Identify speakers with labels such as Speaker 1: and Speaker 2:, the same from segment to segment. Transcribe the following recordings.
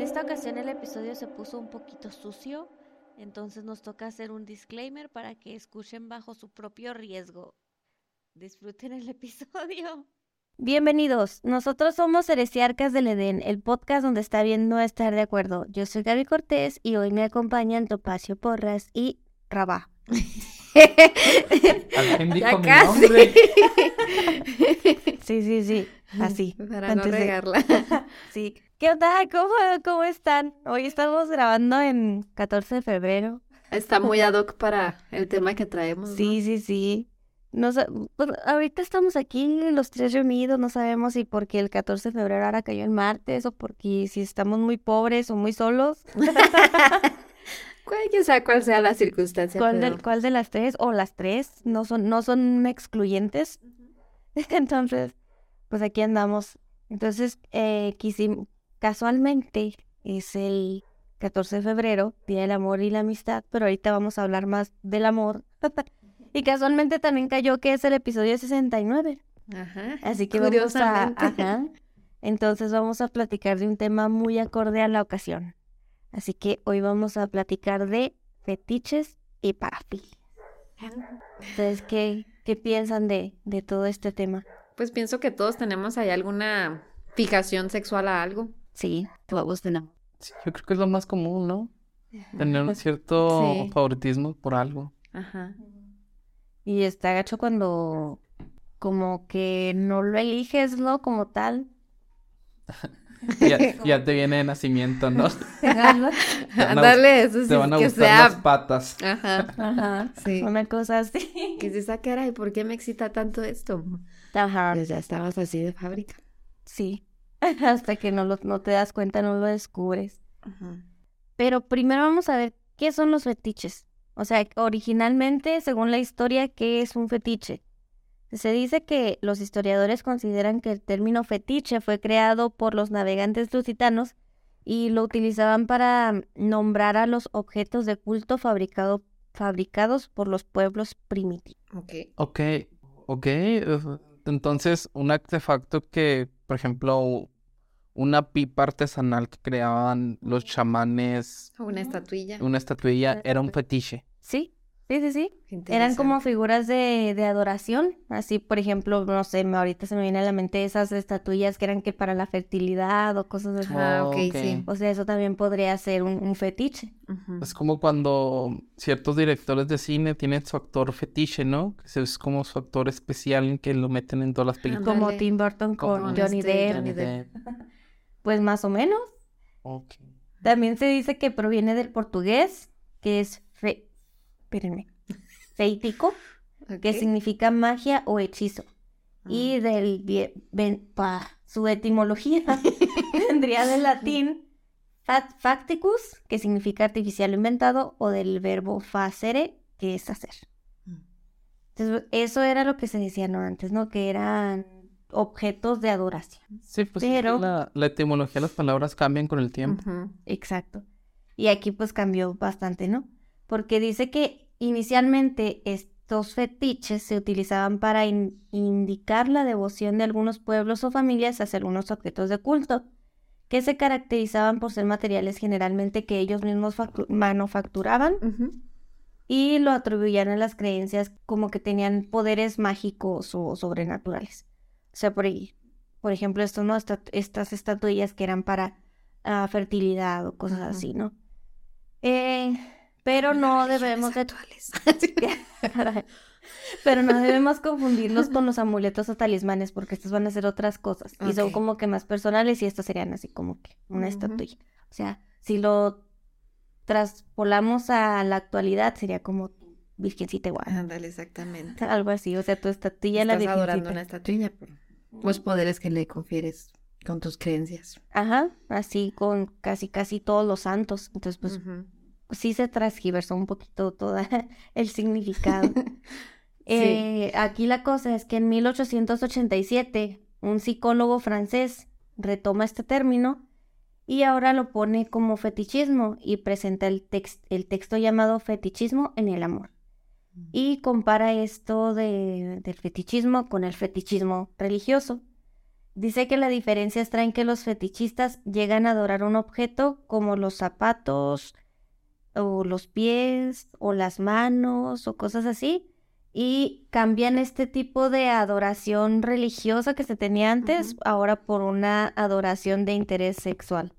Speaker 1: esta ocasión el episodio se puso un poquito sucio, entonces nos toca hacer un disclaimer para que escuchen bajo su propio riesgo. Disfruten el episodio.
Speaker 2: Bienvenidos, nosotros somos Heresiarcas del Edén, el podcast donde está bien no estar de acuerdo. Yo soy Gaby Cortés y hoy me acompañan Topacio Porras y Rabá.
Speaker 3: Alguien dijo
Speaker 4: Ya
Speaker 3: mi
Speaker 4: casi.
Speaker 3: nombre.
Speaker 2: Sí, sí, sí, así.
Speaker 4: Para no
Speaker 2: antes de-
Speaker 4: regarla.
Speaker 2: Sí. ¿Qué onda? ¿Cómo, ¿Cómo están? Hoy estamos grabando en 14 de febrero.
Speaker 4: Está muy ad hoc para el tema que traemos. ¿no?
Speaker 2: Sí, sí, sí. No sa- bueno, ahorita estamos aquí los tres reunidos, no sabemos si porque el 14 de febrero ahora cayó el martes o porque si estamos muy pobres o muy solos,
Speaker 4: Cual- que sea cual sea la circunstancia.
Speaker 2: ¿cuál,
Speaker 4: pero
Speaker 2: del- cuál de las tres o las tres no son, no son excluyentes? Entonces, pues aquí andamos. Entonces, eh, quisim- casualmente es el 14 de febrero, Día del Amor y la Amistad, pero ahorita vamos a hablar más del amor. Y casualmente también cayó que es el episodio 69.
Speaker 4: Ajá.
Speaker 2: Así que vamos a...
Speaker 4: Curiosamente.
Speaker 2: ajá. Entonces vamos a platicar de un tema muy acorde a la ocasión. Así que hoy vamos a platicar de fetiches y papi. Entonces, ¿qué, qué piensan de, de todo este tema?
Speaker 4: Pues pienso que todos tenemos ahí alguna fijación sexual a algo.
Speaker 2: Sí, todos tenemos.
Speaker 3: Sí, yo creo que es lo más común, ¿no? Tener un cierto
Speaker 4: Sí.
Speaker 3: favoritismo por algo.
Speaker 4: Ajá.
Speaker 2: Y está gacho cuando como que no lo eliges, ¿no? Como tal.
Speaker 3: Ya, ya te viene de nacimiento, ¿no? Te van a
Speaker 4: Ándale, eso
Speaker 3: bus-
Speaker 4: sí,
Speaker 3: Te van a
Speaker 4: Pues que
Speaker 3: gustar las
Speaker 4: sea.
Speaker 3: patas.
Speaker 4: Ajá.
Speaker 2: Ajá.
Speaker 4: Sí.
Speaker 2: Una cosa así.
Speaker 4: Que se sacara, ¿y por qué me excita tanto esto?
Speaker 2: Ajá.
Speaker 4: Pues ya estabas así de fábrica.
Speaker 2: Sí. Hasta que no, lo, no te das cuenta, no lo descubres.
Speaker 4: Ajá.
Speaker 2: Pero primero vamos a ver qué son los fetiches. O sea, originalmente, según la historia, ¿qué es un fetiche? Se dice que los historiadores consideran que el término fetiche fue creado por los navegantes lusitanos y lo utilizaban para mm, nombrar a los objetos de culto fabricado- fabricados por los pueblos primitivos.
Speaker 4: Ok.
Speaker 3: Ok, ok. eh, Entonces, un artefacto que, por ejemplo, una pipa artesanal que creaban los chamanes,
Speaker 4: Una estatuilla.
Speaker 3: una estatuilla, era un fetiche.
Speaker 2: ¿Sí? Sí, sí, sí. Eran
Speaker 4: Interesante.
Speaker 2: como figuras de, de adoración, así por ejemplo, no sé, me- ahorita se me viene a la mente esas estatuillas que eran que para la fertilidad o cosas así.
Speaker 4: Ah, ok,
Speaker 3: Ok.
Speaker 4: sí.
Speaker 2: O sea, eso también podría ser un, un fetiche.
Speaker 4: Ujú.
Speaker 3: Es como cuando ciertos directores de cine tienen su actor fetiche, ¿no? Que se- Es como su actor especial que lo meten en todas las películas.
Speaker 2: Como
Speaker 4: Ándale.
Speaker 2: Tim Burton con
Speaker 3: Como
Speaker 2: Johnny
Speaker 4: este
Speaker 2: Depp,
Speaker 4: Johnny Depp.
Speaker 2: pues más o menos.
Speaker 3: Ok.
Speaker 2: También se dice que proviene del portugués, que es fe... espérenme, feitico, que
Speaker 4: Ok. Ah.
Speaker 2: significa magia o hechizo. Y del vie- ven- pa, su etimología vendría del latín fat- facticus, que significa artificial o inventado, o del verbo facere, que es hacer.
Speaker 4: Mm.
Speaker 2: Entonces, eso era lo que se decía ¿no? antes, ¿no? Que eran objetos de adoración.
Speaker 3: Sí, pues es que
Speaker 2: Pero-
Speaker 3: la, la etimología de las palabras cambian con el tiempo.
Speaker 4: Ujú.
Speaker 2: Exacto. Y aquí pues cambió bastante, ¿no? Porque dice que inicialmente estos fetiches se utilizaban para in- indicar la devoción de algunos pueblos o familias hacia algunos objetos de culto, que se caracterizaban por ser materiales generalmente que ellos mismos factu- manufacturaban
Speaker 4: Ujú.
Speaker 2: y lo atribuían a las creencias como que tenían poderes mágicos o sobrenaturales. O sea, por, ahí- por ejemplo, esto, ¿no? Esta- estas estatuillas que eran para ah, fertilidad o cosas
Speaker 4: Ajá.
Speaker 2: así, ¿no? Eh, pero no debemos de...
Speaker 4: actuales.
Speaker 2: pero no debemos confundirlos con los amuletos o talismanes porque estos van a ser otras cosas y son
Speaker 4: Ok.
Speaker 2: como que más personales y estos serían así como que una
Speaker 4: Ujú.
Speaker 2: estatuilla. O sea, si lo traspolamos a la actualidad sería como Virgencita igual.
Speaker 4: Ándale, exactamente.
Speaker 2: Algo así, o sea, tu estatuilla la
Speaker 4: Ah. Estás
Speaker 2: virgencita.
Speaker 4: adorando una estatuilla. pues, Los poderes que le confieres con tus creencias.
Speaker 2: Ajá, así con casi casi todos los santos. Entonces, pues
Speaker 4: Ujú.
Speaker 2: sí se transgiversó un poquito todo el significado. Eh, aquí la cosa es que en 1887 un psicólogo francés retoma este término y ahora lo pone como fetichismo y presenta el, tex- el texto llamado Fetichismo en el amor. Y compara esto de- del fetichismo con el fetichismo religioso. Dice que la diferencia está en que los fetichistas llegan a adorar un objeto como los zapatos o los pies o las manos o cosas así y cambian este tipo de adoración religiosa que se tenía antes
Speaker 4: Ujú.
Speaker 2: ahora por una adoración de interés sexual.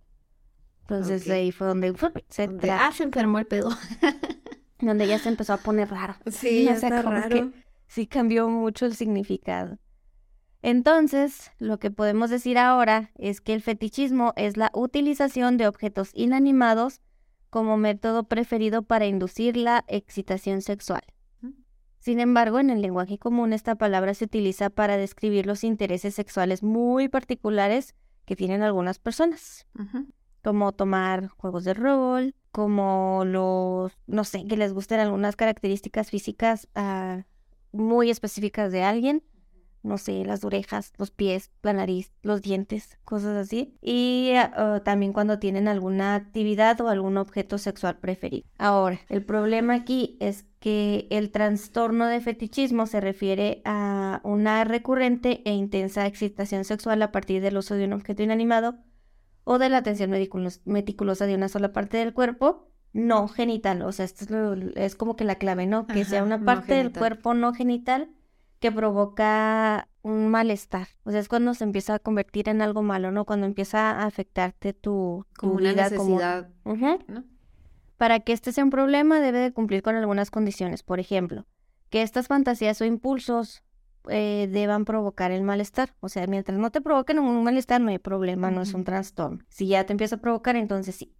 Speaker 2: Entonces
Speaker 4: Ok.
Speaker 2: ahí fue donde ¡fup! se
Speaker 4: Donde,
Speaker 2: tra-
Speaker 4: ah, se enfermó el pedo.
Speaker 2: donde ya se empezó a poner raro.
Speaker 4: Sí,
Speaker 2: ya pues, está raro. sí cambió mucho el significado. Entonces, lo que podemos decir ahora es que el fetichismo es la utilización de objetos inanimados como método preferido para inducir la excitación sexual. Sin embargo, en el lenguaje común esta palabra se utiliza para describir los intereses sexuales muy particulares que tienen algunas personas
Speaker 4: Ujú.
Speaker 2: como tomar juegos de rol, como los, no sé, que les gusten algunas características físicas ah, muy específicas de alguien. No sé, las orejas, los pies, la nariz, los dientes, cosas así. Y ah, ah, también cuando tienen alguna actividad o algún objeto sexual preferido. Ahora, el problema aquí es que el trastorno de fetichismo se refiere a una recurrente e intensa excitación sexual a partir del uso de un objeto inanimado o de la atención mediculos- meticulosa de una sola parte del cuerpo, no genital. O sea, esto es, lo- es como que la clave, ¿no? Que sea
Speaker 4: Ajá,
Speaker 2: una
Speaker 4: no
Speaker 2: parte del
Speaker 4: genital.
Speaker 2: cuerpo no genital que provoca un malestar. O sea, es cuando se empieza a convertir en algo malo, ¿no? Cuando empieza a afectarte tu, tu
Speaker 4: Como una
Speaker 2: vida. como-
Speaker 4: necesidad,
Speaker 2: Ujú.
Speaker 4: ¿no?
Speaker 2: Para que este sea un problema debe de cumplir con algunas condiciones, por ejemplo, que estas fantasías o impulsos eh, deban provocar el malestar. O sea, mientras no te provoquen un malestar, no hay problema, no es un
Speaker 4: Ujú.
Speaker 2: trastorno. Si ya te empieza a provocar, entonces sí.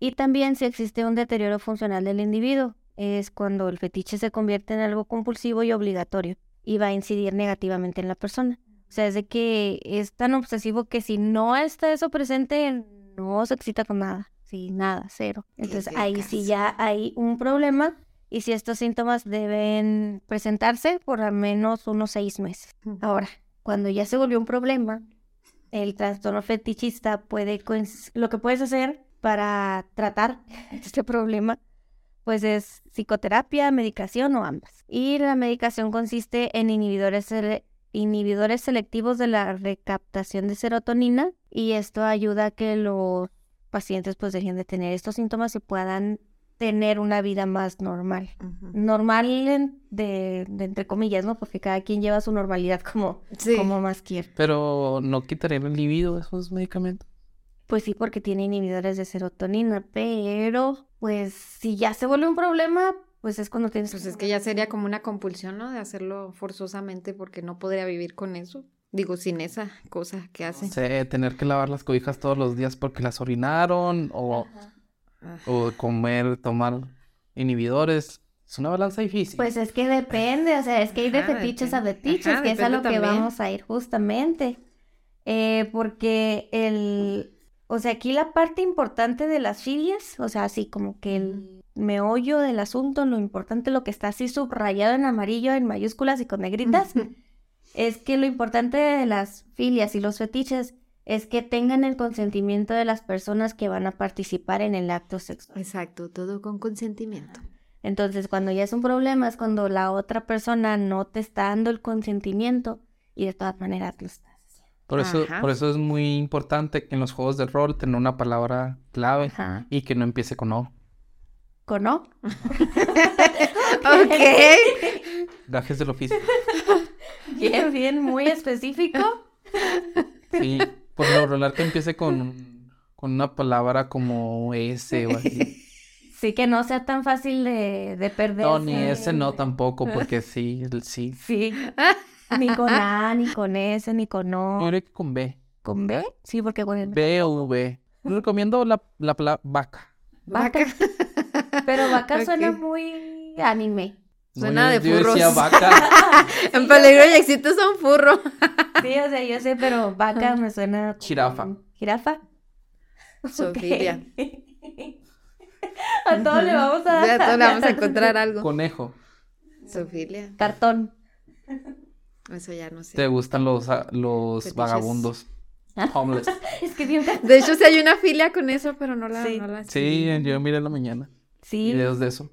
Speaker 2: Y también si existe un deterioro funcional del individuo, es cuando el fetiche se convierte en algo compulsivo y obligatorio y va a incidir negativamente en la persona. O sea, es de que es tan obsesivo que si no está eso presente, no se excita con nada. Sí, nada, cero. Entonces
Speaker 4: qué
Speaker 2: ahí sí
Speaker 4: caso.
Speaker 2: ya hay un problema y si estos síntomas deben presentarse por al menos unos seis meses.
Speaker 4: Ujú.
Speaker 2: Ahora, cuando ya se volvió un problema, el trastorno fetichista puede coinc- lo que puedes hacer para tratar este problema pues es psicoterapia, medicación o ambas. Y la medicación consiste en inhibidores sele- inhibidores selectivos de la recaptación de serotonina y esto ayuda a que los pacientes pues dejen de tener estos síntomas y puedan tener una vida más normal.
Speaker 4: Ujú.
Speaker 2: Normal en- de, de entre comillas, ¿no? Porque cada quien lleva su normalidad como,
Speaker 4: Sí.
Speaker 2: como más quiere.
Speaker 3: Pero no quitaría el libido esos medicamentos.
Speaker 2: Pues sí, porque tiene inhibidores de serotonina, pero pues si ya se vuelve un problema, pues es cuando tienes...
Speaker 4: Pues es que ya sería como una compulsión, ¿no? De hacerlo forzosamente porque no podría vivir con eso. Digo, sin esa cosa
Speaker 2: Ah,
Speaker 4: que hacen.
Speaker 3: No sé, tener que lavar las cobijas todos los días porque las orinaron o,
Speaker 4: Ah.
Speaker 3: o comer, tomar inhibidores. Es una balanza difícil.
Speaker 2: Pues es que depende, o sea, es que hay de
Speaker 4: Ajá,
Speaker 2: fetiches a
Speaker 4: depende.
Speaker 2: fetiches,
Speaker 4: Ajá,
Speaker 2: que es a
Speaker 4: depende
Speaker 2: lo que
Speaker 4: también.
Speaker 2: vamos a ir justamente. Eh, porque el, o sea, aquí la parte importante de las filias, o sea, así como que el
Speaker 4: Mm.
Speaker 2: meollo del asunto, lo importante, lo que está así subrayado en amarillo, en mayúsculas y con negritas, es que lo importante de las filias y los fetiches es que tengan el consentimiento de las personas que van a participar en el acto sexual.
Speaker 4: Exacto, todo con consentimiento.
Speaker 2: Entonces, cuando ya es un problema es cuando la otra persona no te está dando el consentimiento y de todas maneras lo estás haciendo.
Speaker 3: Por eso,
Speaker 4: Ajá.
Speaker 3: por eso es muy importante que en los juegos de rol tener una palabra clave
Speaker 2: Ajá.
Speaker 3: y que no empiece con O.
Speaker 2: ¿Con O?
Speaker 4: ok.
Speaker 3: Gajes del oficio.
Speaker 2: Bien, bien, muy específico.
Speaker 3: Sí, por lo regular que empiece con, con una palabra como S o así.
Speaker 2: Sí, que no sea tan fácil de, de perder.
Speaker 3: No, ni S no tampoco, porque sí, el- sí.
Speaker 2: Sí. Ni con A, ni con S, ni con
Speaker 3: Yo
Speaker 2: O.
Speaker 3: diría que con B.
Speaker 2: ¿Con B? Sí, porque con el
Speaker 3: B o V. Yo Recomiendo la, la palabra vaca.
Speaker 2: Vaca. Pero vaca suena
Speaker 4: Ok.
Speaker 2: muy anime.
Speaker 4: Suena
Speaker 3: yo,
Speaker 4: de
Speaker 3: yo decía
Speaker 4: furros.
Speaker 3: vaca.
Speaker 4: En peligro y éxito son furro.
Speaker 2: Sí, o sea, yo sé, pero vaca me suena. como-
Speaker 3: Jirafa.
Speaker 2: ¿Jirafa?
Speaker 4: Sofía.
Speaker 2: A todos le vamos a dar.
Speaker 4: Ya todos le vamos a encontrar algo.
Speaker 3: Conejo.
Speaker 4: Sofilia.
Speaker 2: Cartón.
Speaker 4: Eso ya no sé.
Speaker 3: ¿Te gustan los, ah, los
Speaker 4: Fetiches. Ah,
Speaker 3: vagabundos? Homeless.
Speaker 2: Es que siempre.
Speaker 4: De hecho, sí hay una filia con eso, pero no la.
Speaker 2: Sí.
Speaker 4: no la-
Speaker 3: Sí, yo miré en la mañana.
Speaker 2: Sí.
Speaker 3: Videos de eso.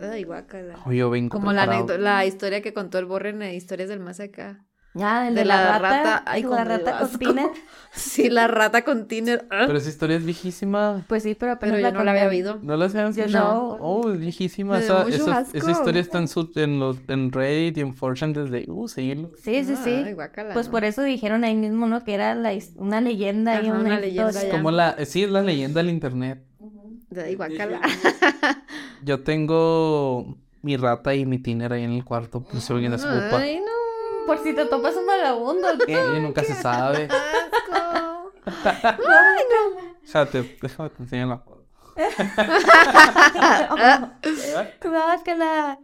Speaker 4: Ay, guácala.
Speaker 3: Oh, yo vengo
Speaker 4: Como la,
Speaker 3: preparado.
Speaker 4: anécdota- la historia que contó el Borre en eh, Historias del Más Acá.
Speaker 2: Ya, del
Speaker 4: De
Speaker 2: de
Speaker 4: la
Speaker 2: la,
Speaker 4: rata,
Speaker 2: rata,
Speaker 4: ay,
Speaker 2: de
Speaker 4: con
Speaker 2: la
Speaker 4: el
Speaker 2: rata
Speaker 4: asco.
Speaker 2: cortina.
Speaker 4: Sí, la rata con Tiner. ah,
Speaker 3: Pero esa historia es viejísima.
Speaker 2: Pues sí, pero
Speaker 4: Pero
Speaker 2: apenas
Speaker 4: yo no la había
Speaker 2: contaron.
Speaker 4: habido.
Speaker 3: ¿No la sabían
Speaker 2: Yo
Speaker 3: escuchado?
Speaker 2: no.
Speaker 3: Oh, es viejísima.
Speaker 4: Me dio
Speaker 3: Esa,
Speaker 4: mucho
Speaker 3: esa-
Speaker 2: asco
Speaker 3: esa historia está en, su- en, los, en Reddit y en 4chan desde... Uh, seguirlo.
Speaker 2: Sí, sí, sí.
Speaker 4: Ah, Ay, guácala,
Speaker 2: Pues
Speaker 4: no.
Speaker 2: por eso dijeron ahí mismo, ¿no? Que era la his- una leyenda y
Speaker 4: Ajá,
Speaker 2: una,
Speaker 4: una leyenda
Speaker 2: historia.
Speaker 4: Ya.
Speaker 3: Como la... eh, Sí, es la leyenda del internet.
Speaker 4: Ay, guácala.
Speaker 3: Yo tengo mi rata y mi tiner ahí en el cuarto. Por si alguien las ocupa.
Speaker 4: Ay, no.
Speaker 2: Por si te topas un vagabundo.
Speaker 3: Sí, eh, nunca se sabe.
Speaker 4: Asco.
Speaker 3: Déjate, déjame te enseño la foto.
Speaker 4: Ah.
Speaker 2: Guácala.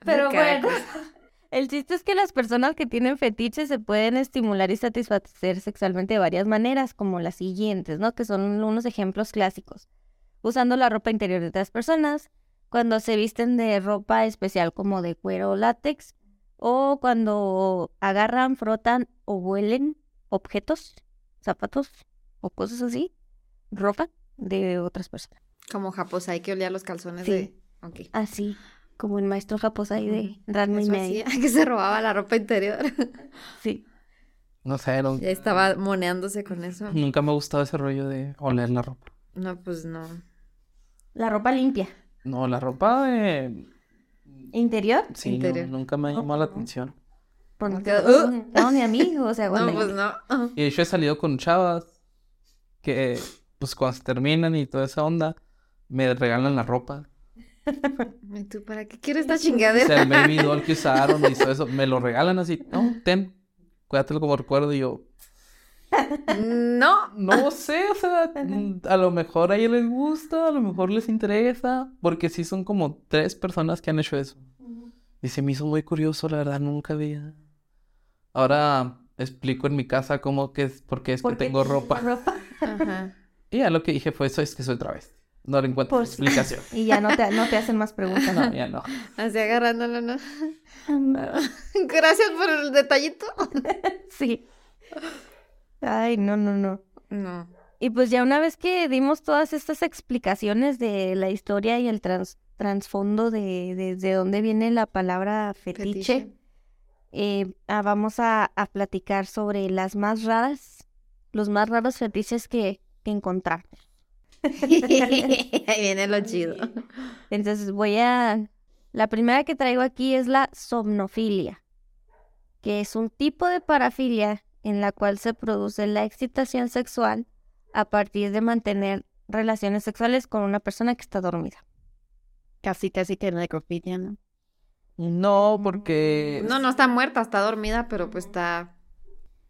Speaker 2: Pero
Speaker 4: Cada
Speaker 2: bueno. El chiste es que las personas que tienen fetiches se pueden estimular y satisfacer sexualmente de varias maneras, como las siguientes, ¿no? Que son unos ejemplos clásicos. Usando la ropa interior de otras personas, cuando se visten de ropa especial como de cuero o látex, o cuando agarran, frotan o huelen objetos, zapatos o cosas así, ropa de otras personas.
Speaker 4: Como japos, hay que olear los calzones
Speaker 2: Sí.
Speaker 4: de. Ok.
Speaker 2: Así, como el maestro Japosai de
Speaker 4: Ujú.
Speaker 2: Ranma y
Speaker 4: Eso
Speaker 2: media.
Speaker 4: hacía, que se robaba la ropa interior.
Speaker 2: Sí.
Speaker 3: No sé, no-
Speaker 4: Ya estaba moneándose con eso.
Speaker 3: nunca me ha gustado ese rollo de oler la ropa.
Speaker 4: No, pues no.
Speaker 2: La ropa limpia.
Speaker 3: No, la ropa de...
Speaker 2: ¿Interior?
Speaker 3: Sí, no,
Speaker 4: Interior.
Speaker 3: nunca me ha llamado la atención.
Speaker 2: Por
Speaker 4: No
Speaker 2: no,
Speaker 4: queda-
Speaker 2: no, ni a mí, o sea,
Speaker 4: No,
Speaker 2: bueno,
Speaker 4: pues no.
Speaker 3: Y de hecho he salido con chavas que, pues, cuando se terminan y toda esa onda, me regalan la ropa.
Speaker 4: ¿Y tú para qué quieres esta
Speaker 3: O sea,
Speaker 4: chingadera?
Speaker 3: el baby doll que usaron y todo eso, me lo regalan así. No, ten, cuídatelo como recuerdo. Y yo,
Speaker 4: No.
Speaker 3: no sé, o sea, mm, a lo mejor a ellos les gusta, a lo mejor les interesa, porque sí son como tres personas que han hecho eso. Y se me hizo muy curioso, la verdad, nunca había. Ahora explico en mi casa cómo que es, porque es que
Speaker 2: ¿por qué
Speaker 3: tengo ropa.
Speaker 2: ropa?
Speaker 4: Ajá.
Speaker 3: Y ya lo que dije fue eso, es que soy travesti. No le encuentro
Speaker 2: Pues-
Speaker 3: explicación.
Speaker 2: Y ya no te, no te hacen más preguntas.
Speaker 3: No, ya no.
Speaker 4: Así agarrándolo, ¿no? Gracias por el detallito.
Speaker 2: Sí. Ay, no, no, no.
Speaker 4: No.
Speaker 2: Y pues ya una vez que dimos todas estas explicaciones de la historia y el trans- trasfondo de desde dónde viene la palabra fetiche,
Speaker 4: Fetiche.
Speaker 2: eh, ah, vamos a, a platicar sobre las más raras, los más raros fetiches que, que encontrar.
Speaker 4: Ahí viene lo chido.
Speaker 2: Entonces voy a... La primera que traigo aquí es la somnofilia, que es un tipo de parafilia en la cual se produce la excitación sexual a partir de mantener relaciones sexuales con una persona que está dormida. Casi, casi que necrofilia, ¿no?
Speaker 3: No, porque
Speaker 4: No, no está muerta, está dormida, pero pues está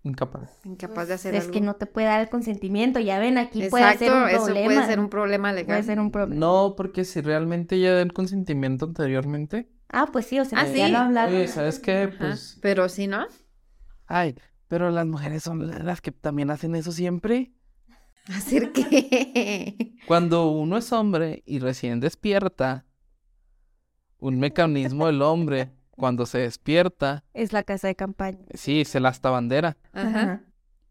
Speaker 3: incapaz.
Speaker 4: incapaz de hacer
Speaker 2: Es
Speaker 4: algo.
Speaker 2: que no te puede dar el consentimiento, ya ven, aquí puede
Speaker 4: Exacto,
Speaker 2: ser un
Speaker 4: eso
Speaker 2: problema.
Speaker 4: puede ser un problema
Speaker 2: Puede
Speaker 4: legal.
Speaker 2: ser un problema.
Speaker 3: No, porque si realmente ya da el consentimiento anteriormente.
Speaker 2: Ah, pues sí, o sea,
Speaker 4: Ah,
Speaker 2: ya
Speaker 4: sí.
Speaker 2: lo hablaron.
Speaker 3: Oye, ¿sabes qué?
Speaker 4: Ajá,
Speaker 3: Pues.
Speaker 4: Pero si no,
Speaker 3: Ay, pero las mujeres son las que también hacen eso siempre.
Speaker 4: hacer que
Speaker 3: Cuando uno es hombre y recién despierta, un mecanismo del hombre, cuando se despierta,
Speaker 2: Es la casa de campaña.
Speaker 3: sí, se la bandera.
Speaker 4: Ajá.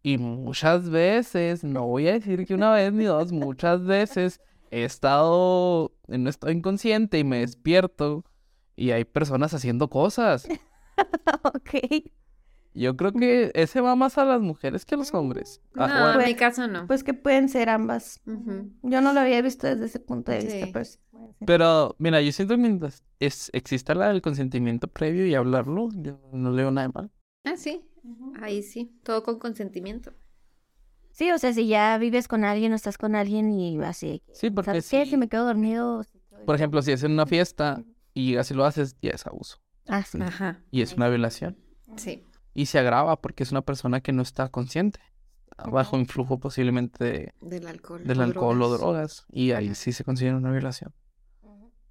Speaker 3: Y muchas veces, no voy a decir que una vez ni dos, muchas veces he estado en un estado inconsciente y me despierto y hay personas haciendo cosas.
Speaker 2: ok.
Speaker 3: Yo creo que ese va más a las mujeres que a los hombres.
Speaker 4: No,
Speaker 3: Ah, bueno,
Speaker 4: en mi caso no.
Speaker 2: Pues que pueden ser ambas.
Speaker 4: Ujú.
Speaker 2: Yo no lo había visto desde ese punto de vista,
Speaker 4: Sí.
Speaker 2: pero sí puede ser.
Speaker 3: Pero, mira, yo siento que mientras es, exista la del consentimiento previo y hablarlo, yo no leo nada de mal.
Speaker 4: Ah, sí. Ahí sí. Todo con consentimiento.
Speaker 2: Sí, o sea, si ya vives con alguien o estás con alguien y así.
Speaker 3: Sí, porque
Speaker 2: ¿Sabes qué?
Speaker 3: si-
Speaker 2: Si me quedo dormido. si estoy-
Speaker 3: por ejemplo, si es en una fiesta y llegas y lo haces, ya es abuso
Speaker 2: Ah, sí.
Speaker 4: Ajá.
Speaker 3: y es una violación.
Speaker 4: Sí.
Speaker 3: Y se agrava porque es una persona que no está consciente, bajo influjo posiblemente de-
Speaker 4: Del alcohol.
Speaker 3: del
Speaker 4: o
Speaker 3: alcohol o
Speaker 4: drogas.
Speaker 3: drogas, y ahí sí se considera una violación.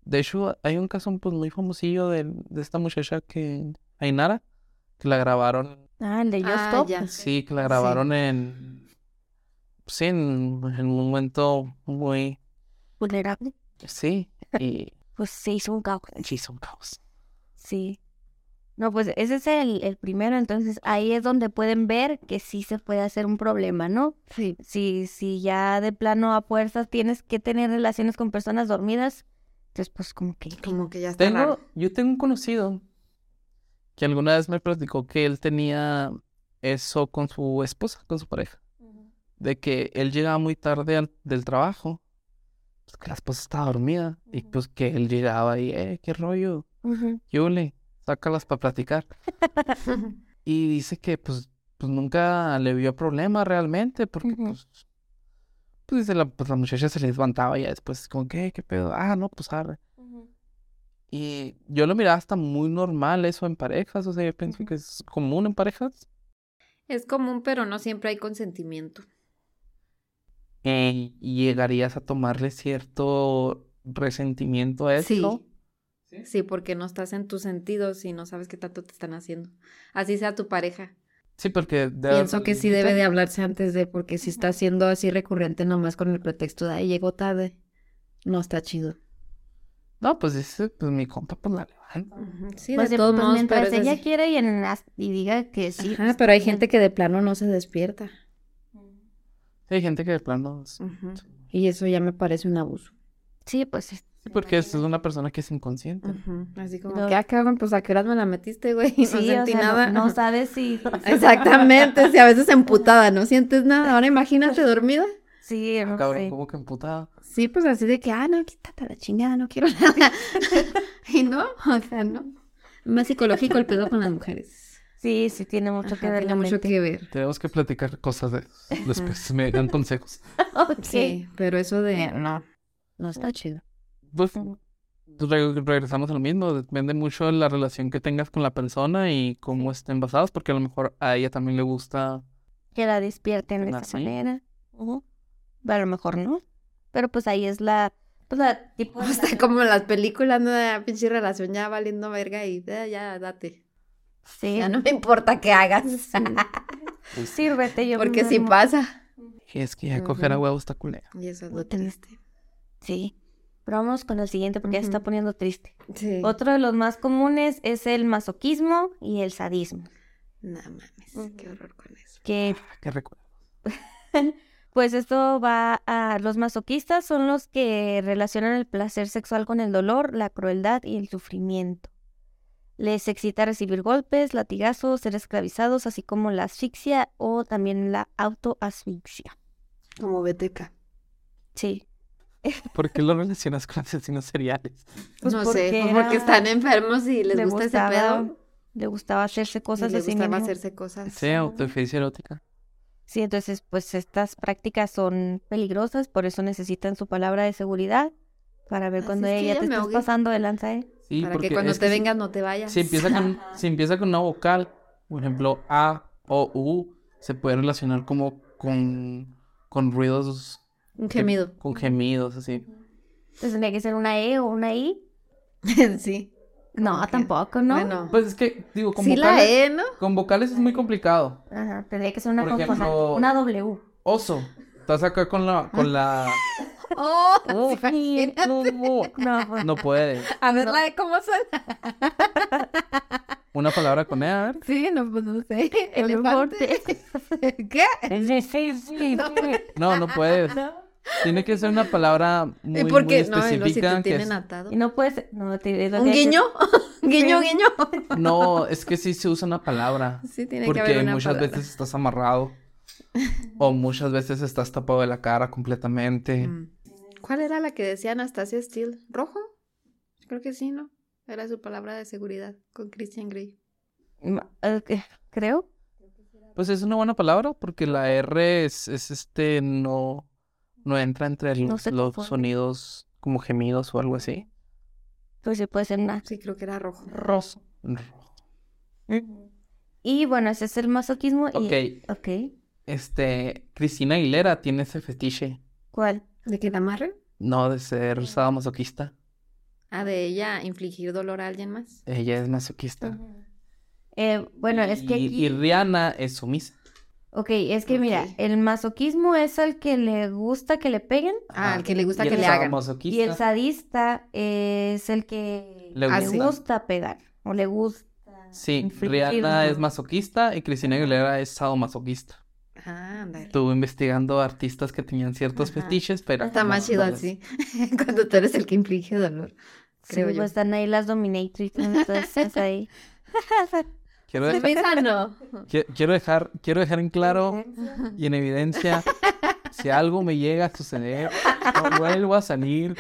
Speaker 3: De hecho, hay un caso pues, muy famosillo de, de esta muchacha que, Ainara, que la grabaron,
Speaker 2: Ah, el de Yo
Speaker 4: Ah,
Speaker 2: Stop.
Speaker 4: ya.
Speaker 3: sí, que la grabaron en, sí, en, en un momento muy,
Speaker 2: Vulnerable.
Speaker 3: sí, y
Speaker 2: Pues se hizo un caos.
Speaker 3: sí, hizo un caos.
Speaker 2: Sí. No, pues ese es el, el primero. Entonces ahí es donde pueden ver que sí se puede hacer un problema, ¿no?
Speaker 4: Sí.
Speaker 2: Si, si ya de plano a fuerzas tienes que tener relaciones con personas dormidas, entonces pues como que.
Speaker 4: Como que ya está
Speaker 3: Tengo,
Speaker 4: raro.
Speaker 3: yo tengo un conocido que alguna vez me platicó que él tenía eso con su esposa, con su pareja. De que él llegaba muy tarde al- del trabajo, pues que la esposa estaba dormida, y pues que él llegaba y, eh, qué rollo,
Speaker 2: Ujú.
Speaker 3: Yule, sácalas para platicar. Y dice que pues, pues nunca le vio problema realmente, porque
Speaker 2: Ujú.
Speaker 3: pues, pues dice la, pues, la muchacha se le levantaba ya después, como, ¿qué? ¿Qué pedo? Ah, no, pues arre. Y yo lo miraba hasta muy normal eso en parejas, o sea, yo pienso
Speaker 2: Ujú.
Speaker 3: que es común en parejas.
Speaker 4: Es común, pero no siempre hay consentimiento.
Speaker 3: Y eh, y llegarías a tomarle cierto resentimiento a
Speaker 4: Sí.
Speaker 3: esto.
Speaker 4: Sí, porque no estás en tus sentidos y no sabes qué tanto te están haciendo. Así sea tu pareja.
Speaker 3: Sí, porque de-
Speaker 5: Pienso que sí debe de hablarse antes de, porque si está siendo así recurrente nomás con el pretexto de, ay, llegó tarde, no está chido.
Speaker 3: No, pues dice, pues mi compa pues la levanta.
Speaker 4: Ujú, Sí,
Speaker 2: Pues,
Speaker 4: de
Speaker 2: eh,
Speaker 4: todos
Speaker 2: pues,
Speaker 4: modos, pero
Speaker 2: mientras
Speaker 4: es
Speaker 2: ella
Speaker 4: así.
Speaker 2: quiera y, en las- y diga que sí.
Speaker 5: Ajá,
Speaker 2: pues,
Speaker 5: pero hay
Speaker 2: bien.
Speaker 5: gente que de plano no se despierta
Speaker 3: Sí, hay gente que de plano... es-
Speaker 4: Ujú,
Speaker 5: y eso ya me parece un abuso.
Speaker 2: Sí, pues es-
Speaker 3: Sí, porque es una persona que es inconsciente.
Speaker 4: ujú, Así como
Speaker 2: No.
Speaker 4: que, ah, cabrón, pues a qué horas me la metiste, güey, no
Speaker 2: sí, o
Speaker 4: sentí
Speaker 2: sea, no-
Speaker 4: nada.
Speaker 2: No, sabes si...
Speaker 5: Exactamente, si a veces emputada, no sientes nada. Ahora imagínate dormida.
Speaker 2: Sí,
Speaker 3: Ah,
Speaker 2: no
Speaker 3: Cabrón,
Speaker 2: sé.
Speaker 3: como que emputada.
Speaker 5: Pues, Sí, pues así de que, ah, no, quítate a la chingada, no quiero nada. y no, o sea, no. Más psicológico el pedo con las mujeres.
Speaker 2: Sí, sí, tiene mucho que
Speaker 5: Ajá,
Speaker 2: ver
Speaker 5: tiene
Speaker 2: la
Speaker 5: mucho
Speaker 2: mente.
Speaker 5: que ver.
Speaker 3: Tenemos que platicar cosas de eso. Después me dan consejos.
Speaker 2: Ok.
Speaker 5: Sí, pero eso de, no, no está chido.
Speaker 3: Pues re- regresamos a lo mismo. Depende mucho de la relación que tengas con la persona y cómo estén basados, porque a lo mejor a ella también le gusta.
Speaker 2: que la despierten de esa
Speaker 3: Así.
Speaker 2: manera. Ujú. A lo mejor no. Pero pues ahí es la, pues la tipo de
Speaker 4: Está como en las películas, ¿no?
Speaker 5: Ah,
Speaker 4: La pinche relación ya valiendo verga y
Speaker 5: eh,
Speaker 4: "Ah, ya, date.
Speaker 2: Sí,
Speaker 5: Ya no me importa qué hagas.
Speaker 2: sírvete yo.
Speaker 4: Porque
Speaker 2: me
Speaker 4: si
Speaker 2: duermo.
Speaker 4: pasa.
Speaker 3: Y pues, es que ya coger a
Speaker 4: Ujú.
Speaker 3: huevo está culera.
Speaker 4: Y eso es
Speaker 5: Lo
Speaker 4: lo triste.
Speaker 2: Sí. Pero vamos con el siguiente porque ya se está
Speaker 4: Ujú.
Speaker 2: poniendo triste.
Speaker 4: Sí.
Speaker 2: Otro de los más comunes es el masoquismo y el sadismo.
Speaker 4: No mames, qué
Speaker 2: Ujú.
Speaker 4: horror con eso.
Speaker 2: Que
Speaker 3: ah, Qué recuerdo.
Speaker 2: pues esto va a... Los masoquistas son los que relacionan el placer sexual con el dolor, la crueldad y el sufrimiento. Les excita recibir golpes, latigazos, ser esclavizados, así como la asfixia o también la autoasfixia.
Speaker 5: Como BTK.
Speaker 2: Sí.
Speaker 3: ¿Por qué lo relacionas con asesinos seriales?
Speaker 2: Pues
Speaker 4: no sé,
Speaker 2: porque
Speaker 4: pues porque
Speaker 2: era-
Speaker 4: están enfermos y les
Speaker 2: le
Speaker 4: gusta
Speaker 2: gustaba-
Speaker 4: ese pedo.
Speaker 2: Le gustaba hacerse
Speaker 4: Y
Speaker 2: cosas
Speaker 4: les
Speaker 2: así
Speaker 4: gustaba
Speaker 2: mismo.
Speaker 4: hacerse cosas.
Speaker 3: Sí, autoeficia erótica.
Speaker 2: Sí, entonces pues estas prácticas son peligrosas, por eso necesitan su palabra de seguridad para ver
Speaker 4: Así
Speaker 2: cuando
Speaker 4: es que
Speaker 2: ella te
Speaker 4: ya me
Speaker 2: estás
Speaker 4: ahogué.
Speaker 2: pasando de lanza, ¿eh?
Speaker 3: Sí,
Speaker 4: Para
Speaker 3: porque
Speaker 4: que cuando
Speaker 3: es
Speaker 4: te
Speaker 3: si-
Speaker 4: vengas no te vayas.
Speaker 3: Si, empieza con, si empieza con una vocal, por ejemplo, A o U, se puede relacionar como con, con ruidos.
Speaker 4: Un
Speaker 3: que-
Speaker 4: gemido.
Speaker 3: Con gemidos, así.
Speaker 2: Entonces tendría que ser una E o una I.
Speaker 4: sí.
Speaker 2: No,
Speaker 4: Como que-
Speaker 2: tampoco, ¿no?
Speaker 4: Bueno,
Speaker 3: Pues es que, digo, con
Speaker 4: sí la
Speaker 3: vocales.
Speaker 4: E, ¿no?
Speaker 3: Con vocales es muy complicado.
Speaker 2: Ajá, tendría que ser una
Speaker 3: Por
Speaker 2: consonante,
Speaker 3: ejemplo-
Speaker 2: una W.
Speaker 3: Oso. Estás acá con la. Con la...
Speaker 4: Oh,
Speaker 3: Uf, no, no,
Speaker 2: No, pues,
Speaker 3: no puede.
Speaker 5: A ver, la de cómo suena.
Speaker 3: Una palabra con E, a ver.
Speaker 5: Sí, no, pues no sé.
Speaker 2: el
Speaker 5: Elefante.
Speaker 2: deporte.
Speaker 5: ¿Qué?
Speaker 2: Sí, sí, sí.
Speaker 3: No, no puede. Tiene que ser una palabra muy,
Speaker 4: ¿Y
Speaker 3: muy
Speaker 4: por qué? No, y luego si
Speaker 3: específica.
Speaker 4: te
Speaker 3: que es-
Speaker 4: tienen atado.
Speaker 2: Y no puedes... No, te,
Speaker 4: ¿Un guiño? guiño,
Speaker 2: Sí.
Speaker 4: guiño.
Speaker 3: No, es que sí se usa una palabra.
Speaker 4: Sí, tiene que haber
Speaker 3: Porque
Speaker 4: una
Speaker 3: muchas
Speaker 4: palabra.
Speaker 3: veces estás amarrado. O muchas veces estás tapado de la cara completamente.
Speaker 4: Mm. ¿Cuál era la que decía Anastasia Steele? ¿Rojo? Creo que sí, ¿no? Era su palabra de seguridad con Christian Grey.
Speaker 2: eh, Creo.
Speaker 3: Pues es una buena palabra porque la R es, es este, no, no entra entre
Speaker 2: No
Speaker 3: los,
Speaker 2: se
Speaker 3: los
Speaker 2: confunde.
Speaker 3: sonidos como gemidos o algo así.
Speaker 2: Pues sí, puede ser una...
Speaker 4: Sí, creo que era rojo.
Speaker 3: Rosa.
Speaker 2: Y bueno, ese es el masoquismo y...
Speaker 3: Ok,
Speaker 2: Ok.
Speaker 3: este, Cristina Aguilera tiene ese fetiche,
Speaker 2: ¿Cuál?
Speaker 5: ¿De que la amarre?
Speaker 3: no de ser sadomasoquista,
Speaker 4: Ah, de ella infligir dolor a alguien más.
Speaker 3: ella es masoquista.
Speaker 2: Eh, bueno, es que
Speaker 3: Ah. Y-
Speaker 2: aquí...
Speaker 3: Y Rihanna es sumisa.
Speaker 2: Ok, es que mira,
Speaker 4: Ok.
Speaker 2: el masoquismo es al que le gusta que le peguen
Speaker 4: Ah,
Speaker 3: Ajá.
Speaker 4: al que le gusta
Speaker 3: Y
Speaker 4: que
Speaker 3: el
Speaker 4: le hagan.
Speaker 3: sadomasoquista
Speaker 2: y el sadista es el que
Speaker 3: Le
Speaker 4: gusta.
Speaker 2: gusta pegar o le gusta.
Speaker 3: Sí,
Speaker 2: infligir
Speaker 3: Rihanna es
Speaker 2: dolor.
Speaker 3: masoquista y Cristina Aguilera es sadomasoquista.
Speaker 4: Ah, ándale.
Speaker 3: Estuve investigando artistas que tenían ciertos
Speaker 4: Ajá.
Speaker 3: fetiches, pero...
Speaker 4: Está
Speaker 3: no,
Speaker 4: más chido
Speaker 3: no les-
Speaker 4: así. Cuando tú eres el que inflige dolor.
Speaker 2: Sí,
Speaker 4: Creo yo.
Speaker 2: pues están ahí las dominatrix, ¿no? entonces ahí.
Speaker 3: Quiero
Speaker 4: De
Speaker 3: dejar,
Speaker 4: misa no.
Speaker 3: quie- quiero dejar, quiero dejar en claro y en evidencia si algo me llega a suceder, no vuelvo a salir.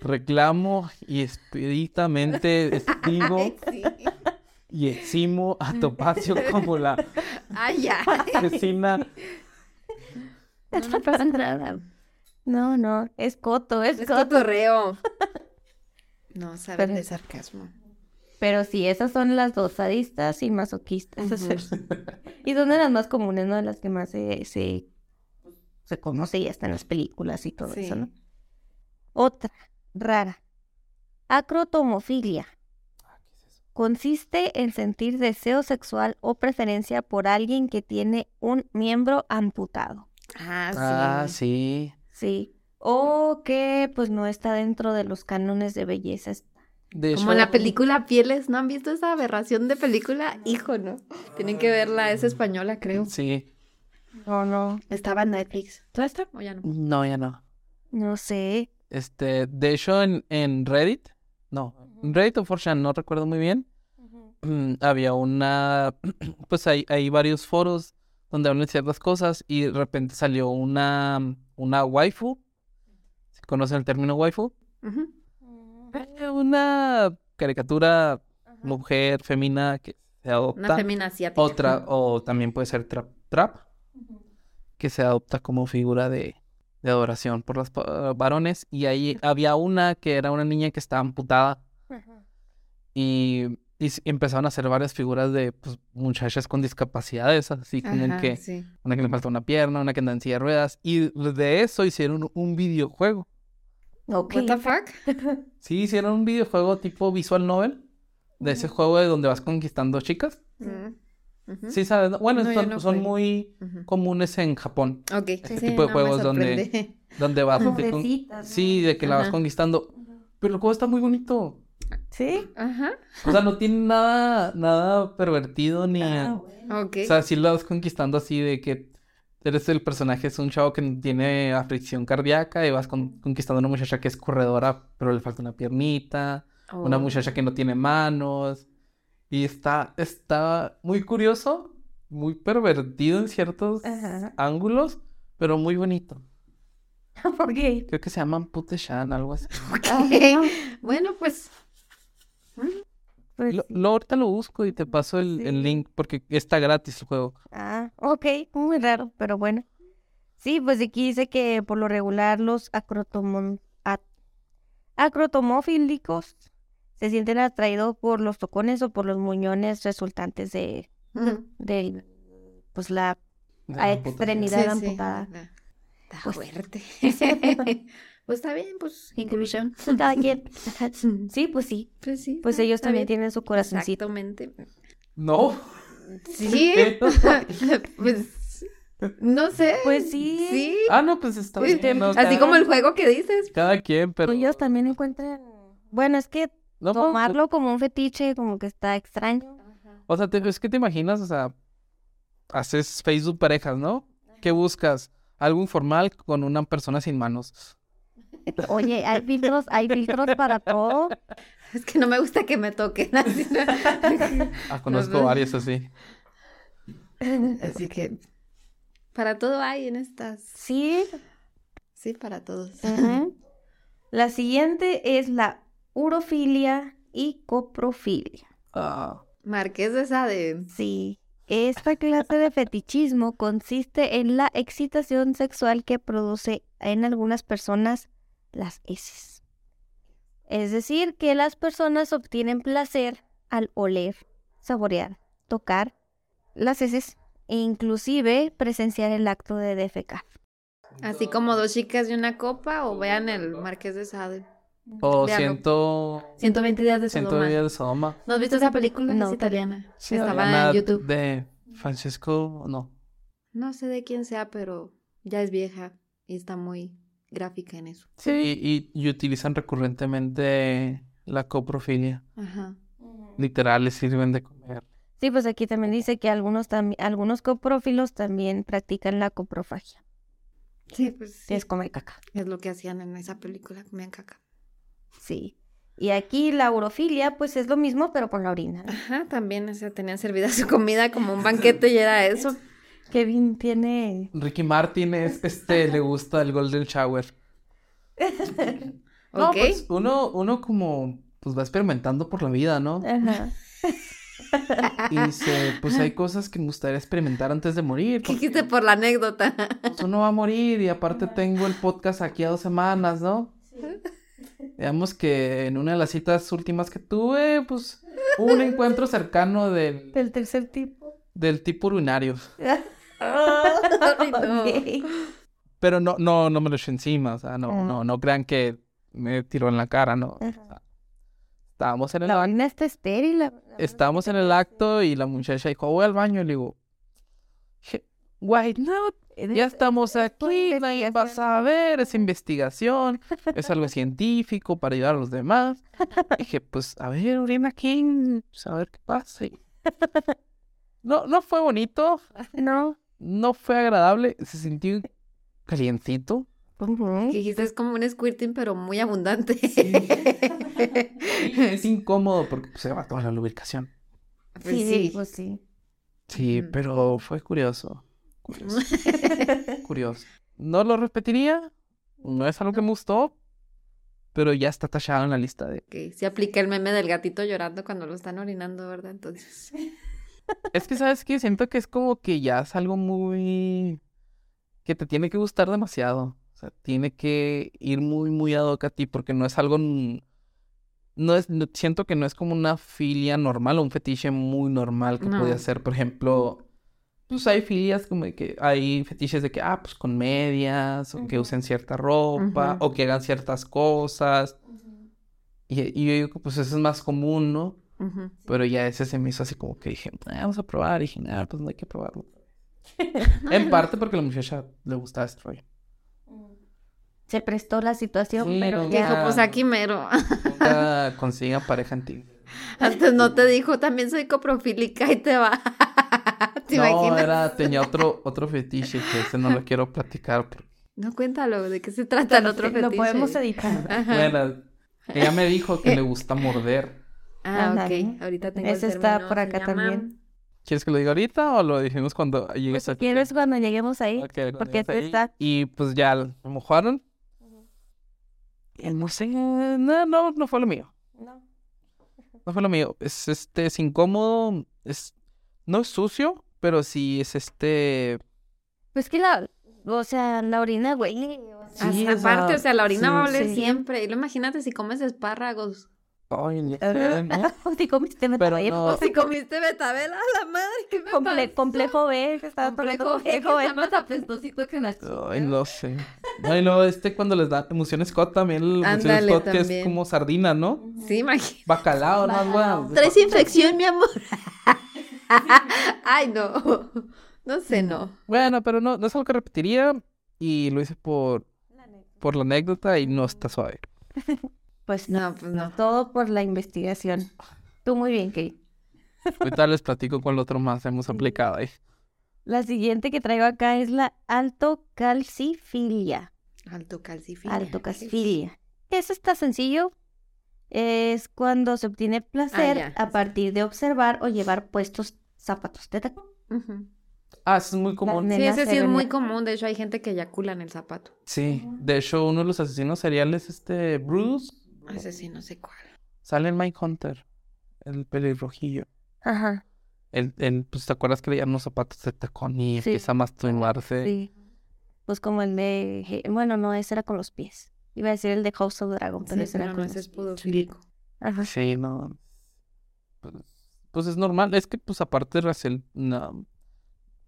Speaker 3: Reclamo y expeditamente digo y eximo a Topacio como la
Speaker 4: Ay, ya.
Speaker 3: vecina.
Speaker 2: No, no, es coto, es
Speaker 4: Es
Speaker 2: coto.
Speaker 4: cotorreo. No saben
Speaker 2: Pero-
Speaker 4: de sarcasmo.
Speaker 2: Pero sí, esas son las dos, sadistas y masoquistas. y son de las más comunes, ¿no? De las que más se, se, se conoce y hasta en las películas y todo
Speaker 4: Sí.
Speaker 2: eso, ¿no? Otra, rara. Acrotomofilia. Consiste en sentir deseo sexual o preferencia por alguien que tiene un miembro amputado.
Speaker 4: Ah, sí.
Speaker 3: Ah, sí.
Speaker 2: Sí. O que pues no está dentro de los cánones de belleza.
Speaker 3: De
Speaker 4: Como
Speaker 3: hecho,
Speaker 4: la película Pieles, ¿no han visto esa aberración de película? Hijo, ¿no? Tienen que verla, es española, creo.
Speaker 3: Sí.
Speaker 2: No, no.
Speaker 4: Estaba en Netflix.
Speaker 5: ¿Todo esto?
Speaker 4: O ya no.
Speaker 3: No, ya no.
Speaker 2: No sé.
Speaker 3: Este, de hecho, en, en Reddit, no, en Reddit o 4 no recuerdo muy bien, mm, había una, pues hay, hay varios foros donde hablan de ciertas cosas y de repente salió una, mm, una waifu, si conocen el término waifu,
Speaker 4: Ujú.
Speaker 3: Eh, una caricatura mujer femina que se
Speaker 4: Una
Speaker 3: adopta,
Speaker 4: femina asiática.
Speaker 3: otra, o también puede ser trap, trap, que se adopta como figura de, de adoración por los pa- varones. Y ahí había una que era una niña que estaba amputada. Y, y s- empezaron a hacer varias figuras de pues, muchachas con discapacidades, así como
Speaker 4: Ajá,
Speaker 3: que
Speaker 4: sí.
Speaker 3: una que le falta una pierna, una que anda en silla de ruedas. Y de eso hicieron un videojuego.
Speaker 2: Ok.
Speaker 4: What the fuck?
Speaker 3: Sí, hicieron un videojuego tipo visual novel, de ese juego de donde vas conquistando chicas.
Speaker 4: Mm. Ujú.
Speaker 3: Sí, sabes, no? bueno,
Speaker 4: No, yo
Speaker 3: son,
Speaker 4: no
Speaker 3: son
Speaker 4: jugué.
Speaker 3: muy
Speaker 4: Ujú.
Speaker 3: comunes en Japón,
Speaker 4: Ok.
Speaker 3: Este tipo de
Speaker 4: me
Speaker 3: juegos donde-
Speaker 4: sorprende.
Speaker 3: donde vas
Speaker 2: Como
Speaker 3: de con-
Speaker 2: fresitas, ¿no?
Speaker 3: Sí, de que la vas
Speaker 4: Ajá.
Speaker 3: conquistando. Pero el juego está muy bonito.
Speaker 2: Sí.
Speaker 4: Ajá.
Speaker 3: O sea, no tiene nada, nada pervertido ni.
Speaker 4: Ah, Ok.
Speaker 3: O sea, sí la vas conquistando así de que eres el personaje, es un chavo que tiene aflicción cardíaca y vas con- conquistando a una muchacha que es corredora, pero le falta una piernita, una
Speaker 4: Oh.
Speaker 3: muchacha que no tiene manos. Y está, está muy curioso, muy pervertido en ciertos
Speaker 2: Ajá.
Speaker 3: ángulos, pero muy bonito.
Speaker 2: Ok.
Speaker 3: Creo que se llaman Puteshan, algo así.
Speaker 4: Ok. Bueno, pues.
Speaker 2: Pues
Speaker 3: Lo,
Speaker 2: sí.
Speaker 3: lo- ahorita lo busco y te paso el, el
Speaker 2: Sí.
Speaker 3: link porque está gratis el juego.
Speaker 2: Ah, ok, muy raro, pero bueno. Sí, pues aquí dice que por lo regular los acrotomon- a- acrotomofílicos se sienten atraídos por los tocones o por los muñones resultantes de,
Speaker 4: mm.
Speaker 2: del- pues la...
Speaker 3: De
Speaker 2: A
Speaker 3: la puta.
Speaker 2: extremidad. Mirada amputada.
Speaker 4: Nah. Está
Speaker 2: Pues-
Speaker 4: fuerte. pues está bien, pues. Inclusión.
Speaker 2: cada quien. Sí, pues sí.
Speaker 4: Pues sí.
Speaker 2: Pues
Speaker 4: está-
Speaker 2: ellos
Speaker 4: está
Speaker 2: también
Speaker 4: bien.
Speaker 2: tienen su corazoncito.
Speaker 4: Exactamente.
Speaker 3: No.
Speaker 4: Sí. pues. No sé.
Speaker 2: Pues sí.
Speaker 4: Sí.
Speaker 3: Ah, no, pues está
Speaker 4: Pues,
Speaker 3: bien, no,
Speaker 4: Así
Speaker 3: cada-
Speaker 4: como el juego que dices.
Speaker 3: Cada quien, pero.
Speaker 2: Ellos también encuentran... Bueno, es que
Speaker 3: No, pues,
Speaker 2: tomarlo como un fetiche como que está extraño.
Speaker 3: O sea, te- es que te imaginas, o sea, haces Facebook parejas, ¿no? ¿Qué buscas? Algo informal con una persona sin manos.
Speaker 2: Oye, hay filtros, hay filtros para todo.
Speaker 4: Es que no me gusta que me toquen. Así,
Speaker 3: Ah, conozco
Speaker 4: pues.
Speaker 3: varios así.
Speaker 4: así que. Para todo hay en estas.
Speaker 2: Sí,
Speaker 4: Sí, para todos.
Speaker 2: Ujú. La siguiente es la urofilia y coprofilia.
Speaker 3: Ah,
Speaker 4: Marqués de Sade.
Speaker 2: Sí. Esta clase de fetichismo consiste en la excitación sexual que produce en algunas personas las heces. Es decir, que las personas obtienen placer al oler, saborear, tocar las heces e inclusive presenciar el acto de defecar.
Speaker 4: Así como dos chicas y una copa, o vean el Marqués de Sade.
Speaker 3: o
Speaker 4: Veanlo.
Speaker 3: ciento.
Speaker 5: 120 días de
Speaker 3: Ciento
Speaker 5: Sodoma.
Speaker 3: días de Sodoma.
Speaker 5: ¿No has visto esa película?
Speaker 2: No.
Speaker 5: Es italiana.
Speaker 3: Sí,
Speaker 4: Estaba
Speaker 3: había una
Speaker 4: en YouTube.
Speaker 3: De Francesco, no.
Speaker 4: No sé de quién sea, pero ya es vieja y está muy gráfica en eso.
Speaker 3: Sí, y, y utilizan recurrentemente la coprofilia.
Speaker 4: Ajá.
Speaker 3: Literal, les sirven de comer.
Speaker 2: Sí, pues aquí también dice que algunos, tam- algunos coprófilos también practican la coprofagia,
Speaker 4: Sí, pues
Speaker 2: que es comer caca.
Speaker 4: es lo que hacían en esa película, comían caca.
Speaker 2: Sí. Y aquí la urofilia, pues es lo mismo, pero por la orina. ¿no?
Speaker 4: Ajá, también, o sea, tenían servida su comida como un banquete y era eso.
Speaker 2: Kevin tiene...
Speaker 3: Ricky Martin es, este, le gusta el Golden Shower. No,
Speaker 4: ¿Ok?
Speaker 3: pues uno, uno como, pues va experimentando por la vida, ¿no?
Speaker 4: Ah,
Speaker 2: Ajá.
Speaker 3: Y dice, pues hay cosas que me gustaría experimentar antes de morir.
Speaker 4: ¿Qué
Speaker 3: porque,
Speaker 4: hiciste por la anécdota?
Speaker 3: pues, uno va a morir y aparte tengo el podcast aquí a dos semanas, ¿no? Digamos que en una de las citas últimas que tuve, pues hubo un encuentro cercano del,
Speaker 2: Del tercer tipo.
Speaker 3: del tipo urinario.
Speaker 2: Ok.
Speaker 3: Pero no, no, no me lo eché encima, o sea, no,
Speaker 2: Ah.
Speaker 3: no, no crean que me tiró en la cara, ¿no. O sea, estábamos en el
Speaker 2: La orina está estéril. la- la-
Speaker 3: estábamos en el acto y la muchacha dijo, voy al baño. Y le digo, "Je- why not? Ya estamos aquí, nadie va a saber, es investigación, es algo científico para ayudar a los demás. Y dije, pues, a ver, orina aquí, pues, a ver qué pasa. Y- No, no fue bonito,
Speaker 2: No.
Speaker 3: no fue agradable, se sintió calientito.
Speaker 2: Ujú.
Speaker 4: Que dijiste, es como un squirting, pero muy abundante.
Speaker 3: Es incómodo porque pues, se va toda la lubricación.
Speaker 4: Pues
Speaker 2: Sí,
Speaker 4: sí.
Speaker 2: pues sí.
Speaker 3: Sí,
Speaker 4: Ujú.
Speaker 3: pero fue curioso. Curioso. curioso. No lo repetiría. No es algo que me gustó. Pero ya está tachado en la lista de.
Speaker 4: Ok, sí aplica el meme del gatito llorando cuando lo están orinando, ¿verdad? Entonces,
Speaker 3: Es que, ¿sabes qué? Siento que es como que ya es algo muy. que te tiene que gustar demasiado. O sea, tiene que ir muy, muy ad hoc a ti. Porque no es algo. n- No es, no- siento que no es como una filia normal o un fetiche muy normal que
Speaker 4: No.
Speaker 3: podía ser, por ejemplo, pues hay filias como de que hay fetiches de que, ah, pues con medias, o que usen cierta ropa,
Speaker 4: Ujú.
Speaker 3: o que hagan ciertas cosas. Y, y yo digo que pues eso es más común, ¿no?
Speaker 4: ujú.
Speaker 3: Pero ya ese se me hizo así como que dije, "Ah, vamos a probar. Y dije, "Nah, pues no hay que probarlo. en parte porque a la muchacha le gustaba este rollo.
Speaker 2: Se prestó la situación,
Speaker 3: Sí,
Speaker 2: pero
Speaker 3: no.
Speaker 4: Que
Speaker 2: ya.
Speaker 4: dijo, pues aquí mero.
Speaker 3: Nunca consiga pareja en ti.
Speaker 4: Antes no te dijo, también soy coprofílica y te va. ¿Te
Speaker 3: no,
Speaker 4: imaginas?
Speaker 3: era, tenía otro, otro fetiche que ese no lo quiero platicar. porque-
Speaker 4: No, cuéntalo, ¿de qué se trata el otro fetiche?
Speaker 2: Lo podemos editar.
Speaker 4: Ajá.
Speaker 3: Bueno, ella me dijo que le gusta morder.
Speaker 4: Ah,
Speaker 2: Ándale.
Speaker 4: ok. Ahorita tengo el
Speaker 2: Ese está
Speaker 4: término,
Speaker 2: por
Speaker 4: se
Speaker 2: acá
Speaker 4: llama-
Speaker 2: también.
Speaker 3: ¿Quieres que lo diga ahorita o lo dijimos cuando
Speaker 4: Pues,
Speaker 3: llegues a
Speaker 2: Quiero es cuando lleguemos ahí.
Speaker 3: Ok, cuando
Speaker 2: porque
Speaker 3: llegues
Speaker 2: tú
Speaker 3: ahí.
Speaker 2: estás-
Speaker 3: Y pues ya lo mojaron. El no sé, no, no, no fue lo mío.
Speaker 2: No.
Speaker 3: No fue lo mío. Es este, es incómodo. Es, no es sucio, pero sí es este.
Speaker 2: Pues que la. O sea, la orina, güey. o sea,
Speaker 4: Ah,
Speaker 3: Sí, o sea,
Speaker 4: aparte, o sea, la orina va a
Speaker 3: sí,
Speaker 4: oler
Speaker 2: sí.
Speaker 4: siempre. Y lo imagínate si comes espárragos.
Speaker 3: Ay, ni-
Speaker 2: Eh,
Speaker 3: ¿no?
Speaker 2: si comiste
Speaker 3: Pero
Speaker 2: metabel-
Speaker 3: no.
Speaker 4: Si comiste betabel, a la madre, ¿qué me
Speaker 2: Oh. comple- complejo B, que estaba
Speaker 5: Complejo,
Speaker 2: complejo
Speaker 5: es
Speaker 2: B, joven.
Speaker 5: más apestosito que las
Speaker 3: Ay, no sé. Ay, no, este cuando les da emoción Scott también. El emoción
Speaker 4: Ándale,
Speaker 3: Scott que es
Speaker 4: también.
Speaker 3: como sardina, ¿no?
Speaker 4: pasa? Sí, imagínate.
Speaker 3: Bacalao, no, Bueno,
Speaker 4: Traes infección, mi amor. Ay, no. No sé, no.
Speaker 3: Bueno, pero no, no es algo que repetiría. Y lo hice por, por la anécdota y no está suave.
Speaker 2: Pues no.
Speaker 4: No, pues no.
Speaker 2: Todo por la investigación. Tú muy bien, Kate.
Speaker 3: Ahorita les platico cuál otro más hemos aplicado ahí.
Speaker 2: La siguiente que traigo acá es la altocalcifilia.
Speaker 4: Alto calcifilia.
Speaker 2: Altocalcifilia. Eso está sencillo. Es cuando se obtiene placer
Speaker 4: Ah, ya,
Speaker 2: a partir de observar o llevar puestos zapatos de tacón.
Speaker 4: Ujú.
Speaker 3: Ah, eso es muy común.
Speaker 4: Sí, ese sí es muy
Speaker 2: común.
Speaker 4: común. De hecho, hay gente que eyacula en el zapato.
Speaker 3: Sí, de hecho, uno de los asesinos seriales, este Bruce,
Speaker 4: Ese sí, no sé cuál.
Speaker 3: sale en Mike Hunter, el pelirrojillo.
Speaker 2: Ajá,
Speaker 3: El, el, pues, ¿te acuerdas que le llaman los zapatos de tacón y
Speaker 2: Sí.
Speaker 3: empieza a masturbarse?
Speaker 2: sí. Pues como el de... Bueno, no, ese era con los pies. Iba a decir el de House of Dragon, pero
Speaker 4: Sí,
Speaker 2: ese era
Speaker 4: pero no,
Speaker 2: con
Speaker 4: ese
Speaker 2: los
Speaker 4: es
Speaker 2: pies.
Speaker 4: pudofílico.
Speaker 2: Ajá.
Speaker 3: Sí, no. Pues, pues es normal, es que, pues, aparte resel- na-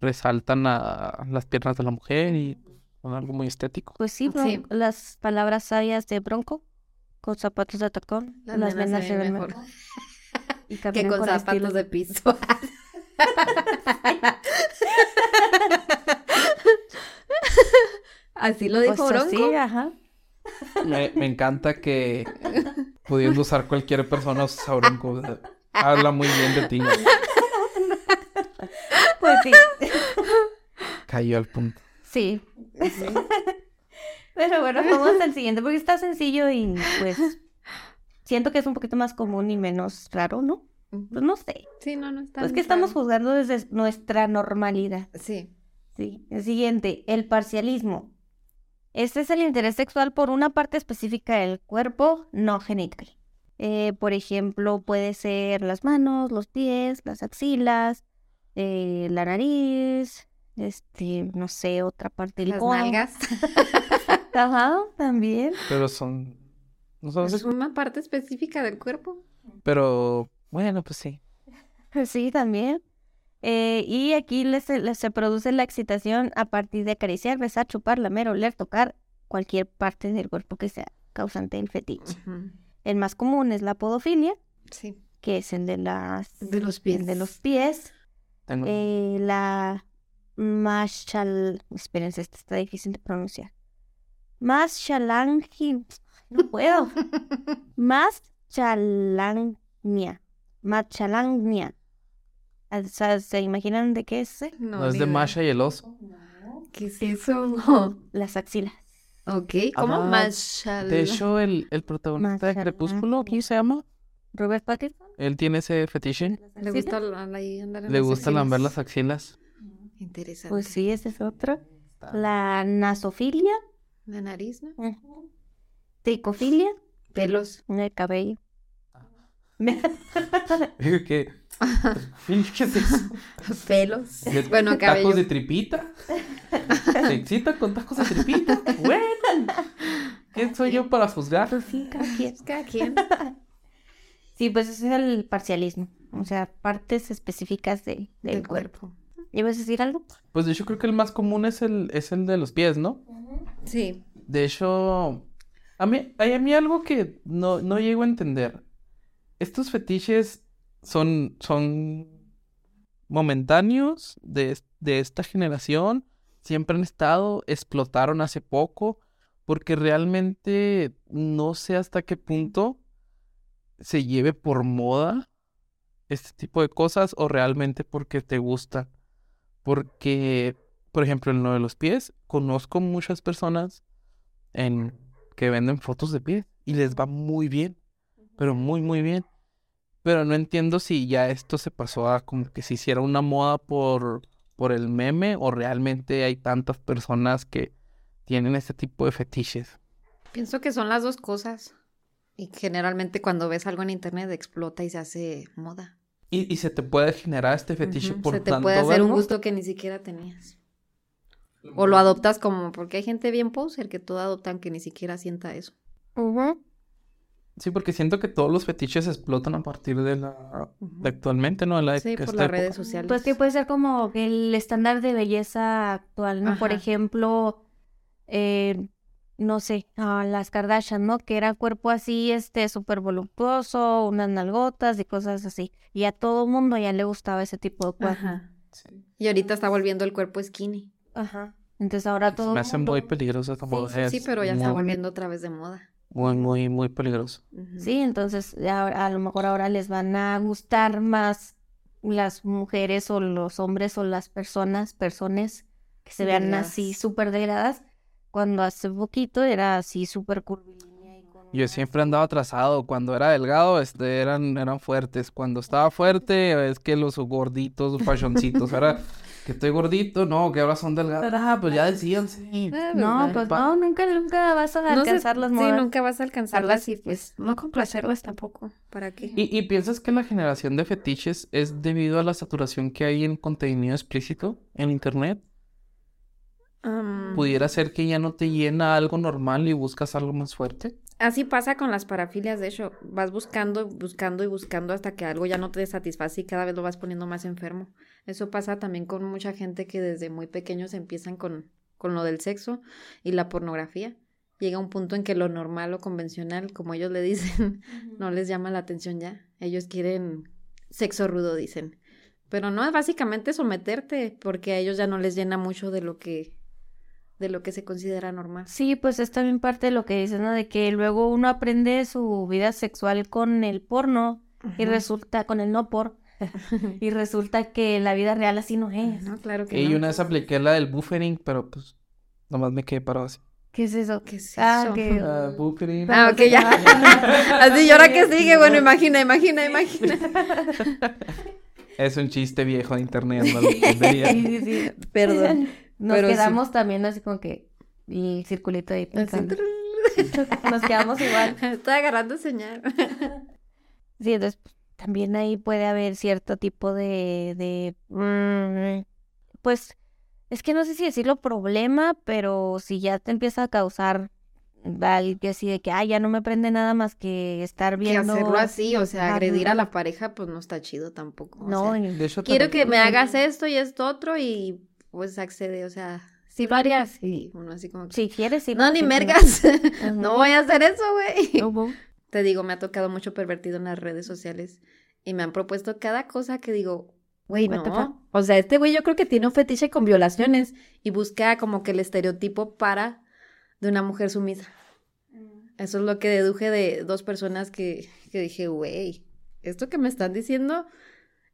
Speaker 3: resaltan a las piernas de la mujer y son algo muy estético.
Speaker 2: Pues sí,
Speaker 4: Sí.
Speaker 2: Bron- las palabras sabias de Bronco con zapatos de tacón, las, venas se ven mejor. Y
Speaker 4: Que
Speaker 2: caminan
Speaker 4: con
Speaker 2: con
Speaker 4: zapatos
Speaker 2: estilo.
Speaker 4: de piso.
Speaker 5: Así lo
Speaker 2: Pues
Speaker 5: dijo
Speaker 2: así,
Speaker 5: Bronco.
Speaker 2: ajá.
Speaker 3: Me, me encanta que pudiendo usar cualquier persona, usa Bronco, o sea, habla muy bien de ti.
Speaker 2: Pues sí.
Speaker 3: Cayó al punto.
Speaker 2: sí. Pero bueno, vamos al siguiente porque está sencillo y pues siento que es un poquito más común y menos raro, ¿no?
Speaker 4: Ujú.
Speaker 2: Pues no sé.
Speaker 4: Sí, no, no está.
Speaker 2: Pues
Speaker 4: muy
Speaker 2: que estamos
Speaker 4: raro.
Speaker 2: juzgando desde nuestra normalidad.
Speaker 4: Sí.
Speaker 2: Sí. El siguiente, el parcialismo. Este es el interés sexual por una parte específica del cuerpo, no genital. Eh, por ejemplo, puede ser las manos, los pies, las axilas, eh, la nariz, este, no sé, otra parte del
Speaker 4: Las
Speaker 2: codo.
Speaker 4: nalgas.
Speaker 2: Ajá, también.
Speaker 3: Pero son. No son
Speaker 4: Es
Speaker 3: sex-
Speaker 4: una parte específica del cuerpo.
Speaker 3: Pero bueno, pues sí.
Speaker 2: Sí, también. Eh, y aquí les, les se produce la excitación a partir de acariciar, besar, chupar, lamer, oler, tocar cualquier parte del cuerpo que sea causante del fetiche.
Speaker 4: Ujú.
Speaker 2: El más común es la podofilia,
Speaker 4: Sí.
Speaker 2: que es el de las
Speaker 5: De los
Speaker 2: el
Speaker 5: pies.
Speaker 2: de los pies.
Speaker 3: Tengo-
Speaker 2: Eh, la mashal, espérense, esta está difícil de pronunciar. Mashalangi, no puedo. Machalangnia. Machalangnia. Ah, O sea, ¿se imaginan de qué es? eh?
Speaker 4: No,
Speaker 3: ¿No es
Speaker 4: ni
Speaker 3: de
Speaker 4: idea.
Speaker 3: Masha y el oso?
Speaker 4: ¿Qué es
Speaker 5: Eso
Speaker 2: Las axilas.
Speaker 5: Ok.
Speaker 4: ¿Cómo?
Speaker 3: Ah,
Speaker 4: Mashallah.
Speaker 3: De hecho, el, el protagonista de
Speaker 2: Mashallah.
Speaker 3: Crepúsculo, ¿cómo se llama?
Speaker 2: Robert Pattinson.
Speaker 3: Él tiene ese fetiche.
Speaker 4: Le gusta la- la- ahí andar en
Speaker 3: Le
Speaker 4: las
Speaker 3: gusta
Speaker 4: axilas.
Speaker 3: lamber las axilas.
Speaker 4: Interesante.
Speaker 2: Pues sí, ese es otro.
Speaker 4: Ah.
Speaker 2: La nasofilia.
Speaker 4: La nariz, ¿no?
Speaker 2: Tricofilia.
Speaker 5: Pelos.
Speaker 2: En el cabello.
Speaker 4: Ah.
Speaker 3: Digo, ¿Qué? ¿Qué es eso?
Speaker 5: Pelos.
Speaker 3: ¿De-
Speaker 4: Bueno, cabello.
Speaker 3: ¿Tacos de tripita? ¿Se excita con tacos de tripita? Bueno. ¿Quién soy yo para juzgar?
Speaker 2: Sí, cada quien.
Speaker 4: Cada quien.
Speaker 2: Sí, pues ese es el parcialismo. O sea, partes específicas de- del
Speaker 4: del
Speaker 2: cuerpo.
Speaker 4: cuerpo.
Speaker 2: ¿Ibas a decir algo?
Speaker 3: Pues de hecho creo que el más común es el, es el de los pies, ¿no?
Speaker 4: Sí.
Speaker 3: De hecho, a mí, hay a mí algo que no, no llego a entender. Estos fetiches son, son momentáneos de, es- de esta generación, siempre han estado, explotaron hace poco, porque realmente no sé hasta qué punto se lleve por moda este tipo de cosas o realmente porque te gusta. Porque, por ejemplo, en lo de los pies, conozco muchas personas en que venden fotos de pies y les va muy bien, pero muy muy bien. Pero no entiendo si ya esto se pasó a como que se hiciera una moda por por el meme o realmente hay tantas personas que tienen este tipo de fetiches.
Speaker 4: Pienso que son las dos cosas. Y generalmente cuando ves algo en internet explota y se hace moda.
Speaker 3: Y, y se te puede generar este fetiche
Speaker 4: Ujú,
Speaker 3: por
Speaker 4: Se te
Speaker 3: tanto
Speaker 4: puede hacer un
Speaker 3: verlo.
Speaker 4: gusto que ni siquiera tenías. O lo adoptas como, porque hay gente bien poser que todo adoptan que ni siquiera sienta eso.
Speaker 3: Sí, porque siento que todos los fetiches explotan a partir de la de
Speaker 4: Ujú.
Speaker 3: actualmente, ¿no? De la de
Speaker 4: Sí, por
Speaker 3: esta
Speaker 4: las
Speaker 3: época.
Speaker 4: redes sociales.
Speaker 2: Pues que puede ser como el estándar de belleza actual, ¿no? Por
Speaker 4: Ajá.
Speaker 2: ejemplo, eh, no sé, a las Kardashian, ¿no? Que era cuerpo así, este, súper voluptuoso, unas nalgotas y cosas así. Y a todo mundo ya le gustaba ese tipo de cuerpo.
Speaker 4: Ajá. Y ahorita está volviendo el cuerpo skinny.
Speaker 2: Ajá. Entonces ahora todo
Speaker 3: Me hacen
Speaker 2: mundo-
Speaker 3: muy peligroso esta moda,
Speaker 4: Sí,
Speaker 3: es
Speaker 4: pero ya está
Speaker 3: muy,
Speaker 4: volviendo otra vez de moda.
Speaker 3: muy muy muy peligroso.
Speaker 4: Ujú.
Speaker 2: Sí, entonces ahora- a lo mejor ahora les van a gustar más las mujeres o los hombres o las personas, personas que se vean así
Speaker 4: Delgadas.
Speaker 2: súper delgadas, cuando hace poquito era así súper curvilínea y con
Speaker 3: Yo
Speaker 2: unas-
Speaker 3: siempre andaba atrasado. Cuando era delgado, este, eran, eran fuertes. Cuando estaba fuerte, es que los gorditos, los fashioncitos. Ahora que estoy gordito, no, que ahora son delgados. Ah, pues ya decíanse.
Speaker 4: Ah,
Speaker 2: No,
Speaker 4: ¿verdad?
Speaker 2: pues
Speaker 3: Pa-
Speaker 2: no, nunca, nunca vas a
Speaker 4: No sé-
Speaker 2: alcanzar las
Speaker 4: Sí,
Speaker 2: modas.
Speaker 4: nunca vas a alcanzarlas y pues no complacerlas tampoco. ¿Para qué?
Speaker 3: ¿Y, y piensas que la generación de fetiches es debido a la saturación que hay en contenido explícito en internet?
Speaker 4: Am,
Speaker 3: ¿Pudiera ser que ya no te llena algo normal y buscas algo más fuerte?
Speaker 4: así pasa con las parafilias, de hecho, vas buscando, buscando y buscando hasta que algo ya no te satisface y cada vez lo vas poniendo más enfermo. Eso pasa también con mucha gente que desde muy pequeños empiezan con, con lo del sexo y la pornografía. Llega un punto en que lo normal o convencional, como ellos le dicen, no les llama la atención ya. Ellos quieren sexo rudo, dicen. Pero no es básicamente someterte, porque a ellos ya no les llena mucho de lo que, de lo que se considera normal.
Speaker 2: Sí, pues es también parte de lo que dices, ¿no? De que luego uno aprende su vida sexual con el porno y resulta con el no por y resulta que la vida real así no es.
Speaker 4: No, claro que
Speaker 3: Y
Speaker 4: no.
Speaker 3: una vez apliqué la del buffering, pero pues nomás me quedé parado así.
Speaker 2: ¿Qué es eso?
Speaker 4: ¿Qué es
Speaker 2: Ah,
Speaker 4: eso?
Speaker 2: que-
Speaker 3: Ah, Bupirin.
Speaker 4: Ah, ok, ya. Así, ¿y ahora qué sigue? Bueno, imagina, imagina, imagina.
Speaker 3: Es un chiste viejo de internet, no lo entendería.
Speaker 2: Sí, sí, sí.
Speaker 4: Perdón.
Speaker 2: Nos
Speaker 4: Pero sí.
Speaker 2: quedamos también así como que y el circulito ahí
Speaker 4: Así,
Speaker 2: pensando. Nos quedamos igual.
Speaker 4: Está agarrando señal.
Speaker 2: Sí, entonces pues, también ahí puede haber cierto tipo de, de mm, pues es que no sé si decirlo problema, pero si ya te empieza a causar al que así de que ah, ya no me prende nada más que estar
Speaker 4: Que
Speaker 2: viendo.
Speaker 4: hacerlo así, o sea,
Speaker 2: Ajá.
Speaker 4: agredir a la pareja, pues no está chido tampoco. o
Speaker 2: No,
Speaker 4: sea,
Speaker 2: y-
Speaker 3: De hecho,
Speaker 4: quiero
Speaker 3: también-
Speaker 4: que me hagas esto y esto otro y pues accede, o sea, sí lo harías. Sí. Uno así como que,
Speaker 2: si quieres, sí. pues,
Speaker 4: no,
Speaker 2: sí,
Speaker 4: ni
Speaker 2: como-
Speaker 4: mergas.
Speaker 2: Ajá.
Speaker 4: no voy a hacer eso, güey.
Speaker 2: Ujú.
Speaker 4: Te digo, me ha tocado mucho pervertido en las redes sociales y me han propuesto cada cosa que digo, güey,
Speaker 2: What the fuck.
Speaker 4: no. O sea, este güey yo creo que tiene un fetiche con violaciones y busca como que el estereotipo para de una mujer sumisa. Eso es lo que deduje de dos personas que, que dije, güey, esto que me están diciendo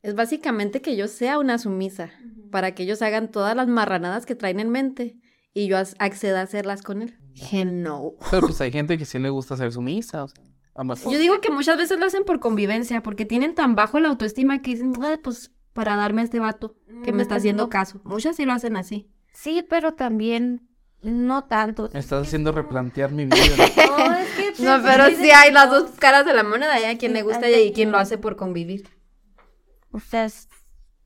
Speaker 4: es básicamente que yo sea una sumisa para que ellos hagan todas las marranadas que traen en mente y yo as- acceda a hacerlas con él. Dije, no.
Speaker 3: Pero pues hay gente que sí le gusta ser sumisa, o sea, ambas
Speaker 5: Yo digo que muchas veces lo hacen por convivencia, porque tienen tan bajo la autoestima que dicen, "Ah, pues para darme a este vato
Speaker 4: Mm,
Speaker 5: que
Speaker 2: Mm,
Speaker 5: me está haciendo caso. Muchas sí lo hacen así.
Speaker 2: Sí, pero también no tanto.
Speaker 3: Me estás haciendo replantear mi vida.
Speaker 2: No, es que sí,
Speaker 4: No,
Speaker 2: sí,
Speaker 4: pero
Speaker 2: sí,
Speaker 4: sí hay las dos caras de la moneda, hay a quien le
Speaker 2: Sí,
Speaker 4: gusta
Speaker 2: hay
Speaker 4: y hay
Speaker 2: de-
Speaker 4: quien lo hace por convivir.
Speaker 2: O sea, es-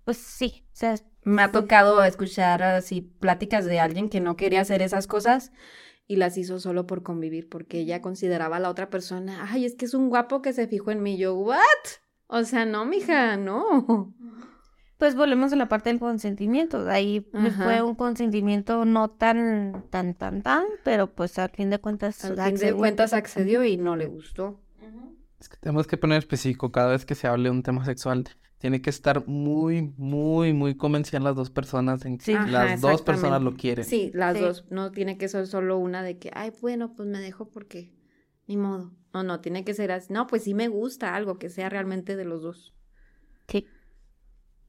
Speaker 2: pues sí, o sea, es-
Speaker 5: Me ha tocado escuchar así pláticas de alguien que no quería hacer esas cosas.
Speaker 4: Y las hizo solo por convivir, porque ella consideraba a la otra persona, ay, es que es un guapo que se fijó en mí. Yo, ¿what? O sea, no, mija, no.
Speaker 2: pues volvemos a la parte del consentimiento. Ahí pues,
Speaker 4: Ajá.
Speaker 2: fue un consentimiento no tan, tan, tan, tan, pero pues al fin de cuentas.
Speaker 4: Al fin de
Speaker 2: accedió.
Speaker 4: cuentas accedió y no le gustó.
Speaker 3: Es que tenemos que poner específico cada vez que se hable de un tema sexual. Tiene que estar muy, muy, muy convencidas las dos personas en que
Speaker 2: Sí. Ajá,
Speaker 3: las dos personas
Speaker 4: exactamente.
Speaker 3: lo quieren.
Speaker 4: Sí, las
Speaker 2: Sí.
Speaker 4: dos. No tiene que ser solo una de que, ay, bueno, pues me dejo porque ni modo. No, no, tiene que ser así. No, pues sí me gusta algo que sea realmente de los dos.
Speaker 2: Sí.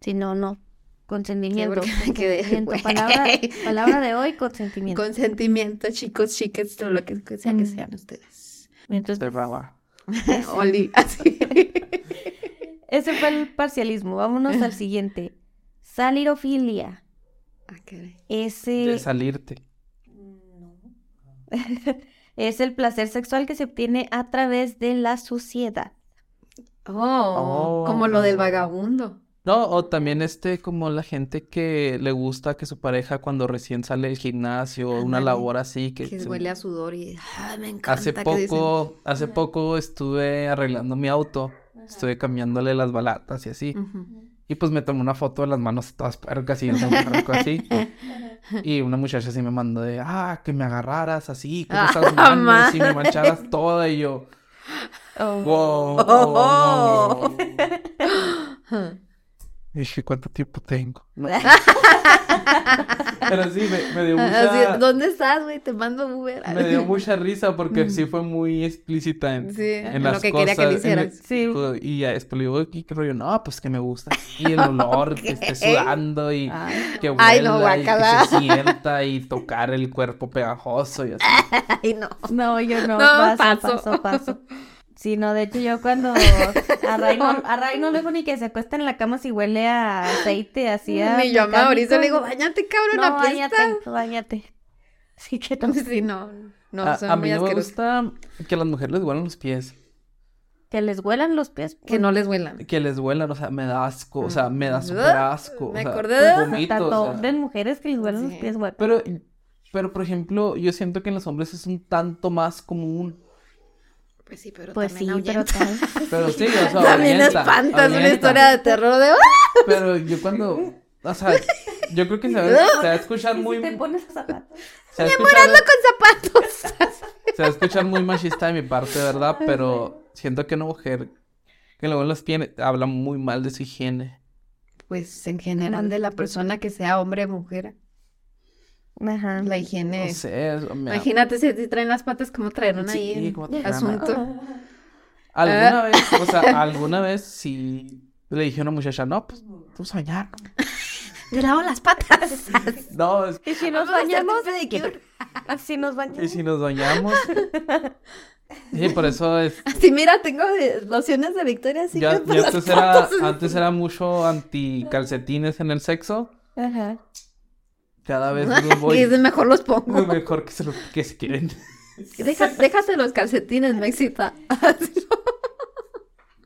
Speaker 2: Si no, no.
Speaker 4: Sí,
Speaker 2: Consentimiento.
Speaker 4: porque me quedé,
Speaker 2: consentimiento.
Speaker 4: güey.
Speaker 2: Palabra, palabra de hoy, consentimiento.
Speaker 4: Consentimiento, chicos, chicas, todo lo que sea que
Speaker 2: Mm.
Speaker 4: sean ustedes.
Speaker 2: Entonces,
Speaker 3: Te va, va.
Speaker 4: Oli, así.
Speaker 2: ese fue el parcialismo. Vámonos al siguiente. Salirofilia.
Speaker 4: Ah, caray.
Speaker 3: De
Speaker 2: Ese
Speaker 3: salirte.
Speaker 2: es el placer sexual que se obtiene a través de la suciedad.
Speaker 4: Oh,
Speaker 3: Oh.
Speaker 4: como lo del vagabundo.
Speaker 3: No, o también este, como la gente que le gusta que su pareja cuando recién sale del gimnasio, una
Speaker 4: Ándale.
Speaker 3: labor así, que
Speaker 4: Que
Speaker 3: se-
Speaker 4: huele a sudor y ay, me encanta.
Speaker 3: hace
Speaker 4: que dicen,
Speaker 3: poco, hace poco estuve arreglando mi auto, estuve cambiándole las balatas y así,
Speaker 4: "Ujú".
Speaker 3: y pues me tomé una foto de las manos todas percas y un barroco así, y una muchacha así me mandó de, ah, que me agarraras así, con
Speaker 4: Ah,
Speaker 3: esas manos y me
Speaker 4: madre.
Speaker 3: mancharas toda, y yo, wow, wow,
Speaker 4: Oh.
Speaker 3: wow, wow". Y dije, ¿cuánto tiempo tengo? Pero sí, me, me dio mucha...
Speaker 4: Así, ¿Dónde estás, güey? Te mando Uber.
Speaker 3: Me dio mucha risa porque sí fue muy explícita en,
Speaker 4: Sí,
Speaker 3: en
Speaker 4: en
Speaker 3: las
Speaker 4: lo que quería que le
Speaker 3: cosas, en el-
Speaker 4: hicieras.
Speaker 2: Sí.
Speaker 3: Pues, Y ya después le digo, ¿qué qué rollo? No, pues que me gusta. Y el olor, que esté sudando y
Speaker 2: Ah.
Speaker 3: que huela
Speaker 4: Ay, no,
Speaker 3: y
Speaker 4: guácala.
Speaker 3: que se sienta y tocar el cuerpo pegajoso y así.
Speaker 4: Ay, no.
Speaker 2: No, yo no,
Speaker 4: No,
Speaker 2: paso,
Speaker 4: paso.
Speaker 2: paso, paso. Sí, no, de hecho yo cuando a Ray no, a Ray no le dejo ni que se acueste en la cama si huele a aceite, así a
Speaker 4: Mi yo a Mauricio
Speaker 2: ah, mecánico.
Speaker 4: le digo, bañate, cabrón,
Speaker 2: no,
Speaker 4: apesta.
Speaker 2: bañate, bañate. Sí que no,
Speaker 4: Sí, no, no,
Speaker 3: a,
Speaker 4: son
Speaker 3: a mí
Speaker 4: muy
Speaker 3: no me
Speaker 4: asquerosos.
Speaker 3: gusta que a las mujeres les huelan los pies,
Speaker 2: que les huelan los pies.
Speaker 4: Que no les huelan.
Speaker 3: que les huelan, o sea, me da asco, o sea, me da súper
Speaker 4: Ah,
Speaker 3: asco. o
Speaker 4: me
Speaker 3: sea,
Speaker 4: acordé de-
Speaker 3: vomito, o
Speaker 2: Tanto
Speaker 3: sea.
Speaker 2: de mujeres que les huelan los
Speaker 4: Sí.
Speaker 2: pies, guaca.
Speaker 3: Pero, pero, por ejemplo, yo siento que en los hombres es un tanto más común.
Speaker 4: Pues sí, pero
Speaker 2: Pues sí,
Speaker 4: también
Speaker 2: pero
Speaker 4: ahuyenta.
Speaker 2: tal.
Speaker 3: Pero sí, o sea,
Speaker 4: También
Speaker 3: ahuyenta,
Speaker 4: espantas una
Speaker 3: ahuyenta.
Speaker 4: historia de terror de ¡Ah!
Speaker 3: Pero yo cuando, o sea, yo creo que se va, se va a escuchar muy,
Speaker 2: Te pones los zapatos.
Speaker 3: se va a escuchar,
Speaker 4: con zapatos.
Speaker 3: se va a escuchar muy machista de mi parte, ¿verdad? Pero siento que una mujer que luego los tiene, habla muy mal de su higiene.
Speaker 4: Pues en general de la persona que sea hombre o mujer,
Speaker 2: Ajá.
Speaker 4: la
Speaker 3: No
Speaker 4: higiene.
Speaker 3: sé, eso me da-
Speaker 4: Imagínate si, si traen las patas como traerán
Speaker 3: Sí,
Speaker 4: ahí
Speaker 3: como
Speaker 4: el
Speaker 3: traerán.
Speaker 4: asunto.
Speaker 3: Alguna
Speaker 4: Ah.
Speaker 3: vez, o sea, alguna vez sí le dije a una muchacha, no, pues, tú vas a bañar.
Speaker 5: Te lavo las patas.
Speaker 3: No, es-
Speaker 2: Y si nos
Speaker 5: Vamos a hacerte
Speaker 2: bañamos,
Speaker 5: pedicure.
Speaker 2: así nos bañamos.
Speaker 3: y si nos bañamos. Sí, por eso es.
Speaker 5: Sí, mira, tengo de- lociones de Victoria así
Speaker 3: ya,
Speaker 5: que para
Speaker 3: ya
Speaker 5: las
Speaker 3: antes, era,
Speaker 5: patas.
Speaker 3: antes era mucho anti calcetines en el sexo.
Speaker 2: Ajá.
Speaker 3: Cada vez los
Speaker 4: Que es de
Speaker 3: voy.
Speaker 4: mejor los pongo.
Speaker 3: Mejor que se, lo, que se quieren.
Speaker 5: Deja- déjate los calcetines, me excita.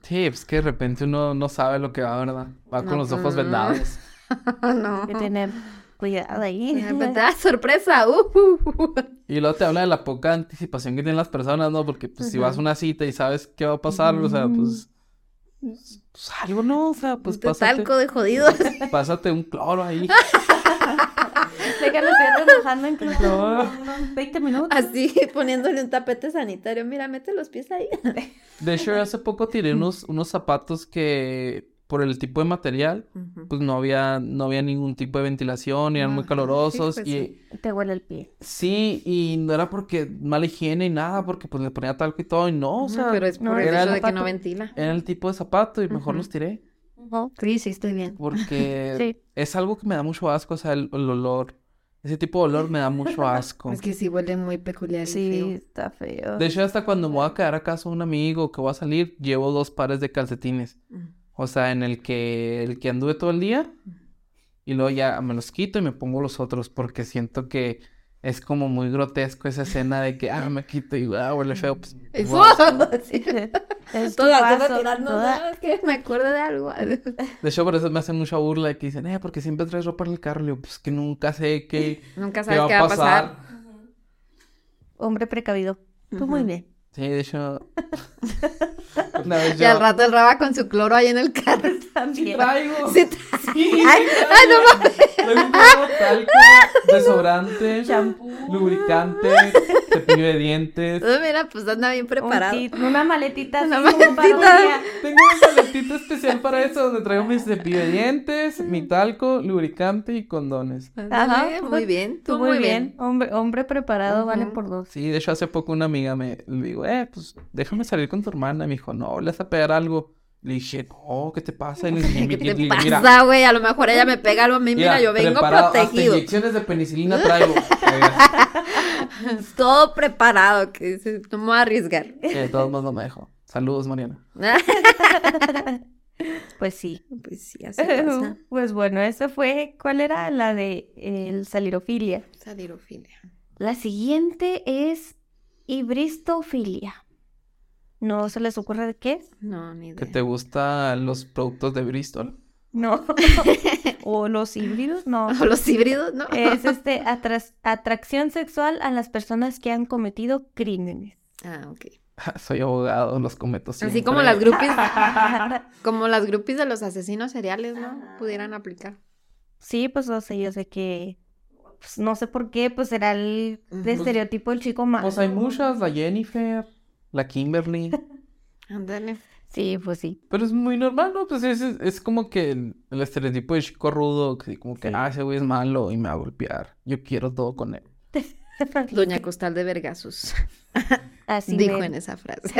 Speaker 3: Sí, pues que de repente uno no sabe lo que va, ¿verdad? Va con
Speaker 4: No,
Speaker 3: los ojos
Speaker 4: pues, no.
Speaker 3: vendados.
Speaker 4: Ah, no. ah,
Speaker 2: Hay que tener cuidado ahí.
Speaker 5: Te da sorpresa. uh, uh, uh.
Speaker 3: Y luego te habla de la poca anticipación que tienen las personas, ¿no? Porque pues si vas a una cita y sabes qué va a pasar, o sea, pues, pues algo, ¿no? O sea, pues
Speaker 4: Te
Speaker 3: pásate,
Speaker 4: talco de jodidos.
Speaker 3: pásate un cloro ahí.
Speaker 2: Déjalo estoy relajando en
Speaker 3: No.
Speaker 2: 20 minutos.
Speaker 4: Así, poniéndole un tapete sanitario. Mira, mete los pies ahí.
Speaker 3: De hecho, yo hace poco tiré unos, unos zapatos que por el tipo de material, pues no había, no había ningún tipo de ventilación, eran muy
Speaker 4: Ajá,
Speaker 3: calurosos
Speaker 4: hijo de
Speaker 3: y
Speaker 2: Te huele el pie.
Speaker 3: sí, y no era porque mala higiene y nada, porque pues le ponía talco y todo, y no, o sea,
Speaker 4: Pero es
Speaker 2: no,
Speaker 4: por el
Speaker 3: era
Speaker 4: hecho
Speaker 3: el
Speaker 4: de que no
Speaker 3: zapato.
Speaker 4: ventila.
Speaker 3: era el tipo de zapato y mejor
Speaker 4: Ujú.
Speaker 3: los tiré.
Speaker 5: Sí, sí, estoy bien.
Speaker 3: Porque
Speaker 2: Sí.
Speaker 3: es algo que me da mucho asco, o sea, el, el olor. Ese tipo de olor me da mucho asco.
Speaker 5: Es que sí huele muy peculiar. y
Speaker 2: Sí,
Speaker 5: feo.
Speaker 2: está feo.
Speaker 3: De hecho, hasta cuando me voy a quedar a casa de un amigo que voy a salir, llevo dos pares de calcetines. O sea, en el que, el que anduve todo el día y luego ya me los quito y me pongo los otros porque siento que es como muy grotesco esa escena de que, ah, me quito y, ah, huele feo. Pues,
Speaker 4: Es-
Speaker 3: guau.
Speaker 4: Sí.
Speaker 2: Es tu
Speaker 4: Todas las
Speaker 2: vaso,
Speaker 4: de tirarnos,
Speaker 2: toda-
Speaker 4: ¿sabes qué? Me acuerdo de algo.
Speaker 3: De hecho, por eso me hacen mucha burla de que dicen, eh, porque siempre traes ropa en el carro. Le digo, pues que nunca sé qué,
Speaker 4: Nunca
Speaker 3: qué
Speaker 4: sabes
Speaker 3: va
Speaker 4: qué va a pasar.
Speaker 2: Hombre precavido. Tú muy
Speaker 4: Ujú.
Speaker 2: bien.
Speaker 3: Sí, de hecho. Una vez
Speaker 4: Y al
Speaker 3: yo-
Speaker 4: rato el raba con su cloro ahí en el carro.
Speaker 2: También.
Speaker 3: Traigo.
Speaker 4: Sí,
Speaker 3: Sí, traigo. Traigo un poco de talco, desodorante, lubricante, cepillo de dientes.
Speaker 4: Oh, Mira, pues anda bien preparado.
Speaker 2: una maletita
Speaker 4: Una
Speaker 2: así como para un
Speaker 4: maletita.
Speaker 2: día.
Speaker 3: Tengo una maletita especial para eso donde traigo mi cepillo de dientes, mi talco, lubricante y condones.
Speaker 4: Ándale,
Speaker 2: Ajá.
Speaker 4: muy bien.
Speaker 2: Tú muy bien. Hombre, hombre preparado vale
Speaker 4: Ujú.
Speaker 2: por dos.
Speaker 3: Sí, de hecho hace poco una amiga me le digo, eh, pues déjame salir con tu hermana. Me dijo, no, le vas a pegar algo. Le dije, no, ¿qué te pasa? Y le dije,
Speaker 4: ¿Qué
Speaker 3: "Mi-
Speaker 4: te
Speaker 3: mi- mira,
Speaker 4: pasa, güey? A lo mejor ella me pega algo a mí. Mira, yo vengo
Speaker 3: preparado, hasta
Speaker 4: protegido.
Speaker 3: inyecciones de penicilina traigo. Oiga.
Speaker 4: Pues, Todo preparado. Que dices, no me voy a arriesgar.
Speaker 3: Que de todos modos no me dejó. Saludos, Mariana.
Speaker 2: Pues sí.
Speaker 4: pues sí, así pasa.
Speaker 2: Pues bueno, esa fue. ¿Cuál era la de eh, el salirofilia?
Speaker 4: Salirofilia.
Speaker 2: La siguiente es hibristofilia. ¿No se les ocurre de qué? es?
Speaker 4: No, ni
Speaker 3: Que
Speaker 4: idea.
Speaker 3: te gustan los productos de Bristol.
Speaker 2: No. ¿O los híbridos? No.
Speaker 4: O los híbridos, ¿no?
Speaker 2: Es este atras- atracción sexual a las personas que han cometido crímenes.
Speaker 4: Ah, ok.
Speaker 3: Soy abogado, los cometo
Speaker 4: Así como las groupies, como las groupies de los asesinos seriales, ¿no? Pudieran aplicar.
Speaker 2: Sí, pues o sea, yo sé que pues, no sé por qué, pues era el
Speaker 4: Ujú.
Speaker 2: de estereotipo el chico más.
Speaker 3: Pues hay muchas, la Jennifer, la Kimberly.
Speaker 4: Ándale.
Speaker 2: Sí, pues sí.
Speaker 3: Pero es muy normal, ¿no? Pues es, es- es como que el, el estereotipo de chico rudo, que como que, ah, ese güey es malo y me va a golpear. Yo quiero todo con él.
Speaker 4: Doña Costal de Vergasus
Speaker 2: Así
Speaker 4: dijo
Speaker 2: me-
Speaker 4: en esa frase.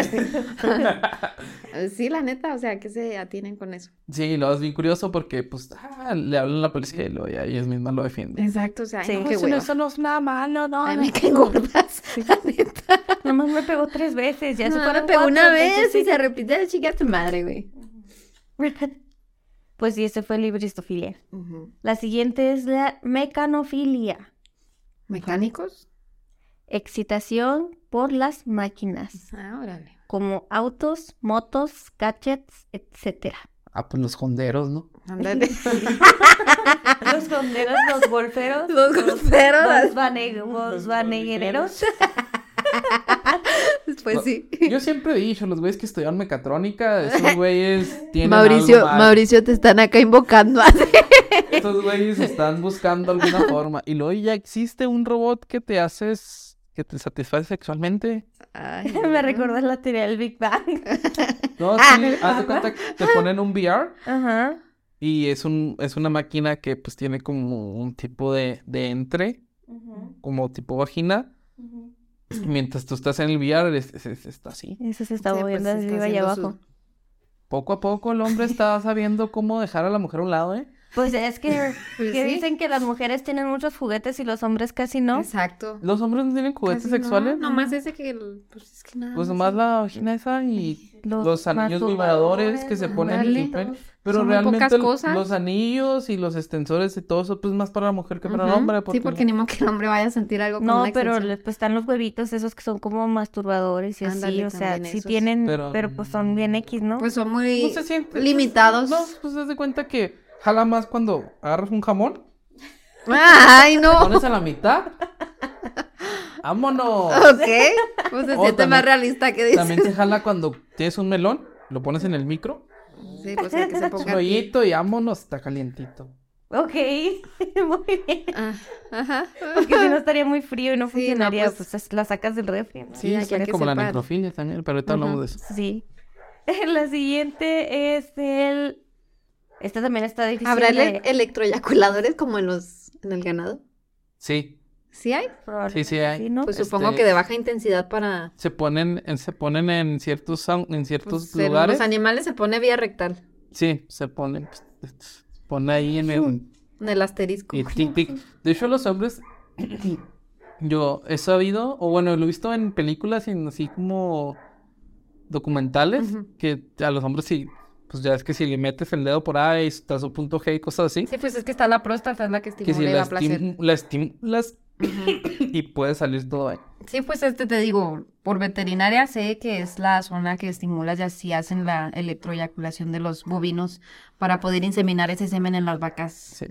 Speaker 4: sí, la neta, o sea, que se atienen con eso.
Speaker 3: Sí, lo es bien curioso porque, pues, ah, le hablan a la policía y luego ya ellos mismas lo defienden.
Speaker 5: Exacto.
Speaker 4: O sea, ay,
Speaker 2: Sí.
Speaker 4: no,
Speaker 2: Pues
Speaker 4: qué hueva.
Speaker 3: no es nada malo, no.
Speaker 4: Ay, me caen gordas, la neta.
Speaker 2: Nomás me pegó tres veces, ya se
Speaker 4: No, me
Speaker 2: fueron
Speaker 4: pegó una
Speaker 2: cuatro,
Speaker 4: vez y
Speaker 2: entonces
Speaker 4: se repite de chica tu madre, güey.
Speaker 2: sí. Pues sí, ese fue el libristofilia. La siguiente es la mecanofilia.
Speaker 4: ¿Mecánicos?
Speaker 2: Excitación por las máquinas,
Speaker 4: Ah, órale.
Speaker 2: como autos, motos, gadgets, etcétera.
Speaker 3: Ah, pues los honderos, ¿no?
Speaker 4: Ándale.
Speaker 2: Los conderos, los golferos,
Speaker 4: Los groseros.
Speaker 2: los vaneguereros.
Speaker 4: Pues sí.
Speaker 3: Yo siempre he dicho, los güeyes que estudian mecatrónica, esos güeyes tienen
Speaker 4: Mauricio,
Speaker 3: algo mal.
Speaker 4: Mauricio, te están acá invocando.
Speaker 3: Estos güeyes están buscando alguna forma. Y luego ya existe un robot que te haces, que te satisface sexualmente.
Speaker 4: Ay,
Speaker 2: Me recuerdas la teoría del Big Bang.
Speaker 3: No, sí, haz de cuenta que te ponen un VR
Speaker 2: Ajá.
Speaker 3: y es un, es una máquina que pues tiene como un tipo de, de entre, como tipo vagina. Y mientras tú estás en el VR, es- es- es- está así.
Speaker 2: Eso se está
Speaker 4: Sí, pues,
Speaker 2: moviendo
Speaker 4: está
Speaker 2: de arriba y
Speaker 4: haciendo
Speaker 2: abajo.
Speaker 3: Poco a poco el hombre está sabiendo cómo dejar a la mujer a un lado, ¿eh?
Speaker 2: Pues es que,
Speaker 4: Pues
Speaker 2: que
Speaker 4: sí.
Speaker 2: dicen que las mujeres tienen muchos juguetes y los hombres casi no.
Speaker 4: Exacto.
Speaker 3: ¿Los hombres no tienen juguetes
Speaker 4: Casi no,
Speaker 3: sexuales?
Speaker 4: Nomás ese que, el- pues es que nada.
Speaker 3: Pues
Speaker 4: más
Speaker 3: nomás
Speaker 4: es-
Speaker 3: la vagina esa y los anillos vibradores que se ponen y
Speaker 2: manualitos.
Speaker 3: ven. Pero
Speaker 4: Son muy
Speaker 3: realmente
Speaker 4: pocas
Speaker 3: el-
Speaker 4: cosas.
Speaker 3: los anillos y los extensores y todo eso, pues más para la mujer que para el
Speaker 4: Ujú.
Speaker 3: hombre.
Speaker 4: Sí, porque ni modo que el hombre vaya a sentir algo con
Speaker 2: No,
Speaker 4: una
Speaker 2: pero
Speaker 4: extensión.
Speaker 2: le- pues están los huevitos esos que son como masturbadores y así,
Speaker 4: Ándale,
Speaker 2: o sea,
Speaker 4: también
Speaker 2: sí
Speaker 4: esos.
Speaker 2: tienen,
Speaker 3: Pero,
Speaker 2: pero, pues son bien X, ¿no?
Speaker 4: Pues son muy
Speaker 3: No se siente.
Speaker 4: limitados.
Speaker 3: No, pues haz de cuenta que jala más cuando agarras un jamón,
Speaker 4: Ay,
Speaker 3: lo
Speaker 4: no.
Speaker 3: pones a la mitad. ¡Vámonos!
Speaker 4: Ok. Pues se
Speaker 3: Oh,
Speaker 4: siente
Speaker 3: también-
Speaker 4: más realista que dices.
Speaker 3: También te jala cuando tienes un melón, lo pones en el micro,
Speaker 4: Sí, pues el que se
Speaker 3: un
Speaker 4: ponga aquí.
Speaker 3: rollito y vámonos, está calientito.
Speaker 2: Ok, muy bien.
Speaker 4: Ah, ajá.
Speaker 2: Porque si no estaría muy frío y no
Speaker 4: Sí, no,
Speaker 2: funcionaría,
Speaker 4: pues-
Speaker 2: pues, es- la sacas del refri. ¿no?
Speaker 4: Sí,
Speaker 3: Sí,
Speaker 4: ya- ya
Speaker 3: estaría
Speaker 4: que
Speaker 3: como la
Speaker 4: sepa.
Speaker 3: necrofilia también, pero ahorita hablamos de eso.
Speaker 2: Sí. La siguiente es el... Esta también está difícil
Speaker 4: ¿Habrá
Speaker 2: de-
Speaker 4: ele- electroyaculadores como en los en el ganado?
Speaker 3: Sí,
Speaker 4: ¿Sí hay?
Speaker 2: probablemente,
Speaker 3: sí hay.
Speaker 2: ¿no?
Speaker 4: Pues
Speaker 3: Este-
Speaker 4: supongo que de baja intensidad para
Speaker 3: se ponen, en- se ponen en ciertos, sau- en ciertos
Speaker 4: pues, en
Speaker 3: lugares.
Speaker 4: los animales se pone vía rectal,
Speaker 3: Sí, se ponen, pues, se pone ahí en el,
Speaker 4: en el asterisco.
Speaker 3: Y tic, tic. De hecho, los hombres, yo he sabido, o bueno, lo he visto en películas y en así como documentales,
Speaker 4: Ujú.
Speaker 3: que a los hombres sí, pues ya es que si le metes el dedo por ahí, está su punto G y cosas así,
Speaker 4: Sí, pues es que está la próstata, es la que
Speaker 3: que si
Speaker 4: estimula y
Speaker 3: la
Speaker 4: da placer.
Speaker 3: estim- la estimulas y puede salir todo ahí.
Speaker 5: Sí, pues este te digo, por veterinaria sé que es la zona que estimula y así hacen la electroyaculación de los bovinos para poder inseminar ese semen en las vacas.
Speaker 3: Sí.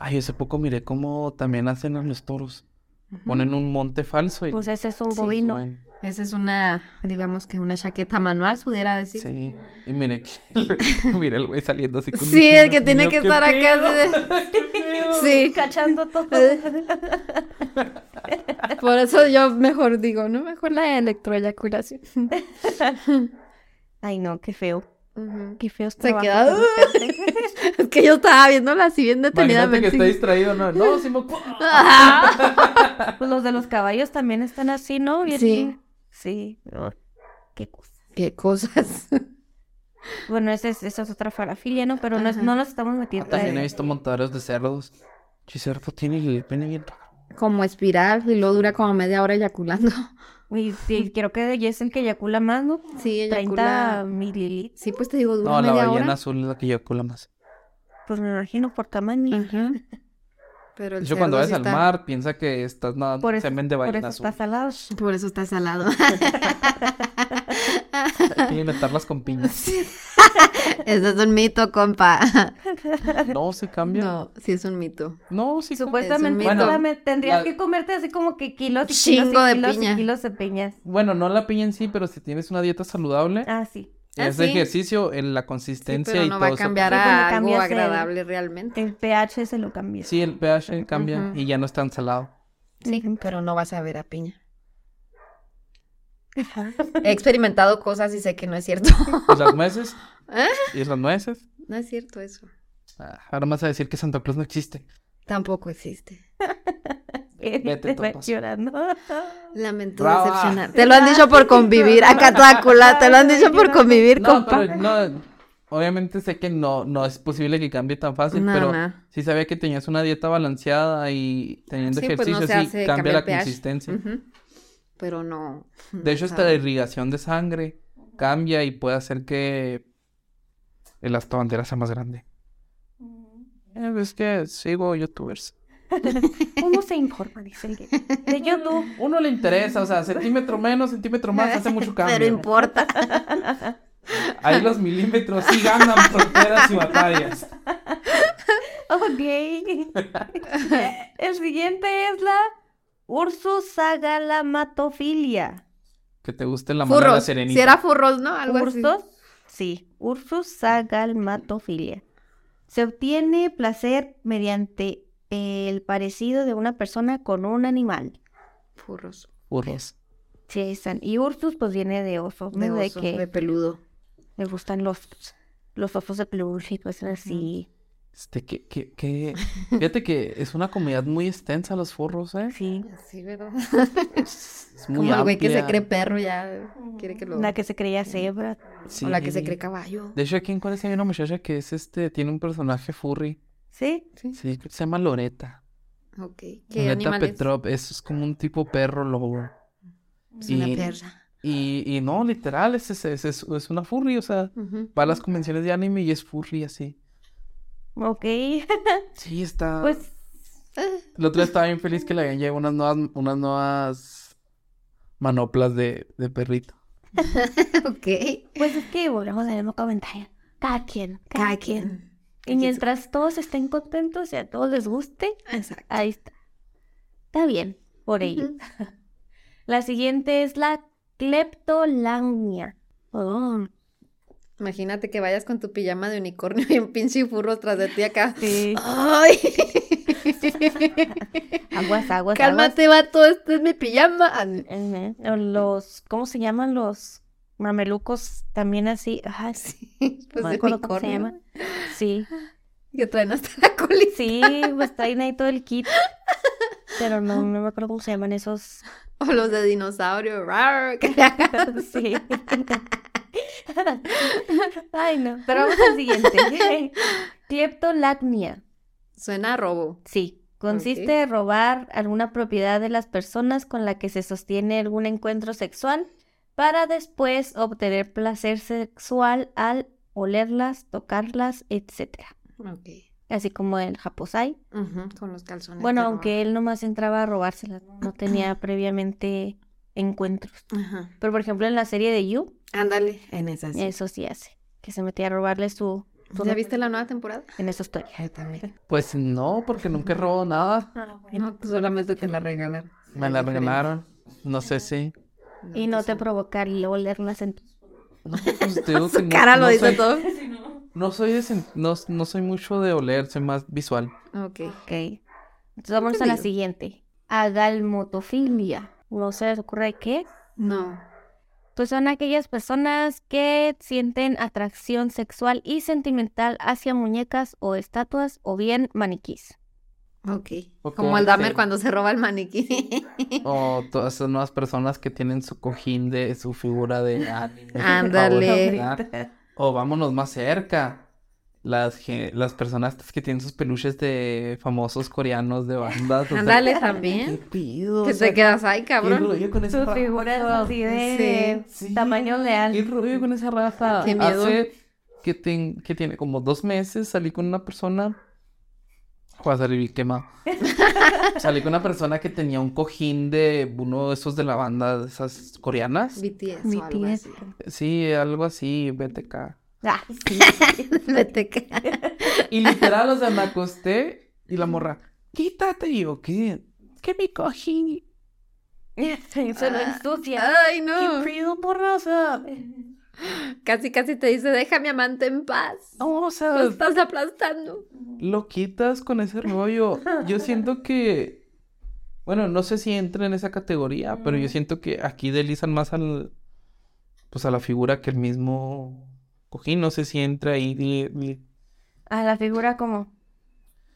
Speaker 3: Ay, hace poco miré cómo también hacen a los toros. Ponen un monte falso y
Speaker 2: Pues ese es un
Speaker 4: Sí,
Speaker 2: bovino.
Speaker 3: suben.
Speaker 5: Esa es una, digamos que una chaqueta manual, pudiera decir.
Speaker 3: Sí. Y miré, miré el güey saliendo así con un
Speaker 4: Sí, el
Speaker 3: chingo
Speaker 4: que
Speaker 3: de
Speaker 4: tiene
Speaker 3: niño,
Speaker 4: que
Speaker 3: ¿qué
Speaker 4: estar acá.
Speaker 3: pedo?
Speaker 4: así de- Sí,
Speaker 2: Cachando todo.
Speaker 4: por eso yo mejor digo, ¿no? Mejor la electroyaculación.
Speaker 2: Ay, no, qué feo.
Speaker 4: Ujú.
Speaker 2: Qué feos
Speaker 4: Se
Speaker 2: trabajos
Speaker 4: queda-
Speaker 2: de repente.
Speaker 4: Es que yo estaba viéndola así bien
Speaker 3: Imagínate que
Speaker 4: detenidamente.
Speaker 3: está distraído, no, no, sí me ocu-
Speaker 4: Ah,
Speaker 2: Pues los de los caballos también están así, ¿no? Bien-
Speaker 4: Sí.
Speaker 2: Sí.
Speaker 3: Ah.
Speaker 2: Qué cosa.
Speaker 4: Qué cosas.
Speaker 2: Bueno, esa es, esa es otra farafilia, ¿no? Pero no, es-
Speaker 4: Ajá.
Speaker 2: no nos estamos metiendo. Eh,
Speaker 3: También he
Speaker 2: ahí.
Speaker 3: visto montadores de cerdos. Sí, cerdo tiene el pene bien raro.
Speaker 4: Como espiral y luego dura como media hora eyaculando.
Speaker 2: Y sí, creo que ya es el que eyacula más, ¿no?
Speaker 4: Sí,
Speaker 2: 30
Speaker 4: eyacula.
Speaker 2: mililitros,
Speaker 4: Sí, pues te digo, dura
Speaker 3: No, la
Speaker 4: media
Speaker 3: ballena
Speaker 4: hora.
Speaker 3: azul es la que eyacula más.
Speaker 2: pues me imagino por tamaño.
Speaker 4: Ajá. Pero el
Speaker 3: De hecho, cuando
Speaker 4: cerdo
Speaker 3: ves
Speaker 4: sí
Speaker 3: al
Speaker 4: está-
Speaker 3: mar, piensa que estás nadando
Speaker 2: Por
Speaker 3: en
Speaker 2: eso,
Speaker 3: semen de
Speaker 2: por eso
Speaker 3: ballena azul.
Speaker 2: está salado.
Speaker 4: Por eso está salado.
Speaker 3: Hay que alimentarlas con piñas.
Speaker 4: Eso es un mito, compa.
Speaker 3: No, se cambia. No,
Speaker 4: No, sí es un mito.
Speaker 3: sí cambia.
Speaker 2: Supuestamente
Speaker 3: mito. Bueno,
Speaker 2: solamente tendrías
Speaker 3: la-
Speaker 2: que comerte así como que kilos y
Speaker 4: Chingo
Speaker 2: kilos
Speaker 4: de
Speaker 2: y kilos
Speaker 4: piña.
Speaker 2: y kilos de piñas.
Speaker 3: Bueno, no la piña en sí, pero si tienes una dieta saludable,
Speaker 2: Ah, sí.
Speaker 4: Ah,
Speaker 3: es
Speaker 4: sí.
Speaker 3: ejercicio, en la
Speaker 4: Sí,
Speaker 3: consistencia
Speaker 4: pero
Speaker 3: y
Speaker 4: no
Speaker 3: todo
Speaker 4: va a
Speaker 3: eso.
Speaker 2: Sí,
Speaker 4: cambiar
Speaker 2: cuando
Speaker 4: a algo
Speaker 2: cambias el-
Speaker 4: agradable realmente.
Speaker 2: El pH se lo cambió.
Speaker 3: Sí, el pH cambia
Speaker 4: Ujú.
Speaker 3: y ya no es tan salado.
Speaker 5: Sí, pero no vas a ver a piña.
Speaker 2: Ajá.
Speaker 5: He experimentado cosas y sé que no es cierto.
Speaker 3: ¿Y las nueces?
Speaker 4: ¿Eh?
Speaker 3: ¿Y las nueces?
Speaker 4: No es cierto eso.
Speaker 3: Ah, ahora más a decir que Santa Claus no existe.
Speaker 4: Tampoco existe.
Speaker 3: Vete,
Speaker 2: Te va
Speaker 3: topas.
Speaker 2: llorando.
Speaker 4: Lamento
Speaker 3: Brava.
Speaker 4: decepcionar. Te lo han dicho por convivir. Acá Drácula, te lo han dicho por convivir,
Speaker 3: No,
Speaker 4: compa.
Speaker 3: pero no, obviamente sé que no, no es posible que cambie tan fácil,
Speaker 4: No,
Speaker 3: pero
Speaker 4: no.
Speaker 3: sí sabía que tenías una dieta balanceada y teniendo
Speaker 4: Sí, pues no se
Speaker 3: ejercicio, sí
Speaker 4: hace
Speaker 3: cambia
Speaker 4: cambiar
Speaker 3: la
Speaker 4: el pH.
Speaker 3: consistencia.
Speaker 4: Ujú. Pero no.
Speaker 3: De hecho, hasta la irrigación de sangre cambia y puede hacer que el hasta bandera sea más grande. Eh, es que sigo youtubers.
Speaker 2: Uno se informa, dice el gay. De YouTube.
Speaker 3: Uno le interesa, o sea, centímetro menos, centímetro más, hace mucho
Speaker 4: Pero
Speaker 3: cambio.
Speaker 4: importa.
Speaker 3: Ahí los milímetros sí ganan fronteras y batallas.
Speaker 2: Ok. El siguiente es la ursusagalamatofilia.
Speaker 3: Que te guste la mano de la
Speaker 4: Furros.
Speaker 3: serenita.
Speaker 4: Si era furros, ¿no? Algo así.
Speaker 2: ¿Ursus? Sí, ursusagalamatofilia. Se obtiene placer mediante el parecido de una persona con un animal.
Speaker 4: Furros.
Speaker 3: Furros.
Speaker 2: Sí, ahí están. Y ursus pues viene de oso,
Speaker 4: De,
Speaker 2: ¿no? De
Speaker 4: oso,
Speaker 2: que
Speaker 4: de peludo.
Speaker 2: me gustan los, los osos de peluche y cosas así.
Speaker 3: Este, que, que, que... Fíjate que es una comunidad muy extensa los furros, ¿eh?
Speaker 2: Sí.
Speaker 4: Sí, ¿verdad?
Speaker 3: Es muy
Speaker 4: Como el güey que se
Speaker 3: amplia.
Speaker 4: cree perro ya quiere que lo...
Speaker 2: La que se creía cebra.
Speaker 4: O la que se
Speaker 3: Sí.
Speaker 4: cree caballo.
Speaker 3: De hecho, aquí en Juárez hay una muchacha que es este, tiene un personaje furry.
Speaker 2: ¿Sí?
Speaker 3: Sí, creo que se llama Loreta.
Speaker 4: Ok. ¿Qué
Speaker 3: Loreta
Speaker 4: animal es?
Speaker 3: Petrov, eso es como un tipo perro lobo.
Speaker 4: Es una
Speaker 3: Y-
Speaker 4: perra.
Speaker 3: Y, y no, literal, es, es, es, es- es una furry, o sea,
Speaker 4: Ujú.
Speaker 3: va a las convenciones de anime y es furry así.
Speaker 2: Ok.
Speaker 3: Sí, está.
Speaker 2: Pues
Speaker 3: El otro día estaba bien feliz que le habían llegado unas nuevas, unas nuevas manoplas de, de perrito.
Speaker 4: ok.
Speaker 2: Pues es que volvemos al mismo comentario. Cada quien, cada,
Speaker 4: Cada
Speaker 2: quien.
Speaker 4: quien.
Speaker 2: Y mientras todos estén contentos y a todos les guste,
Speaker 4: Exacto.
Speaker 2: ahí está. Está bien, por ello.
Speaker 4: Ujú.
Speaker 2: La siguiente es la cleptolangmia. Oh,
Speaker 4: Imagínate que vayas con tu pijama de unicornio y un pinche furro tras de ti acá.
Speaker 2: sí.
Speaker 4: ¡Ay!
Speaker 2: Aguas, aguas, aguas.
Speaker 4: Cálmate, vato, esta es mi pijama. Ah,
Speaker 2: Ujú. O Los, ¿cómo se llaman los mamelucos? También así. Ajá, sí.
Speaker 4: Sí, pues
Speaker 2: no me
Speaker 4: de
Speaker 2: acuerdo cómo se
Speaker 4: unicornio.
Speaker 2: llama. Sí,
Speaker 4: Que traen hasta la colita.
Speaker 2: sí, pues traen ahí todo el kit. Pero no, no me acuerdo cómo se llaman esos
Speaker 4: O los de dinosaurio. rar, que-
Speaker 2: Sí. Ay, no. Pero vamos al siguiente. Cleptolacnia.
Speaker 4: Suena a robo.
Speaker 2: Sí. Consiste
Speaker 4: Ok.
Speaker 2: en robar alguna propiedad de las personas con la que se sostiene algún encuentro sexual para después obtener placer sexual al olerlas, tocarlas, etcétera.
Speaker 4: Ok.
Speaker 2: Así como el Japosai.
Speaker 4: Ujú, Con los calzones.
Speaker 2: Bueno,
Speaker 4: que
Speaker 2: aunque él nomás entraba a robárselas, no No tenía previamente encuentros.
Speaker 4: roban. Ajá.
Speaker 2: Pero por ejemplo en la serie de You,
Speaker 4: Ándale. En esas.
Speaker 2: Eso sí hace. Que se metía a robarle su. su
Speaker 4: ¿Ya
Speaker 2: ropa.
Speaker 4: viste la nueva temporada?
Speaker 2: En eso estoy.
Speaker 5: Yo también.
Speaker 3: Pues no, porque nunca he robado nada.
Speaker 4: Ah,
Speaker 5: No, pues solamente te la regalan.
Speaker 3: Me la regalaron. No sé si.
Speaker 2: Y no pues, te provocar y luego leerlas en.
Speaker 3: No, pues, te digo que
Speaker 4: Su
Speaker 3: no-
Speaker 4: cara lo
Speaker 3: no
Speaker 4: dice
Speaker 3: soy-
Speaker 4: todo.
Speaker 3: No soy, de sen- no, no soy mucho de oler, soy más visual.
Speaker 4: Ok.
Speaker 2: Ok. Entonces vamos a la
Speaker 4: Entendido.
Speaker 2: siguiente. Agalmotofilia. ¿No se les ocurre qué?
Speaker 4: No.
Speaker 2: Pues son aquellas personas que sienten atracción sexual y sentimental hacia muñecas o estatuas o bien maniquís.
Speaker 4: Ok.
Speaker 3: Ok,
Speaker 4: Como el Dahmer
Speaker 3: sí.
Speaker 4: cuando se roba el maniquí.
Speaker 3: O todas esas nuevas personas que tienen su cojín de su figura de anime
Speaker 4: Ándale.
Speaker 3: favorita. O vámonos más cerca. Las, ge- las personas estas que tienen sus peluches de famosos coreanos de bandas. o sea,
Speaker 4: Ándale
Speaker 3: ¿Qué
Speaker 4: también.
Speaker 3: pido? O
Speaker 4: Que
Speaker 3: sea,
Speaker 4: te quedas ahí,
Speaker 3: ¿qué
Speaker 4: cabrón.
Speaker 3: rollo con esa raza?
Speaker 4: de
Speaker 3: Sí,
Speaker 2: tamaño real.
Speaker 3: ¿Qué rollo con esa raza?
Speaker 4: Qué miedo.
Speaker 3: Hace que, ten- que tiene como dos meses salí con una persona. Joder, salí bien quemado. salí con una persona que tenía un cojín de uno de esos de la banda, de esas coreanas.
Speaker 4: BTS o algo
Speaker 2: BTS.
Speaker 4: así.
Speaker 3: Sí, algo así, BTK.
Speaker 2: Ah, sí.
Speaker 4: BTK.
Speaker 3: Y literal, o sea, me acosté y la morra, quítate. Y yo, ¿qué? ¿Qué mi cojín?
Speaker 2: se lo ensucia.
Speaker 4: Ay,
Speaker 3: ¿Qué
Speaker 4: no.
Speaker 3: pido, morra? O sea,
Speaker 2: Ah.
Speaker 4: Casi, casi te dice, deja a mi amante en paz.
Speaker 3: no, o sea,
Speaker 4: Lo estás aplastando.
Speaker 3: lo quitas con ese rollo. Yo siento que, bueno, no sé si entra en esa categoría, pero
Speaker 4: Mm.
Speaker 3: yo siento que aquí deslizan más al, pues a la figura que el mismo cojín. No sé si entra ahí li- li-
Speaker 2: A la figura como.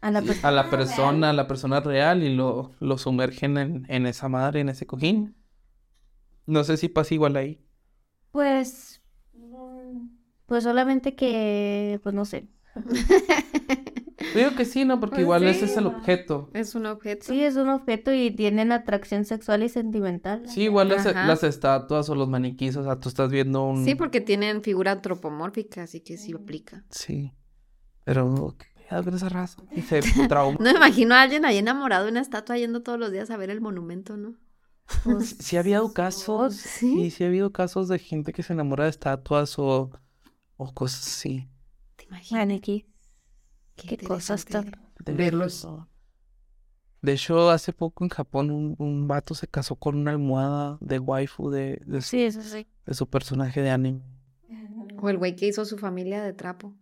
Speaker 2: A la persona.
Speaker 3: a la persona, a la persona real y lo, lo sumergen en, en esa madre, en ese cojín. No sé si pasa igual ahí.
Speaker 2: Pues, pues solamente que, pues no sé.
Speaker 3: Digo que sí, ¿no? Porque
Speaker 4: Pues
Speaker 3: igual
Speaker 4: sí,
Speaker 3: ese es el
Speaker 4: o sea.
Speaker 3: objeto.
Speaker 4: Es un objeto.
Speaker 2: Sí, es un objeto y tienen atracción sexual y sentimental.
Speaker 3: Sí, igual las,
Speaker 4: Ajá.
Speaker 3: las estatuas o los maniquís, o sea, tú estás viendo un...
Speaker 4: Sí, porque tienen figura antropomórfica, así que sí aplica.
Speaker 3: Sí. Pero, ¿qué pedo con esa raza? Y se trauma.
Speaker 4: No me imagino a alguien ahí enamorado de una estatua yendo todos los días a ver el monumento, ¿no? Pues, oh,
Speaker 3: Sí, sí ha habido casos.
Speaker 4: Sí.
Speaker 3: Y sí ha habido casos de gente que se enamora de estatuas o, o cosas así.
Speaker 4: ¿Te imaginas?
Speaker 2: Maniquí. Qué cosas tan-
Speaker 4: interesante.
Speaker 3: De-
Speaker 5: Verlos.
Speaker 3: De hecho, hace poco en Japón un, un vato se casó con una almohada de waifu de, de, su-
Speaker 2: Sí, eso sí.
Speaker 3: de su personaje de anime.
Speaker 4: O el güey que hizo su familia de trapo.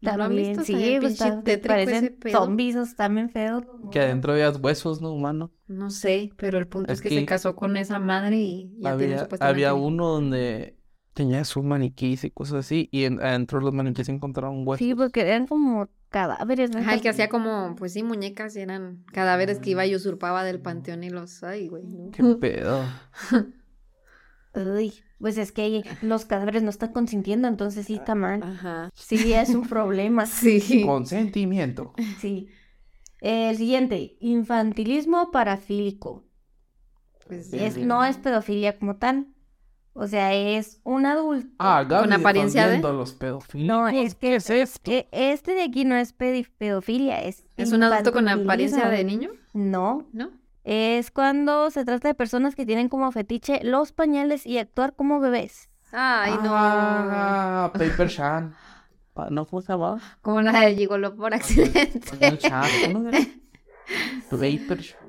Speaker 4: ¿No lo han
Speaker 2: También,
Speaker 4: visto? Está
Speaker 2: sí,
Speaker 4: bien
Speaker 2: pues,
Speaker 4: pinche
Speaker 2: está-
Speaker 4: tétrico ese
Speaker 2: parecen
Speaker 4: pedo.
Speaker 2: zombies, o están bien feos.
Speaker 3: Que adentro había huesos, ¿no? Humano.
Speaker 4: No sé.
Speaker 5: Sí, pero el punto es,
Speaker 3: Es
Speaker 5: que,
Speaker 3: que
Speaker 5: se casó con esa madre y ya tiene
Speaker 3: Había,
Speaker 5: supuestamente...
Speaker 3: había uno donde tenía sus maniquís y cosas así. Y en- adentro de los maniquís encontraron
Speaker 2: pues,
Speaker 3: huesos.
Speaker 2: Sí, porque eran como cadáveres. ¿no?
Speaker 4: Ajá, el que hacía como, pues sí, muñecas, eran cadáveres que iba y usurpaba del panteón y los, ay, güey, no.
Speaker 3: Ah. Qué pedo.
Speaker 2: Uy, pues es que los cadáveres no están consintiendo, entonces sí está mal.
Speaker 4: Ajá.
Speaker 2: Sí, es un problema.
Speaker 4: Sí.
Speaker 3: Consentimiento.
Speaker 2: Sí. El siguiente, infantilismo parafílico.
Speaker 4: Pues,
Speaker 3: Sí,
Speaker 2: Es,
Speaker 3: sí.
Speaker 2: no es pedofilia como tal. O sea, es un adulto.
Speaker 3: Ah, Gaby
Speaker 4: apariencia de-
Speaker 3: defendiendo a los pedófilos.
Speaker 2: No, es
Speaker 3: ¿Qué es esto?
Speaker 2: E- Este de aquí no es pedi- pedofilia, es...
Speaker 4: ¿Es un adulto con
Speaker 2: infantilismo.
Speaker 4: apariencia de niño?
Speaker 2: No,
Speaker 4: ¿No?
Speaker 2: es cuando se trata de personas que tienen como fetiche los pañales y actuar como bebés.
Speaker 4: Ay, no.
Speaker 3: Ah, Paper Shan. Pa- ¿No fue llamado?
Speaker 4: Como la de Gigolo por accidente.
Speaker 3: Paper Shan. ¿Cómo era? Paper Shan.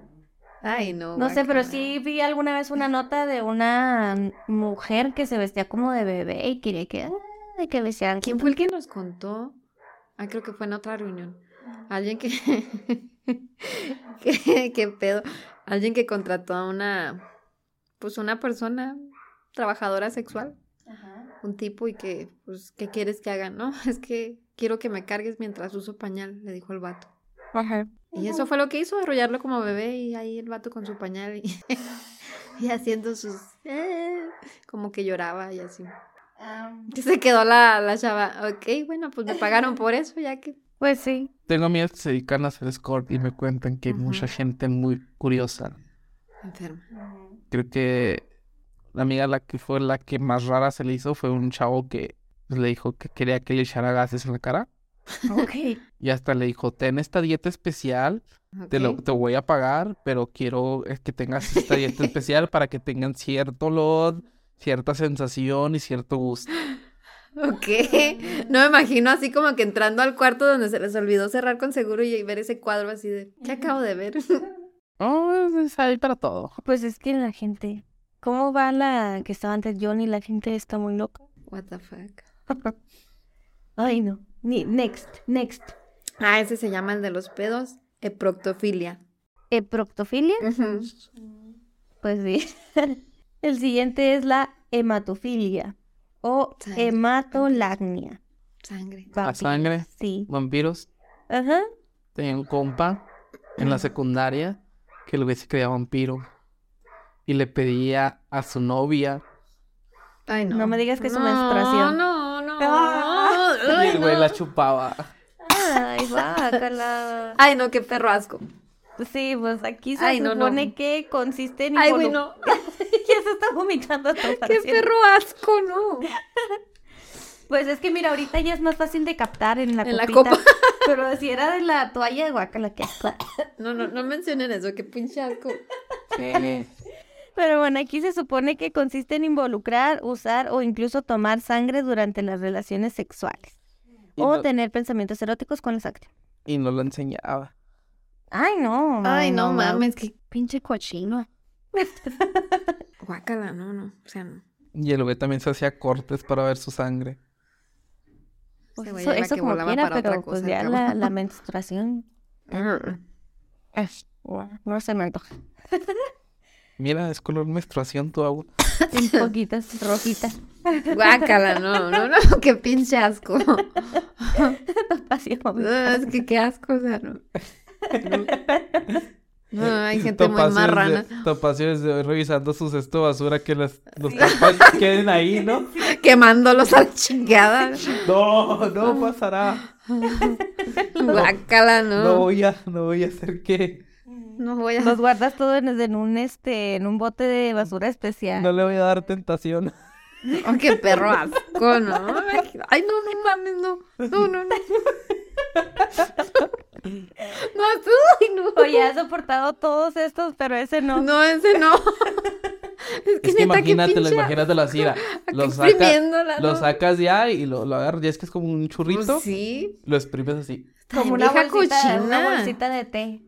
Speaker 4: Ay, no.
Speaker 2: No sé, pero
Speaker 4: guácala.
Speaker 2: sí vi alguna vez una nota de una mujer que se vestía como de bebé y quería que... ay, que vestían...
Speaker 4: ¿Quién fue el que nos contó? Ah, creo que fue en otra reunión. Alguien que... ¿Qué, qué pedo? Alguien que contrató a una... Pues una persona trabajadora sexual. Un tipo y que, pues, ¿qué quieres que haga? No, es que quiero que me cargues mientras uso pañal, le dijo el vato.
Speaker 2: Ajá.
Speaker 4: Y eso fue lo que hizo, arrollarlo como bebé y ahí el vato con su pañal y, y haciendo sus... eh, como que lloraba y así. Que se quedó la, la chava. Ok, bueno, pues me pagaron por eso, ya que.
Speaker 2: Pues sí.
Speaker 3: Tengo amigos que se dedican a hacer escort y me cuentan que hay
Speaker 4: Ajá.
Speaker 3: mucha gente muy curiosa.
Speaker 4: Enferma.
Speaker 3: Creo que la amiga la que fue la que más rara se le hizo fue un chavo que pues, le dijo que quería que le echara gases en la cara.
Speaker 2: Ok.
Speaker 3: Y hasta le dijo, ten esta dieta especial, te, lo, te voy a pagar, pero quiero eh, que tengas esta dieta especial para que tengan cierto olor, cierta sensación y cierto gusto.
Speaker 4: Ok. No me imagino así como que entrando al cuarto donde se les olvidó cerrar con seguro y ver ese cuadro así de. ¿Qué acabo de ver?
Speaker 3: Oh, es, es ahí para todo.
Speaker 2: Pues es que la gente... ¿Cómo va la que estaba antes Johnny? La gente está muy loca.
Speaker 4: What the fuck.
Speaker 2: Ay, no. Ni- Next, next.
Speaker 4: Ah, ese se llama el de los pedos. Eproctofilia.
Speaker 2: Eh, ¿Proctofilia?
Speaker 4: Ujú.
Speaker 2: Pues sí. El siguiente es la hematofilia o
Speaker 4: Sí.
Speaker 2: hematolagnia.
Speaker 4: Sangre.
Speaker 3: La
Speaker 2: papi.
Speaker 3: sangre,
Speaker 2: Sí.
Speaker 3: vampiros.
Speaker 2: Ajá.
Speaker 3: Tenía un compa en la secundaria que el güey se creía vampiro. Y le pedía a su novia.
Speaker 4: Ay, no.
Speaker 2: No me digas que es
Speaker 4: no,
Speaker 2: una menstruación.
Speaker 4: No, no,
Speaker 2: Ah.
Speaker 4: no.
Speaker 3: y el güey la chupaba.
Speaker 2: Ay, guácala.
Speaker 4: Ay, no, qué perro asco.
Speaker 2: Sí, pues aquí se
Speaker 4: Ay, no, no.
Speaker 2: supone que consiste en...
Speaker 4: Ay, güey,
Speaker 2: involu-
Speaker 4: no.
Speaker 2: ya se está vomitando todo
Speaker 4: Qué
Speaker 2: pareciendo.
Speaker 4: perro asco, no.
Speaker 2: Pues es que mira, ahorita ya es más fácil de captar en la
Speaker 4: En la
Speaker 2: copita.
Speaker 4: copa.
Speaker 2: Pero si era de la toalla de guacala que
Speaker 4: No, no, no mencionen eso, qué pinche asco.
Speaker 2: Pero bueno, aquí se supone que consiste en involucrar, usar o incluso tomar sangre durante las relaciones sexuales.
Speaker 3: Y
Speaker 2: o
Speaker 3: no-
Speaker 2: tener pensamientos eróticos con la sangre.
Speaker 3: Y no lo enseñaba.
Speaker 2: Ay, no.
Speaker 4: Ay, no mames, qué
Speaker 2: Pinche cochino.
Speaker 4: guácala, no, no. O sea, no.
Speaker 3: Y el güey también se hacía cortes para ver su sangre.
Speaker 4: Ese
Speaker 2: Pues
Speaker 4: güey
Speaker 2: eso
Speaker 4: era
Speaker 2: eso
Speaker 4: que
Speaker 2: como
Speaker 4: volaba
Speaker 2: quiera,
Speaker 4: para otra
Speaker 2: pero pues
Speaker 4: cosa,
Speaker 2: ya
Speaker 4: cabrón.
Speaker 2: la, la menstruación. Es- No se me antoja.
Speaker 3: Mira, es color menstruación tu agua.
Speaker 2: Un poquito rojita.
Speaker 4: Guácala, no, no, no, qué pinche asco.
Speaker 2: Así como-
Speaker 4: No, es que qué asco, o sea, no. No, hay gente muy
Speaker 3: Topacio desde-
Speaker 4: marrana.
Speaker 3: Topacio desde hoy revisando sus cestos de basura que las, los tapas queden ahí, ¿no?
Speaker 4: Quemándolos a la chingada.
Speaker 3: No, no pasará.
Speaker 4: Guácala,
Speaker 3: No.
Speaker 4: no.
Speaker 3: voy a, no voy a hacer que.
Speaker 4: No voy a.
Speaker 2: Los guardas todo en, en un este, en un bote de basura especial.
Speaker 3: No le voy a dar tentación.
Speaker 4: Oh, qué perro asco, no. Ay, no, no mames, no. No, no, no. No, tú, ay, no.
Speaker 2: Oye, has soportado todos estos, pero ese no.
Speaker 4: No, ese no. Es que,
Speaker 3: Es que
Speaker 4: neta, qué
Speaker 3: imagínatelo,
Speaker 4: pinche
Speaker 3: imagínatelo así. mira,
Speaker 4: Aquí
Speaker 3: Lo, saca,
Speaker 4: exprimiéndola,
Speaker 3: lo
Speaker 4: ¿no?
Speaker 3: sacas ya y lo, lo agarras. Ya es que es como un
Speaker 4: Pues
Speaker 3: churrito.
Speaker 4: sí.
Speaker 3: Lo exprimes así.
Speaker 2: Como una
Speaker 4: vieja
Speaker 2: bolsita, una
Speaker 4: cochina.
Speaker 2: bolsita de té.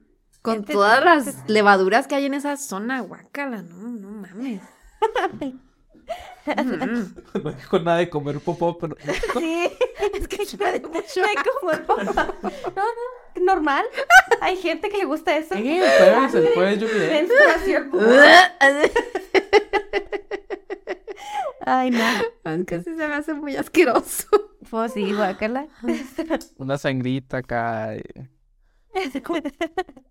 Speaker 4: Con
Speaker 2: Este-
Speaker 4: todas las levaduras que hay en esa zona, guácala, no, no mames. Mm.
Speaker 3: No dijo nada de comer popó, pero.
Speaker 2: Sí, es que yo de mucho. como, no, no, normal. Hay gente que le gusta eso.
Speaker 3: Eh, pero se puede, yo qué.
Speaker 2: Menstruación. Ay, no.
Speaker 4: Aunque sí se me hace muy asqueroso.
Speaker 2: Pues sí, guácala.
Speaker 3: Una sangrita acá. eh.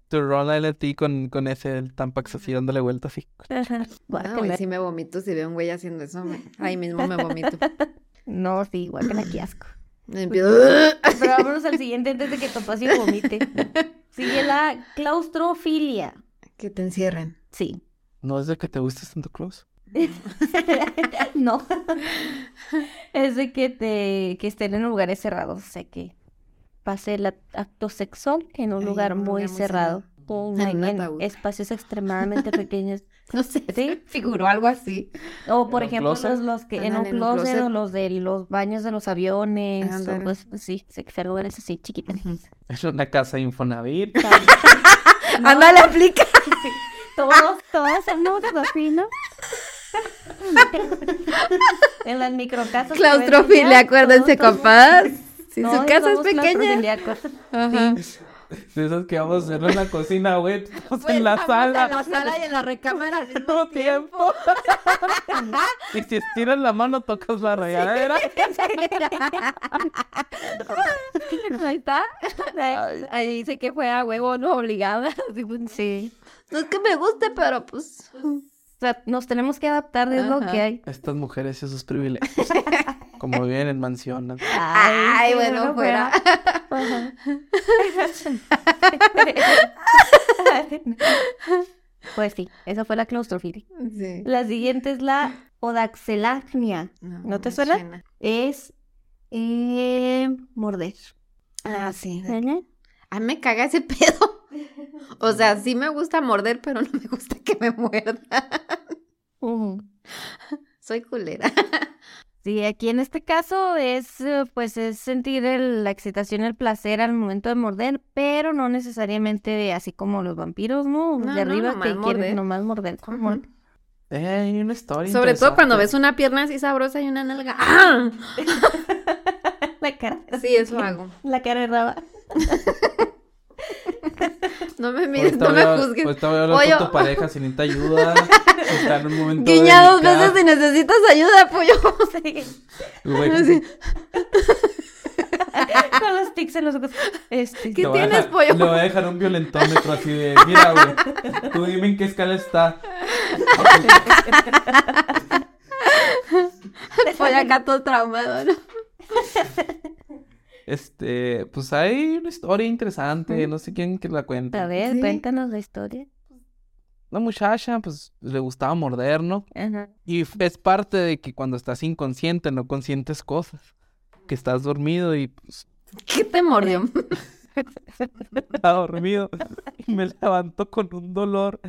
Speaker 3: Tu rol LT con, con ese el Tampax así dándole vueltas así.
Speaker 4: No, güey,
Speaker 2: Guácala.
Speaker 4: si me vomito, si veo un güey haciendo eso, me- ahí mismo me vomito.
Speaker 2: No, sí, guácala, qué asco.
Speaker 4: Me empiezo...
Speaker 2: Pero vámonos al siguiente antes de que Topacio vomite. Sigue la claustrofilia.
Speaker 4: Que te encierren.
Speaker 2: Sí.
Speaker 3: No es de que te guste Santa Claus.
Speaker 2: no. es de que te que estén en lugares cerrados, o sea que pase el act- acto sexual en un
Speaker 4: Ay,
Speaker 2: lugar
Speaker 4: en un
Speaker 2: muy
Speaker 4: lugar muy
Speaker 2: cerrado,
Speaker 4: cerrado.
Speaker 2: o
Speaker 4: En un
Speaker 2: en
Speaker 4: ataúd.
Speaker 2: espacios extremadamente pequeños.
Speaker 5: No sé,
Speaker 2: ¿Sí?
Speaker 5: figuró algo así.
Speaker 2: O por
Speaker 3: En un
Speaker 2: ejemplo,
Speaker 3: closet.
Speaker 2: los, los que en un
Speaker 4: Ándale, en un
Speaker 2: closet, o
Speaker 4: closet.
Speaker 2: los de los baños de los aviones,
Speaker 4: Ándale.
Speaker 2: o pues sí, sé que sean lugares así chiquitos.
Speaker 3: Es una casa de Infonavit.
Speaker 4: Ándale, aplica.
Speaker 2: Todos, todos andamos así, ¿no? en las microcasas.
Speaker 4: Claustrofilia, acuérdense,
Speaker 2: papá.
Speaker 4: papás. Si su casa es pequeña. Ajá.
Speaker 3: De esas que vamos a hacer en la cocina, güey. Estamos en la sala.
Speaker 4: sala y en la recámara. al mismo
Speaker 3: mismo tiempo. y si estiras la mano, tocas la rayadera.
Speaker 2: Ahí está. Ahí dice que fue a huevo, no obligada. Sí, pues, Sí.
Speaker 4: tiempo. No es que me guste, pero pues.
Speaker 2: O sea, nos tenemos que adaptar de lo
Speaker 4: Ajá.
Speaker 2: que hay.
Speaker 3: Estas mujeres y sus privilegios. Como viven en mansiones.
Speaker 4: Ay,
Speaker 2: sí,
Speaker 4: bueno, fuera.
Speaker 2: Ajá. pues sí, esa fue la claustrofilia.
Speaker 4: Sí.
Speaker 2: La siguiente es la odaxelacnia. ¿No te
Speaker 4: me
Speaker 2: suena? Es eh, morder.
Speaker 4: Ah, sí.
Speaker 2: ¿Vale?
Speaker 4: A mí me caga ese pedo. O sea, sí me gusta morder, pero no me gusta que me muerda.
Speaker 2: Ujú.
Speaker 4: Soy culera.
Speaker 2: Sí, aquí en este caso es, eh, pues, es sentir el- la excitación, el placer al momento de morder, pero no necesariamente así como los vampiros, ¿no?
Speaker 4: No,
Speaker 2: de
Speaker 4: no,
Speaker 2: arriba
Speaker 4: nomás
Speaker 2: que quieren
Speaker 4: morder.
Speaker 2: nomás morder. como-
Speaker 4: Ujú.
Speaker 3: Eh, hay una historia.
Speaker 4: Sobre todo cuando ves
Speaker 3: interesante.
Speaker 4: una pierna así sabrosa y una nalga. ¡Ah!
Speaker 2: La cara,
Speaker 4: Sí, eso hago.
Speaker 2: la cara de raba.
Speaker 4: No me mires, no
Speaker 3: Ahorita
Speaker 4: me
Speaker 3: voy a-
Speaker 4: juzgues.
Speaker 3: ahorita voy a pues hablar
Speaker 4: Oye,
Speaker 3: con tu pareja si necesita ayuda. si está en un momento.
Speaker 4: Guiña dos
Speaker 3: delicado.
Speaker 4: veces si necesitas ayuda, pues apoyo.
Speaker 3: Güey,
Speaker 2: Con los tics en los ojos. Este,
Speaker 4: ¿Qué
Speaker 3: le voy a
Speaker 4: tienes,
Speaker 3: dejar-
Speaker 4: pollo?
Speaker 3: Le voy a dejar un violentómetro así de. Mira, güey. Tú dime en qué escala está.
Speaker 4: Pollo acá todo traumado, ¿no?
Speaker 3: Este. Pues hay una historia interesante. No sé quién que la cuente.
Speaker 2: A ver,
Speaker 4: Sí.
Speaker 2: cuéntanos la historia.
Speaker 3: Una muchacha, pues le gustaba morder, ¿no?
Speaker 2: Ajá.
Speaker 3: Y f- es parte de que cuando estás inconsciente no consientes cosas. Que estás dormido y pues,
Speaker 4: ¿Qué te mordió?
Speaker 3: estaba dormido. Y me levanto con un dolor,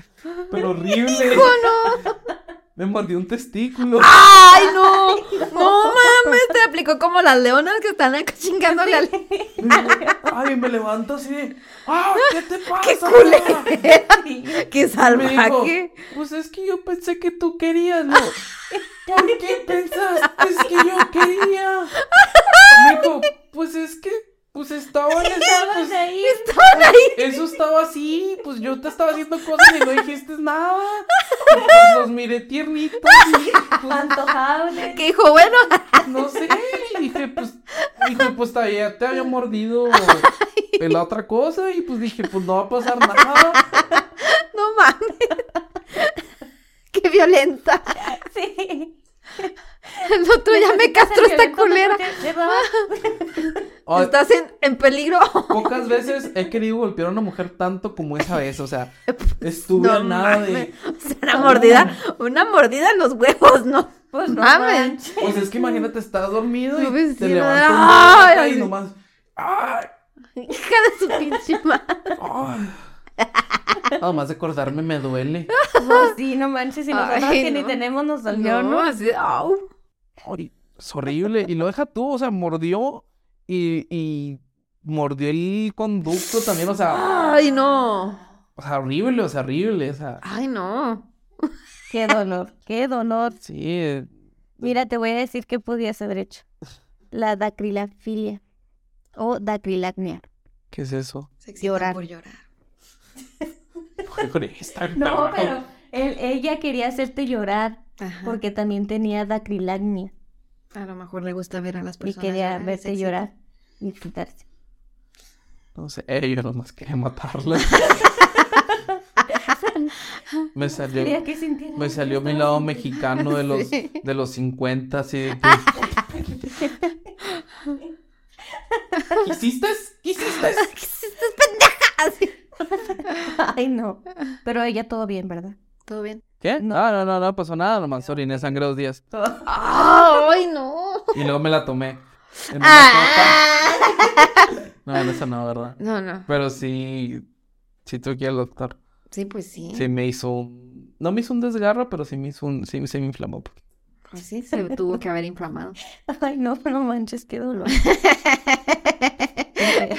Speaker 3: pero horrible. Me mordió un testículo.
Speaker 4: ¡Ay, no! ¡No mames! Te aplicó como las leonas que están acá chingándole al...
Speaker 3: Ay, me levanto así de. ¡Ah! ¿Qué te pasa?
Speaker 4: ¡Qué
Speaker 3: Me dijo,
Speaker 4: salvaje!
Speaker 3: pues es que yo pensé que tú querías, ¿no? ¿Por qué pensaste que yo quería? Me dijo, pues es que, pues estaba en esa, pues, Eso estaba así, pues yo te estaba haciendo cosas y no dijiste nada. Y pues los miré tiernitos y pues,
Speaker 4: Que dijo, bueno,
Speaker 3: no sé. Y dije, pues, dije, pues todavía te había mordido en la otra cosa y pues dije, pues no va a pasar nada.
Speaker 4: no mames. ¡Qué violenta!
Speaker 2: Sí.
Speaker 4: El otro ya me castró esta culera.
Speaker 3: Ay,
Speaker 4: Estás en, en peligro.
Speaker 3: Pocas veces he querido golpear a una mujer tanto como esa vez, o sea, estuve a
Speaker 4: No
Speaker 3: nada
Speaker 4: mames.
Speaker 3: de...
Speaker 4: O sea, una mordida, una mordida en los huevos, ¿no?
Speaker 2: Pues no
Speaker 4: mames.
Speaker 3: Pues es que imagínate, estás dormido
Speaker 4: No,
Speaker 3: y
Speaker 4: pues,
Speaker 3: te
Speaker 4: sí, no,
Speaker 3: levantas un
Speaker 4: ay,
Speaker 3: día y
Speaker 4: ay.
Speaker 3: nomás... ¡Ay!
Speaker 4: Hija de su pinche madre.
Speaker 3: ay. Nada más de acordarme me duele.
Speaker 2: Pues sí, no manches, si nosotros
Speaker 4: Ay,
Speaker 2: que ni
Speaker 4: no.
Speaker 2: tenemos nos dolió,
Speaker 4: No,
Speaker 2: ¿no?
Speaker 4: así, au.
Speaker 3: Ay, es horrible. Y lo deja tú, o sea, mordió y, y mordió el conducto también, o sea,
Speaker 4: Ay, no.
Speaker 3: o sea, horrible, o sea, horrible, o sea,
Speaker 4: Ay, no.
Speaker 2: Qué dolor, qué dolor.
Speaker 3: sí. eh,
Speaker 2: Mira, te voy a decir qué podías haber hecho. La dacrilafilia o dacrilacnia.
Speaker 3: ¿Qué es eso?
Speaker 4: Se excita
Speaker 2: Llorar.
Speaker 4: por llorar.
Speaker 3: Joder, está
Speaker 2: No,
Speaker 3: enferma.
Speaker 2: pero él- ella quería hacerte llorar.
Speaker 4: Ajá.
Speaker 2: porque también tenía dacrilagnia
Speaker 4: a lo mejor le gusta ver a las
Speaker 2: y
Speaker 4: personas.
Speaker 2: quería
Speaker 4: llorar,
Speaker 2: verte
Speaker 4: es
Speaker 2: llorar y excitarse.
Speaker 3: No sé, eh, yo nomás quería matarla. me salió,
Speaker 2: Quería que sintiera
Speaker 3: me
Speaker 2: lo que
Speaker 3: salió mi
Speaker 2: estaba
Speaker 3: lado
Speaker 2: sintiendo.
Speaker 3: mexicano de los,
Speaker 4: Sí.
Speaker 3: de los 50, así de que- ¿Quisiste? ¿Quisiste?
Speaker 4: Ah,
Speaker 2: Ay, no. Pero ella todo bien, ¿verdad?
Speaker 4: sexy. Todo bien.
Speaker 3: ¿Qué? No, no, no, no pasó nada, nomás oriné sangre dos días.
Speaker 4: ¡Ay, no!
Speaker 3: Y luego me la tomé. en
Speaker 4: Ah.
Speaker 3: una copa. No, no, eso no, ¿verdad?
Speaker 4: No, no.
Speaker 3: Pero sí, sí tuve que ir al doctor.
Speaker 4: Sí, pues sí.
Speaker 3: Sí me hizo un... No me hizo un desgarro, pero sí me hizo un... Sí, sí me inflamó.
Speaker 4: Pues sí, se tuvo que haber inflamado.
Speaker 2: Ay, no, no manches, qué dolor.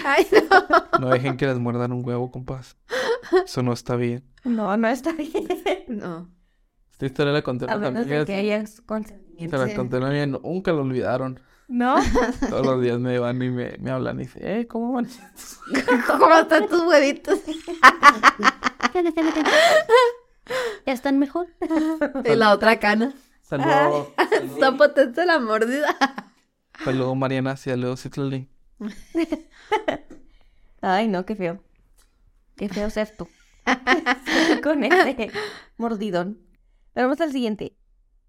Speaker 4: Ay, no.
Speaker 3: No dejen que les muerdan un huevo, compás. Eso no está bien.
Speaker 2: No, no está bien.
Speaker 4: No.
Speaker 3: Esta historia la conté a
Speaker 2: A
Speaker 3: unas
Speaker 2: menos de
Speaker 3: amigas.
Speaker 2: que haya consentimiento.
Speaker 3: Se la
Speaker 4: Sí.
Speaker 3: conté a una amiga y nunca lo olvidaron.
Speaker 2: ¿No?
Speaker 3: Todos los días me van y me, me hablan y dicen, eh, ¿cómo amaneciste?
Speaker 4: ¿Cómo están tus huevitos?
Speaker 2: ¿Ya están mejor?
Speaker 4: De la otra cana.
Speaker 3: Saludo,
Speaker 4: Está potente la mordida.
Speaker 3: saludo Pues Mariana, saludo Citlali.
Speaker 2: Ay, no, qué feo. Qué feo ser tú. Con ese mordidón. Pero vamos al siguiente.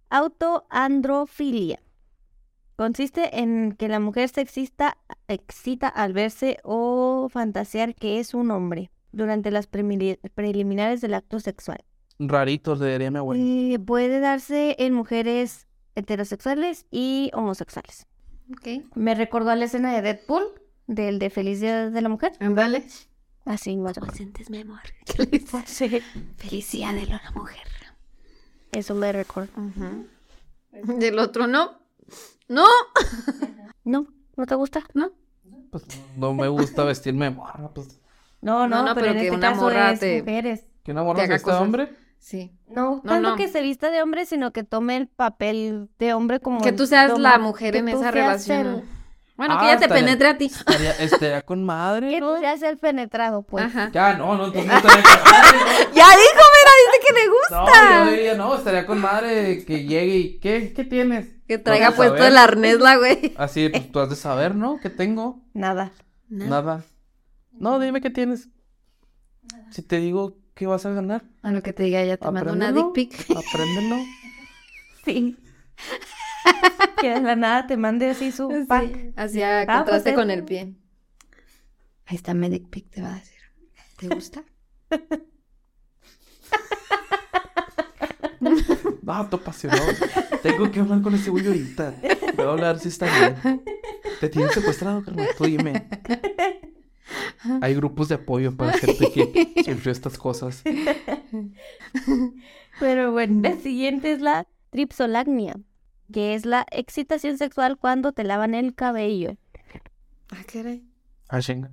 Speaker 2: Autoandrofilia. Consiste en que la mujer se excita, excita al verse o fantasear que es un hombre durante las premili- preliminares del acto sexual.
Speaker 3: Raritos, le diría mi abuela.
Speaker 2: Eh, puede darse en mujeres heterosexuales y homosexuales.
Speaker 4: Ok.
Speaker 2: Me recordó a la escena de Deadpool, del de Feliz Día de la Mujer.
Speaker 4: Ándale.
Speaker 2: Así, más o menos.
Speaker 1: sientes, mi amor?
Speaker 2: Sí.
Speaker 1: Felicidad de la mujer.
Speaker 2: Eso le recuerdo.
Speaker 4: Del otro no. No.
Speaker 2: No, ¿no te gusta? No.
Speaker 3: Pues, no me gusta vestirme de morra, pues.
Speaker 2: No,
Speaker 4: No, no, pero
Speaker 2: en
Speaker 4: que
Speaker 2: este
Speaker 4: una
Speaker 2: caso
Speaker 4: morra
Speaker 2: es
Speaker 4: te-
Speaker 2: mujeres.
Speaker 3: ¿Que una morra
Speaker 4: haga
Speaker 3: se vista de
Speaker 4: cosas.
Speaker 3: hombre?
Speaker 4: Sí.
Speaker 2: No, no,
Speaker 4: no.
Speaker 2: que se vista de hombre, sino que tome el papel de hombre como...
Speaker 4: Que tú seas
Speaker 2: toma-
Speaker 4: la mujer
Speaker 2: que
Speaker 4: en
Speaker 2: tú
Speaker 4: esa
Speaker 2: seas
Speaker 4: relación.
Speaker 2: el-
Speaker 4: ¿no? Bueno,
Speaker 3: Ah,
Speaker 4: que ella te
Speaker 3: está bien.
Speaker 4: penetre a ti.
Speaker 3: Estaría, estaría con madre,
Speaker 2: Que
Speaker 3: ¿no?
Speaker 2: tú seas el penetrado, pues.
Speaker 4: Ajá.
Speaker 3: Ya, no, no, entonces no estaría con madre.
Speaker 4: Ya dijo, mira, dice que le gusta.
Speaker 3: No, yo diría, no, estaría con madre de que llegue y, ¿qué, qué tienes?
Speaker 4: Que traiga
Speaker 3: Vas a
Speaker 4: puesto
Speaker 3: saber.
Speaker 4: el arnés la güey.
Speaker 3: Así, pues tú has de saber, ¿no? ¿Qué tengo?
Speaker 2: Nada.
Speaker 3: Nada. No, dime qué tienes. Si te digo que vas a ganar,
Speaker 5: A lo que te diga ella te manda una...
Speaker 4: una
Speaker 3: apréndelo.
Speaker 4: dick pic.
Speaker 3: Apréndelo.
Speaker 2: Sí. que de la nada te mande así su pack.
Speaker 4: Sí, Hacía
Speaker 2: Ah, pues
Speaker 4: contraste
Speaker 2: es-
Speaker 4: con el pie.
Speaker 5: Ahí está Medic Pic, te va a decir.
Speaker 4: ¿Te gusta?
Speaker 3: Ah, tú apasionado. Tengo que hablar con ese güey ahorita. Voy a hablar si está bien. Te tienen secuestrado, carnal. Tú dime. Hay grupos de apoyo para gente que sufrió estas cosas.
Speaker 2: Pero bueno, la siguiente es la tripsolagnia, que es la excitación sexual cuando te lavan el cabello.
Speaker 4: Ah, caray.
Speaker 3: Ah, chinga.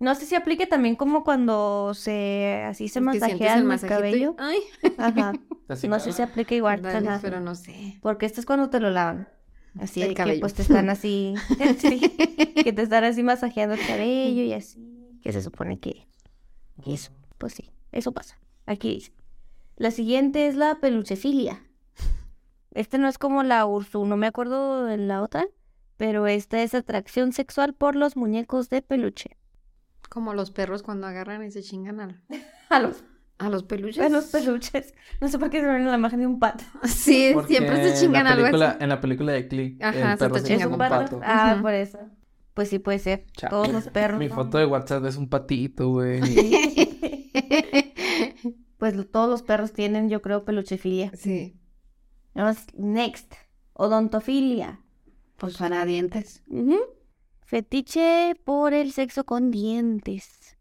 Speaker 2: No sé si aplique también como cuando se así se
Speaker 4: Que sientes
Speaker 2: masajean el
Speaker 4: masajito y-
Speaker 2: cabello.
Speaker 4: Ay,
Speaker 2: Ajá.
Speaker 3: Así,
Speaker 2: No sé si aplica igual.
Speaker 4: dale,
Speaker 2: ajá.
Speaker 4: pero no sé.
Speaker 2: Porque esto es cuando te lo lavan. Así
Speaker 4: El
Speaker 2: de que
Speaker 4: cabello.
Speaker 2: pues te están así, sí, que te están así masajeando el cabello y así. Que se supone que eso, pues sí, eso pasa. Aquí dice. La siguiente es la peluchefilia. Este no es como la Ursu, no me acuerdo de la otra, pero esta es atracción sexual por los muñecos de peluche.
Speaker 4: Como los perros cuando agarran y se chingan al-
Speaker 2: A los,
Speaker 4: a los peluches.
Speaker 2: a los peluches. No sé por qué se ven la imagen de un pato.
Speaker 4: Sí,
Speaker 3: Porque
Speaker 4: siempre se chingan
Speaker 3: en la
Speaker 4: algo
Speaker 3: película,
Speaker 4: así.
Speaker 3: En la película de Click,
Speaker 4: Ajá, se
Speaker 3: el perro
Speaker 4: está
Speaker 3: se
Speaker 2: ¿Es
Speaker 3: chinga
Speaker 4: chingando
Speaker 2: un
Speaker 3: un
Speaker 2: pato?
Speaker 3: pato.
Speaker 2: Ah,
Speaker 4: Ujú.
Speaker 2: por eso. Pues sí, puede ser.
Speaker 3: Chale.
Speaker 2: Todos los perros.
Speaker 3: Mi
Speaker 2: ¿no?
Speaker 3: foto de WhatsApp es un patito, güey.
Speaker 2: Pues lo- todos los perros tienen, yo creo, peluchefilia.
Speaker 4: sí.
Speaker 2: Vamos, next. Odontofilia.
Speaker 5: Pues para dientes.
Speaker 2: Ujú. Fetiche por el sexo con dientes.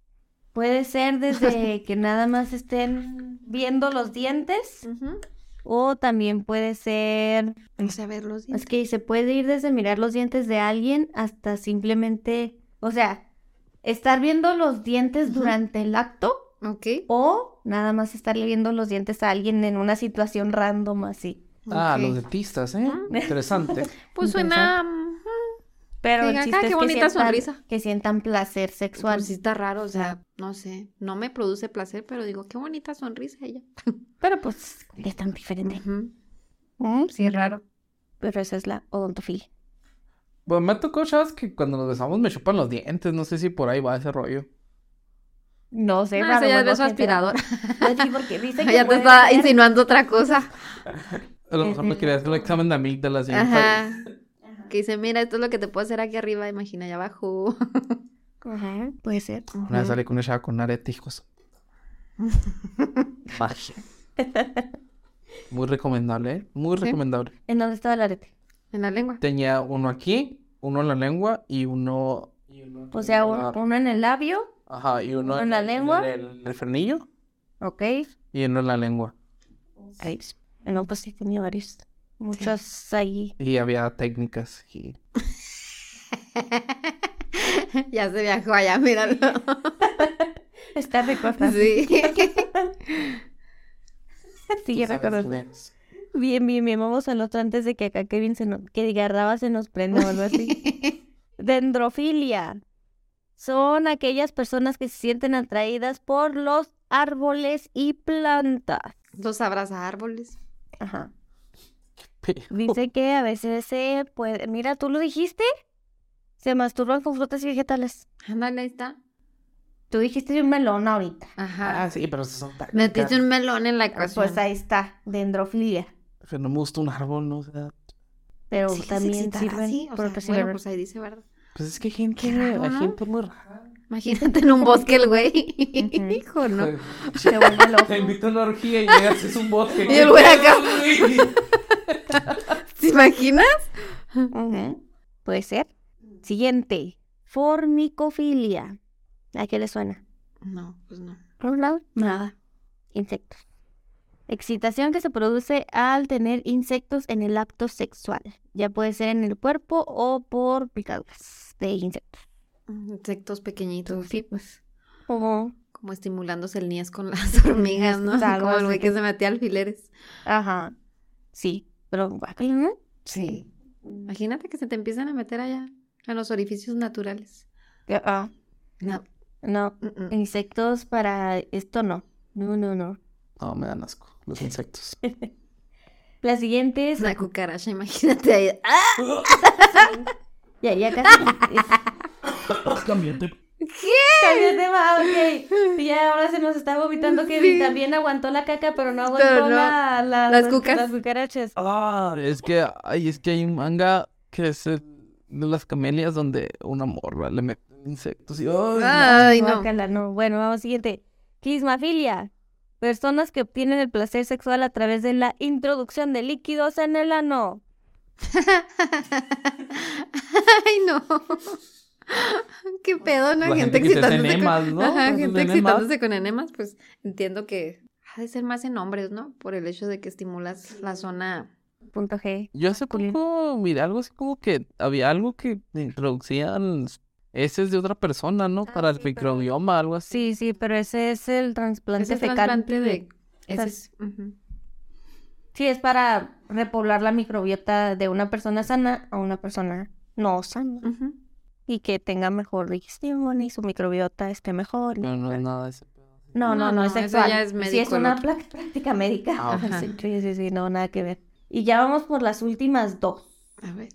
Speaker 2: Puede ser desde que nada más estén viendo los dientes o también puede ser,
Speaker 4: No sé, a ver los
Speaker 2: es
Speaker 4: dientes.
Speaker 2: que se puede ir desde mirar los dientes de alguien hasta simplemente, o sea, estar viendo los dientes
Speaker 4: Ujú.
Speaker 2: durante el acto
Speaker 4: Ok.
Speaker 2: o nada más estarle viendo los dientes a alguien en una situación random así.
Speaker 3: Ah,
Speaker 4: ok.
Speaker 3: los dentistas, ¿eh?
Speaker 4: Ujú.
Speaker 3: Interesante.
Speaker 4: Pues suena. mm,
Speaker 2: Pero el
Speaker 4: Diga,
Speaker 2: chiste
Speaker 4: "Ah, qué
Speaker 2: es que
Speaker 4: bonita
Speaker 2: sientan-
Speaker 4: sonrisa".
Speaker 2: Que sientan placer sexual.
Speaker 4: Pues sí está raro, o sea, no sé. No me produce placer, pero digo, qué bonita sonrisa ella.
Speaker 2: Pero pues es tan diferente.
Speaker 4: Ujú.
Speaker 2: Mm,
Speaker 5: Sí, es raro.
Speaker 2: Pero esa es la odontofilia.
Speaker 3: Bueno, me tocó, chavas, que cuando nos besamos me chupan los dientes. No sé si por ahí va ese rollo.
Speaker 2: No sé,
Speaker 4: Ah,
Speaker 2: raro,
Speaker 4: eso ya
Speaker 2: no
Speaker 4: es beso
Speaker 2: nos enteramos.
Speaker 4: aspirador.
Speaker 2: Sí, porque dicen que
Speaker 4: ya te
Speaker 2: huele
Speaker 4: está
Speaker 2: a-
Speaker 4: insinuando otra cosa.
Speaker 3: A
Speaker 2: Eh,
Speaker 3: lo mejor me quería hacer el examen de amígdalas y
Speaker 4: Ajá. Que dice, mira, esto es lo que te puedo hacer aquí arriba, imagina allá abajo.
Speaker 2: Ajá, puede ser.
Speaker 3: Una vez salí con una chava con un arete, hijos. Magia. Muy recomendable, ¿eh? Muy recomendable.
Speaker 2: ¿En dónde estaba el arete?
Speaker 4: En la lengua.
Speaker 3: Tenía uno aquí, uno en la lengua y uno... y uno
Speaker 2: O sea,
Speaker 3: en
Speaker 2: un-
Speaker 4: Ah.
Speaker 3: la-
Speaker 2: uno en el labio,
Speaker 3: Ajá, y uno
Speaker 2: uno en la lengua.
Speaker 3: En el, en el frenillo
Speaker 2: ok.
Speaker 3: y uno en la lengua.
Speaker 2: Ahí, no, pues sí, tenía varios. Muchos ahí.
Speaker 3: Y había técnicas y...
Speaker 4: ya se viajó allá, míralo.
Speaker 2: Está recordando.
Speaker 4: sí.
Speaker 2: Sí, ya
Speaker 3: Tú sabes
Speaker 2: recuerdo.
Speaker 3: quién eres.
Speaker 2: Bien, bien, bien. Vamos al otro antes de que acá Kevin se nos, que Garraba se nos prenda o algo así. Dendrofilia. Son aquellas personas que se sienten atraídas por los árboles y plantas.
Speaker 4: Los abraza árboles.
Speaker 2: Ajá.
Speaker 3: Pe-
Speaker 2: Dice que a veces se puede. Mira, tú lo dijiste. Se masturban con frutas y vegetales.
Speaker 4: Ándale, ahí está.
Speaker 2: Tú dijiste un melón ahorita.
Speaker 4: Ajá.
Speaker 3: Ah, sí, pero esas son técnicas.
Speaker 4: Metiste un melón en la ecuación.
Speaker 2: Pues ahí está, dendrofilia.
Speaker 3: Pero no me gusta un árbol, ¿no? O sea,
Speaker 2: Pero
Speaker 4: Sí, les
Speaker 2: también
Speaker 4: excitará,
Speaker 2: sirven
Speaker 4: sí, o sea,
Speaker 2: por otras
Speaker 4: bueno,
Speaker 2: sirven.
Speaker 4: pues ahí dice, ¿verdad?
Speaker 3: pues es que hay gente,
Speaker 4: Qué raro,
Speaker 3: hay
Speaker 4: ¿no?
Speaker 3: gente muy rara.
Speaker 4: Imagínate en un bosque el güey. Hijo, no. pues,
Speaker 2: Se vuelve loco.
Speaker 3: Te invito a una orgía y llegas, es un bosque.
Speaker 4: Y el güey acá. ¿Te imaginas?
Speaker 2: Ujú, Puede ser. Siguiente. Formicofilia. ¿A qué le suena?
Speaker 4: No, pues no.
Speaker 2: Por un lado, nada. Insectos. Excitación que se produce al tener insectos en el acto sexual. Ya puede ser en el cuerpo o por picaduras de insectos.
Speaker 4: Insectos pequeñitos,
Speaker 2: Sí,
Speaker 4: sí,
Speaker 2: pues.
Speaker 4: pues.
Speaker 2: Ujú,
Speaker 4: Como estimulándose el niés con las hormigas, ¿no?
Speaker 2: Algo
Speaker 4: Como el
Speaker 2: así
Speaker 4: güey que se metía alfileres.
Speaker 2: Ajá. Sí, pero guácala, ¿no?
Speaker 5: Sí.
Speaker 4: Imagínate que se te empiezan a meter allá, a los orificios naturales.
Speaker 2: Que- ah,
Speaker 4: No.
Speaker 2: no.
Speaker 4: mm, mm.
Speaker 2: Insectos para esto no. No, no, no.
Speaker 3: No, me dan asco los insectos.
Speaker 2: La siguiente es.
Speaker 4: Una cucaracha, imagínate ahí. ¡Ah!
Speaker 2: Ya, ya casi.
Speaker 3: Cámbiate.
Speaker 2: Cambio de tema, ah, ok. Sí, ya ahora se nos está vomitando Kevin.
Speaker 4: Sí.
Speaker 2: También aguantó la caca, pero no aguantó
Speaker 4: Pero no,
Speaker 2: la- la-
Speaker 4: las cucas.
Speaker 2: las cucarachas.
Speaker 3: Ah, es que, ay, es que hay un manga que es el de las camelias donde una morra le mete insectos y, ay, no.
Speaker 4: Ay, no.
Speaker 2: Guácala, no. Bueno, vamos, siguiente. Quismafilia. Personas que obtienen el placer sexual a través de la introducción de líquidos en el ano.
Speaker 4: Ay, no. Qué pedo, ¿no?
Speaker 3: La gente que se hace enemas,
Speaker 4: con...
Speaker 3: ¿no?
Speaker 4: Ajá,
Speaker 3: Pues,
Speaker 4: gente
Speaker 3: enemas.
Speaker 4: excitándose con enemas, pues entiendo que ha de ser más en hombres, ¿no? Por el hecho de que estimulas la zona.
Speaker 2: Punto G.
Speaker 3: Yo hace
Speaker 2: Bien.
Speaker 3: poco miré algo así como que había algo que introducían heces de otra persona, ¿no? Para el microbioma, algo así.
Speaker 2: Sí, sí, pero ese es el trasplante
Speaker 4: Ese
Speaker 2: fecal.
Speaker 4: trasplante de. Ese
Speaker 2: Estás-
Speaker 4: es- ujú.
Speaker 2: Sí, es para repoblar la microbiota de una persona sana a una persona no sana.
Speaker 4: Ujú.
Speaker 2: Y que tenga mejor digestión y su microbiota esté mejor. y
Speaker 3: Pero no es nada de ese pedo.
Speaker 2: No, no,
Speaker 4: No,
Speaker 2: no, es
Speaker 4: no, eso
Speaker 2: sexual.
Speaker 4: ya es
Speaker 2: Sí, es
Speaker 4: médico, el
Speaker 2: una
Speaker 4: otro.
Speaker 2: pla- práctica médica.
Speaker 3: Ah,
Speaker 4: ok.
Speaker 2: Sí, sí, sí, sí, no, nada que ver. Y ya vamos por las últimas dos.
Speaker 4: A ver.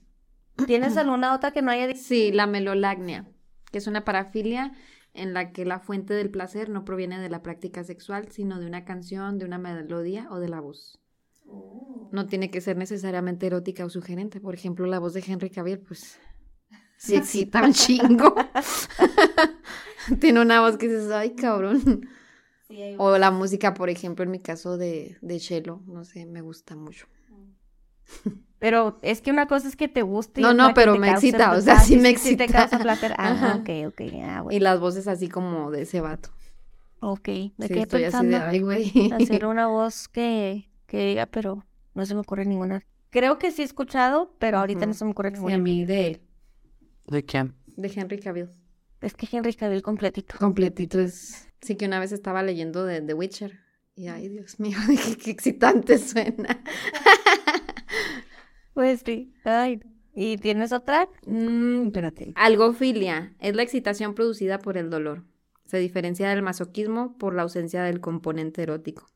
Speaker 2: ¿Tienes alguna otra que no haya dicho?
Speaker 4: Sí, la melolagnia, que es una parafilia en la que la fuente del placer no proviene de la práctica sexual, sino de una canción, de una melodía o de la voz. No tiene que ser necesariamente erótica o sugerente. Por ejemplo, la voz de Henry Cavill, pues, sí excita un chingo. Tiene una voz que dices, ay, cabrón. O la música, por ejemplo, en mi caso de, de Chelo, no sé, me gusta mucho.
Speaker 2: Pero es que una cosa es que te guste. y
Speaker 4: No, no,
Speaker 2: otra que
Speaker 4: pero
Speaker 2: te
Speaker 4: me
Speaker 2: cause
Speaker 4: excita,
Speaker 2: pla-
Speaker 4: o sea,
Speaker 2: ah,
Speaker 4: sí me
Speaker 2: Sí te
Speaker 4: excita.
Speaker 2: causa placer. Ah,
Speaker 4: Ajá.
Speaker 2: ok, ok, ah,
Speaker 4: Y
Speaker 2: bueno.
Speaker 4: las voces así como de ese vato.
Speaker 2: Ok, me
Speaker 4: Sí,
Speaker 2: quedé
Speaker 4: estoy así
Speaker 2: pensando
Speaker 4: de, ay, güey.
Speaker 2: hacer una voz que, que diga, pero no se me ocurre ninguna. Creo que sí he escuchado, pero ahorita no
Speaker 4: Ujú.
Speaker 2: se me ocurre
Speaker 5: Y
Speaker 2: ninguna.
Speaker 5: a mí de él.
Speaker 3: ¿De quién?
Speaker 4: De Henry Cavill.
Speaker 2: Es que Henry Cavill completito.
Speaker 5: Completito es.
Speaker 4: Sí, que una vez estaba leyendo de The Witcher. Y ay, Dios mío, qué, qué excitante suena.
Speaker 2: Pues sí. Ay. ¿Y tienes otra?
Speaker 5: Mmm, espérate.
Speaker 4: Algofilia es la excitación producida por el dolor. Se diferencia del masoquismo por la ausencia del componente erótico.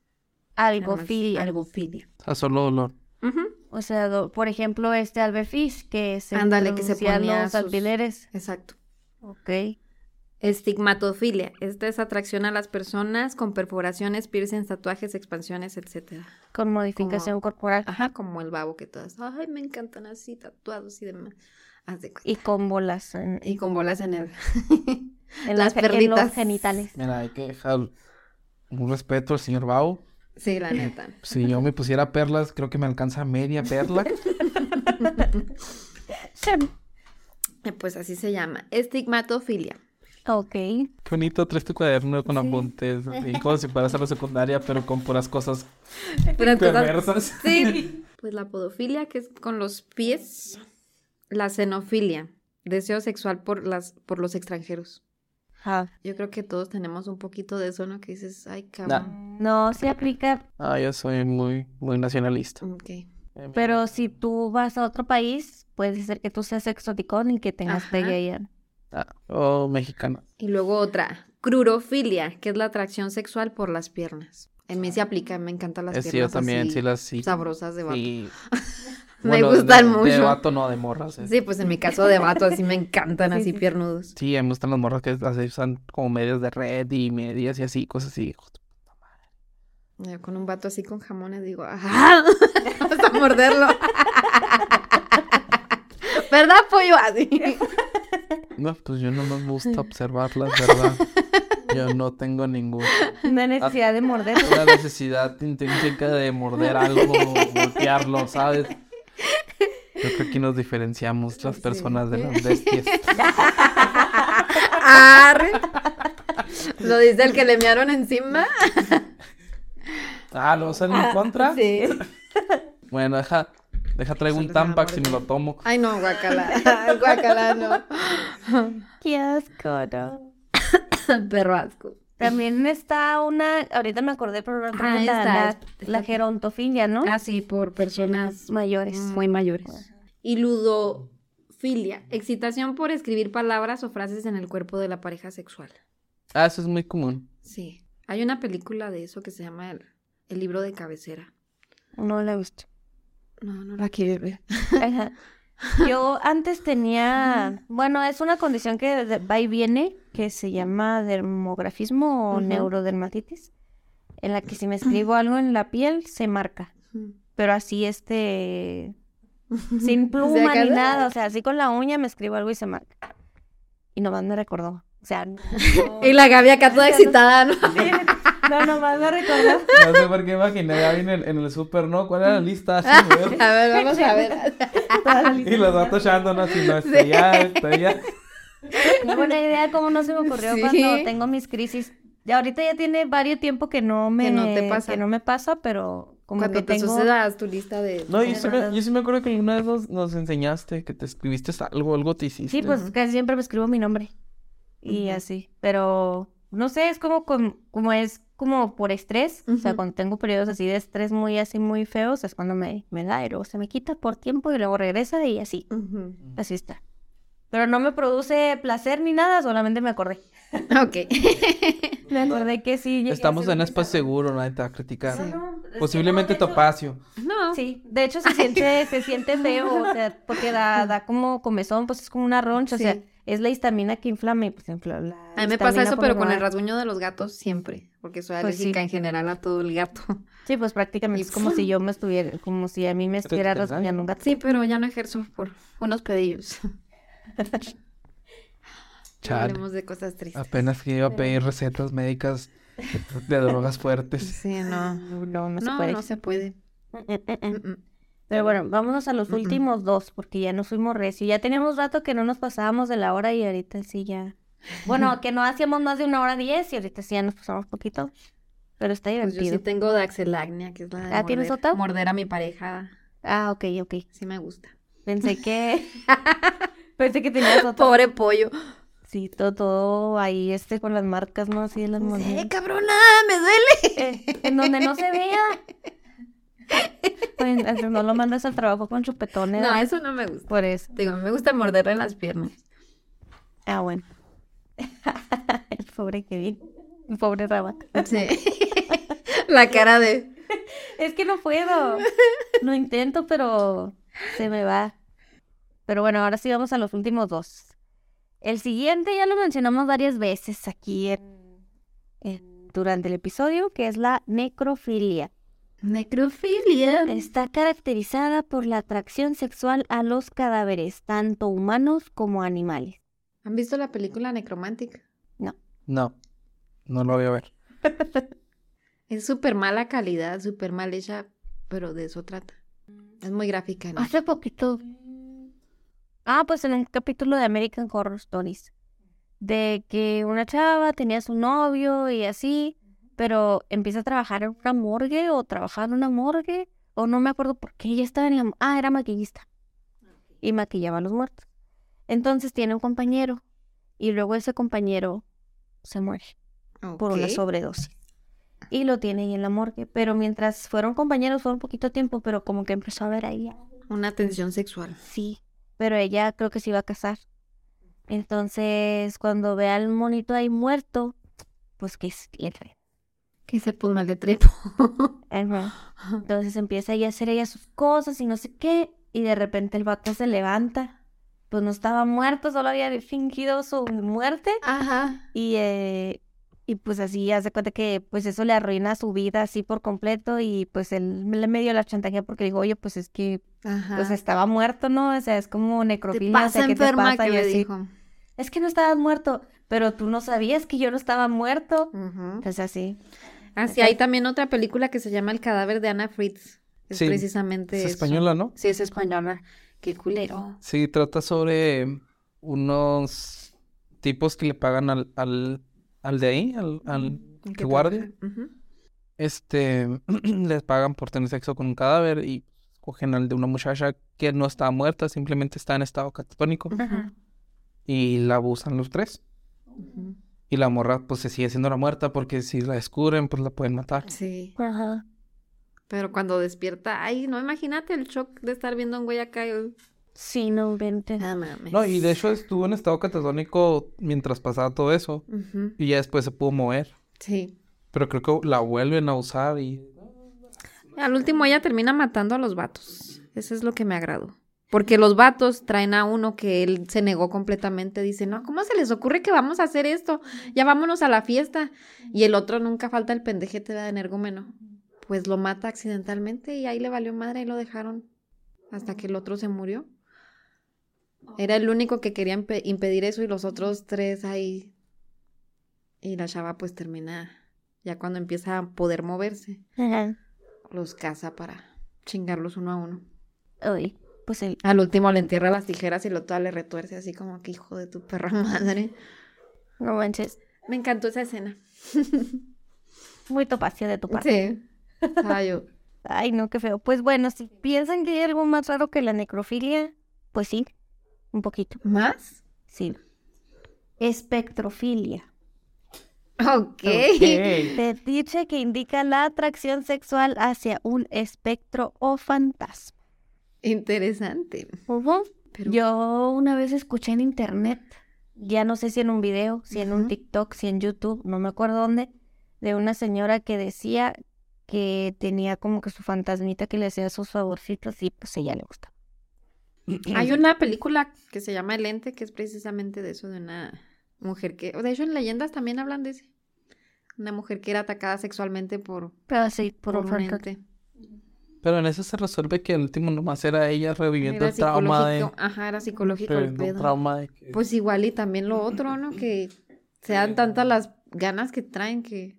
Speaker 2: Algo filia.
Speaker 5: Algo filia.
Speaker 3: A solo dolor.
Speaker 4: Ujú.
Speaker 2: O sea, do- por ejemplo, este albefish que se
Speaker 4: Ándale, que se
Speaker 2: producía en
Speaker 4: ponía
Speaker 2: los
Speaker 4: sus-
Speaker 2: alfileres.
Speaker 4: Exacto.
Speaker 2: Ok.
Speaker 4: Estigmatofilia. Esta es atracción a las personas con perforaciones, piercings, tatuajes, expansiones, etcétera.
Speaker 2: Con modificación corporal
Speaker 4: Ajá, como el babo que todas. Ay, me encantan así, tatuados y demás. Haz de cuenta.
Speaker 2: y con bolas en,
Speaker 4: Y con bolas en el.
Speaker 2: en los-
Speaker 4: Las
Speaker 2: en los
Speaker 4: perlitas.
Speaker 2: genitales.
Speaker 3: Mira, hay que dejar un respeto al señor Bao.
Speaker 4: sí, la neta.
Speaker 3: Si yo me pusiera perlas, creo que me alcanza media perla.
Speaker 4: Eh, Pues así se llama. Estigmatofilia.
Speaker 2: Ok.
Speaker 3: Qué bonito, traes tu cuaderno con apuntes. Y como si fueras a la secundaria, pero con puras cosas
Speaker 4: Pero entonces-
Speaker 3: perversas.
Speaker 4: Sí. Pues la podofilia, que es con los pies. La xenofilia, deseo sexual por, las, por los extranjeros.
Speaker 2: Ajá.
Speaker 4: Yo creo que todos tenemos un poquito de eso, ¿no? Que dices, ay, cabrón.
Speaker 2: No, se aplica,
Speaker 3: Ah, yo soy muy, muy nacionalista.
Speaker 4: Ok.
Speaker 2: pero si tú vas a otro país, puede ser que tú seas exoticón y que tengas
Speaker 4: Ajá.
Speaker 2: pegue allá.
Speaker 3: Ah, oh, mexicana.
Speaker 4: Y luego otra, crurofilia, que es la atracción sexual por las piernas. En mí se aplica, me encantan las
Speaker 3: Eh, sí, yo
Speaker 4: piernas
Speaker 3: también,
Speaker 4: así
Speaker 3: sí, las sí.
Speaker 4: sabrosas de vato.
Speaker 3: sí.
Speaker 4: Me
Speaker 3: de-
Speaker 4: gustan
Speaker 3: De
Speaker 4: mucho.
Speaker 3: vato no, de morras. eh. Sí.
Speaker 4: Sí, pues en mi caso de vato así me encantan así piernudos.
Speaker 3: a mí me gustan las morras que así usan como medias de red y medias y así, cosas así.
Speaker 4: Yo con un vato así con jamones digo, ¡ajá! Vamos a morderlo. ¿Verdad, pollo? Así.
Speaker 3: No, pues yo no me gusta observarlas, ¿verdad? Yo no tengo ningún...
Speaker 2: No hay necesidad de morder.
Speaker 3: una necesidad intrínseca de morder algo, golpearlo, ¿sabes? Yo creo que aquí nos diferenciamos las personas de las bestias.
Speaker 4: Arre. Lo dice el que le mearon encima.
Speaker 3: Ah, ¿lo usan en mi contra?
Speaker 4: Sí.
Speaker 3: Bueno, deja, deja traigo un
Speaker 4: Solo se va a
Speaker 3: tampax y me lo tomo.
Speaker 4: Ay, no, guacala. Guacala, no.
Speaker 2: Qué asco, ¿no?
Speaker 4: Perro asco.
Speaker 2: También está una, ahorita me acordé, pero no
Speaker 5: Ah,
Speaker 2: la, la,
Speaker 5: esta,
Speaker 2: la gerontofilia, ¿no?
Speaker 4: Ah.
Speaker 5: Así por personas
Speaker 2: Pues, Mayores.
Speaker 5: muy
Speaker 4: Mm.
Speaker 5: mayores.
Speaker 4: Y ludofilia, excitación por escribir palabras o frases en el cuerpo de la pareja sexual.
Speaker 3: Ah, eso es muy común.
Speaker 4: Sí. Hay una película de eso que se llama El, el libro de cabecera.
Speaker 2: No le gusta.
Speaker 4: No, no la quieres ver.
Speaker 2: Ajá. Yo antes tenía, bueno, es una condición que de- va y viene, que se llama dermografismo o
Speaker 4: Ujú.
Speaker 2: neurodermatitis, en la que si me escribo algo en la piel se marca, pero así este, sin pluma ni
Speaker 4: acabó.
Speaker 2: nada, o sea, así con la uña me escribo algo y se marca. Y nomás me recordó, o sea, no,
Speaker 4: Y la Gaby acá toda excitada, ¿no?
Speaker 2: no, nomás me recordó.
Speaker 3: No sé por qué imaginé a Gaby en el, en el súper, ¿no? ¿Cuál era la lista?
Speaker 2: Ah,
Speaker 3: Así, güey.
Speaker 4: A ver, vamos a ver.
Speaker 3: y los vatos echando, ¿no? Así, no, este ya, este ya.
Speaker 2: Qué buena idea, cómo no se me ocurrió
Speaker 4: Sí.
Speaker 2: cuando tengo mis crisis. Ya ahorita ya tiene varios tiempo que no me
Speaker 4: Que no te pasa.
Speaker 2: que no me pasa, pero como
Speaker 4: Cuando
Speaker 2: que
Speaker 4: te
Speaker 2: tengo
Speaker 4: sucedas tu lista de.
Speaker 3: No, yo sí, me, yo sí me acuerdo que alguna vez nos, nos enseñaste que te escribiste algo, algo te hiciste.
Speaker 2: Sí, pues casi siempre me escribo mi nombre. Y
Speaker 4: Ujú.
Speaker 2: así, pero no sé, es como con- como es como por estrés, o sea,
Speaker 4: Ujú.
Speaker 2: cuando tengo periodos así de estrés muy así muy feos, es cuando me me da, y luego se me quita por tiempo y luego regresa y así.
Speaker 4: Ujú.
Speaker 2: Así está. Pero no me produce placer ni nada, solamente me acordé.
Speaker 4: Ok.
Speaker 2: Me acordé que sí. llegué a
Speaker 3: Estamos
Speaker 2: ser
Speaker 3: en un
Speaker 2: muy
Speaker 3: espacio seguro, nadie te va a criticar.
Speaker 2: pesada. No, no, es que no,
Speaker 3: Posiblemente
Speaker 2: de
Speaker 3: tu
Speaker 2: hecho-
Speaker 3: espacio.
Speaker 4: no.
Speaker 2: Sí, de hecho se siente, se siente feo, o sea, porque da, da como comezón, pues es como una roncha, o sea,
Speaker 4: Sí.
Speaker 2: es la histamina que inflama y pues infla la
Speaker 4: A mí me
Speaker 2: histamina
Speaker 4: pasa eso,
Speaker 2: por
Speaker 4: pero
Speaker 2: lo
Speaker 4: con el
Speaker 2: general.
Speaker 4: rasguño de los gatos siempre. Porque soy
Speaker 2: Pues sí.
Speaker 4: alérgica en general a todo el gato.
Speaker 2: Sí, pues prácticamente
Speaker 4: Y
Speaker 2: es como
Speaker 4: ¡fum!
Speaker 2: si yo me estuviera, como si a mí me
Speaker 3: Pero te
Speaker 2: estuviera
Speaker 3: daño.
Speaker 2: rasguñando un gato.
Speaker 4: Sí, pero ya no ejerzo por unos pedillos.
Speaker 3: Chale.
Speaker 4: Hablemos de cosas tristes.
Speaker 3: Apenas que iba a pedir recetas médicas de drogas fuertes.
Speaker 4: Sí, no.
Speaker 2: No, no, no se
Speaker 4: No,
Speaker 2: puede.
Speaker 4: no se puede. Pues
Speaker 2: Mm, mm, mm.
Speaker 4: Mm-mm.
Speaker 2: Pero bueno, vámonos a los
Speaker 4: Mm, mm.
Speaker 2: últimos dos, porque ya nos fuimos recio. Ya teníamos rato que no nos pasábamos de la hora y ahorita sí ya. Bueno, que no hacíamos más de una hora diez y ahorita sí ya nos pasamos poquito. Pero está
Speaker 4: Pues yo sí
Speaker 2: divertido.
Speaker 4: tengo daxelagnia, que es la de
Speaker 2: Ah, ¿tienes
Speaker 4: morder-
Speaker 2: otra?
Speaker 4: Morder a mi pareja.
Speaker 2: Ah, ok, ok.
Speaker 4: Sí me gusta.
Speaker 2: Pensé que. Pensé que tenías otro.
Speaker 4: Pobre pollo.
Speaker 2: Sí, todo, todo ahí, este con las marcas, ¿no? Así de las monedas.
Speaker 4: ¡Eh, cabrona! ¡Me duele!
Speaker 2: Eh, en donde no se vea. Pues, así no lo mandas al trabajo con chupetones.
Speaker 4: No,
Speaker 2: ¿verdad?
Speaker 4: eso no me gusta.
Speaker 2: Por eso.
Speaker 4: Digo, me gusta morderle las piernas.
Speaker 2: Ah, bueno. El pobre Kevin. El pobre Rabat.
Speaker 4: Sí. La cara de.
Speaker 2: Es que no puedo. No intento, pero se me va. Pero bueno, ahora sí vamos a los últimos dos. El siguiente ya lo mencionamos varias veces aquí en- en- durante el episodio, que es la necrofilia.
Speaker 5: Necrofilia.
Speaker 2: Está caracterizada por la atracción sexual a los cadáveres, tanto humanos como animales.
Speaker 4: ¿Han visto la película Necromantic?
Speaker 3: No, no lo voy a ver.
Speaker 4: Es súper mala calidad, súper mal hecha, pero de eso trata. Es muy gráfica, ¿no?
Speaker 2: Hace poquito. Ah, pues en el capítulo de American Horror Stories. De que una chava tenía su novio y así, pero empieza a trabajar en una morgue o trabajaba en una morgue, o no me acuerdo por qué ella estaba en la... Ah, era maquillista. Y maquillaba a los muertos. Entonces tiene un compañero y luego ese compañero se muere por una
Speaker 4: Ok.
Speaker 2: sobredosis. Y lo tiene ahí en la morgue, pero mientras fueron compañeros, fueron poquito tiempo, pero como que empezó a ver ahí
Speaker 4: Una tensión sexual.
Speaker 2: Sí, pero ella creo que se iba a casar. Entonces, cuando ve al monito ahí muerto, pues que es libre.
Speaker 4: Que se puso mal de trepo.
Speaker 2: Ajá. Entonces empieza ella a hacer ella sus cosas y no sé qué, y de repente el vato se levanta. Pues no estaba muerto, solo había fingido su muerte.
Speaker 4: Ajá.
Speaker 2: Y, eh, y pues así hace cuenta que pues eso le arruina su vida así por completo y pues él le medio la chantajea porque dijo, oye, pues es que
Speaker 4: Ajá.
Speaker 2: pues estaba muerto, ¿no? O sea, es como
Speaker 4: te
Speaker 2: necrofilia, o
Speaker 4: pasa
Speaker 2: sea, ¿qué te
Speaker 4: enferma
Speaker 2: pasa?
Speaker 4: que
Speaker 2: Y
Speaker 4: le
Speaker 2: así,
Speaker 4: dijo.
Speaker 2: es que no estabas muerto, pero tú no sabías que yo no estaba muerto.
Speaker 4: Ujú.
Speaker 2: Pues así.
Speaker 4: Así Ah, hay también otra película que se llama El cadáver de Ana Fritz. Es
Speaker 3: Sí,
Speaker 4: precisamente
Speaker 3: Es
Speaker 4: eso.
Speaker 3: española, ¿no?
Speaker 4: Sí, es española. Qué culero.
Speaker 3: Sí, trata sobre unos tipos que le pagan al, al, al de ahí, al, al
Speaker 4: El
Speaker 3: que guardia.
Speaker 4: trabaja. Ujú.
Speaker 3: Este, les pagan por tener sexo con un cadáver y cogen al de una muchacha que no está muerta, simplemente está en estado catatónico
Speaker 4: Ujú.
Speaker 3: y la abusan los tres.
Speaker 4: Ujú.
Speaker 3: Y la morra pues se sigue siendo la muerta porque si la descubren pues la pueden matar.
Speaker 4: Sí.
Speaker 2: Ajá.
Speaker 4: Pero cuando despierta, ay, no imagínate el shock de estar viendo a un güey acá. y-
Speaker 2: Sí, no inventen.
Speaker 4: Ah, mames.
Speaker 3: No, y de hecho estuvo en estado catatónico mientras pasaba todo eso
Speaker 4: Ujú.
Speaker 3: y ya después se pudo mover.
Speaker 4: Sí.
Speaker 3: Pero creo que la vuelven a usar y
Speaker 4: Al último ella termina matando a los vatos. Eso es lo que me agradó. Porque los vatos traen a uno que él se negó completamente. Dice, no, ¿cómo se les ocurre que vamos a hacer esto? Ya vámonos a la fiesta. Y el otro nunca falta el pendejete de energúmeno. Pues lo mata accidentalmente y ahí le valió madre y lo dejaron hasta que el otro se murió. Era el único que quería impe- impedir eso y los otros tres ahí. Y la chava pues termina ya cuando empieza a poder moverse
Speaker 2: Ajá.
Speaker 4: los caza para chingarlos uno a uno.
Speaker 2: Uy, pues el...
Speaker 4: Al último le entierra las tijeras y lo toda le retuerce así como que hijo de tu perra madre.
Speaker 2: No manches.
Speaker 4: Me encantó esa escena.
Speaker 2: Muy topacio de tu parte.
Speaker 4: Sí. Estaba yo.
Speaker 2: Ay, no, qué feo. Pues bueno, si piensan que hay algo más raro que la necrofilia, pues sí. Un poquito.
Speaker 4: ¿Más?
Speaker 2: Sí. Espectrofilia.
Speaker 4: Ok.
Speaker 2: Fetiche que indica la atracción sexual hacia un espectro o fantasma.
Speaker 4: Interesante.
Speaker 2: Ujú.
Speaker 4: Pero
Speaker 2: Yo una vez escuché en internet, ya no sé si en un video, si en un
Speaker 4: Ujú.
Speaker 2: TikTok, si en YouTube, no me acuerdo dónde, de una señora que decía que tenía como que su fantasmita que le hacía sus favorcitos y pues ella le gustaba.
Speaker 4: hay una película que se llama El Ente, que es precisamente de eso, de una mujer que. De hecho, en leyendas también hablan de eso. Una mujer que era atacada sexualmente por,
Speaker 2: Pero sí, por,
Speaker 4: Ah, por
Speaker 2: un
Speaker 4: un
Speaker 2: fantasma.
Speaker 4: ente.
Speaker 3: Pero en eso se resuelve que el último nomás era ella reviviendo
Speaker 4: Era
Speaker 3: el trauma de...
Speaker 4: psicológico. Ajá, era psicológico el
Speaker 3: reviviendo un
Speaker 4: pedo.
Speaker 3: trauma de que-
Speaker 4: Pues igual y también lo otro, ¿no? Que sean tantas las ganas que traen que...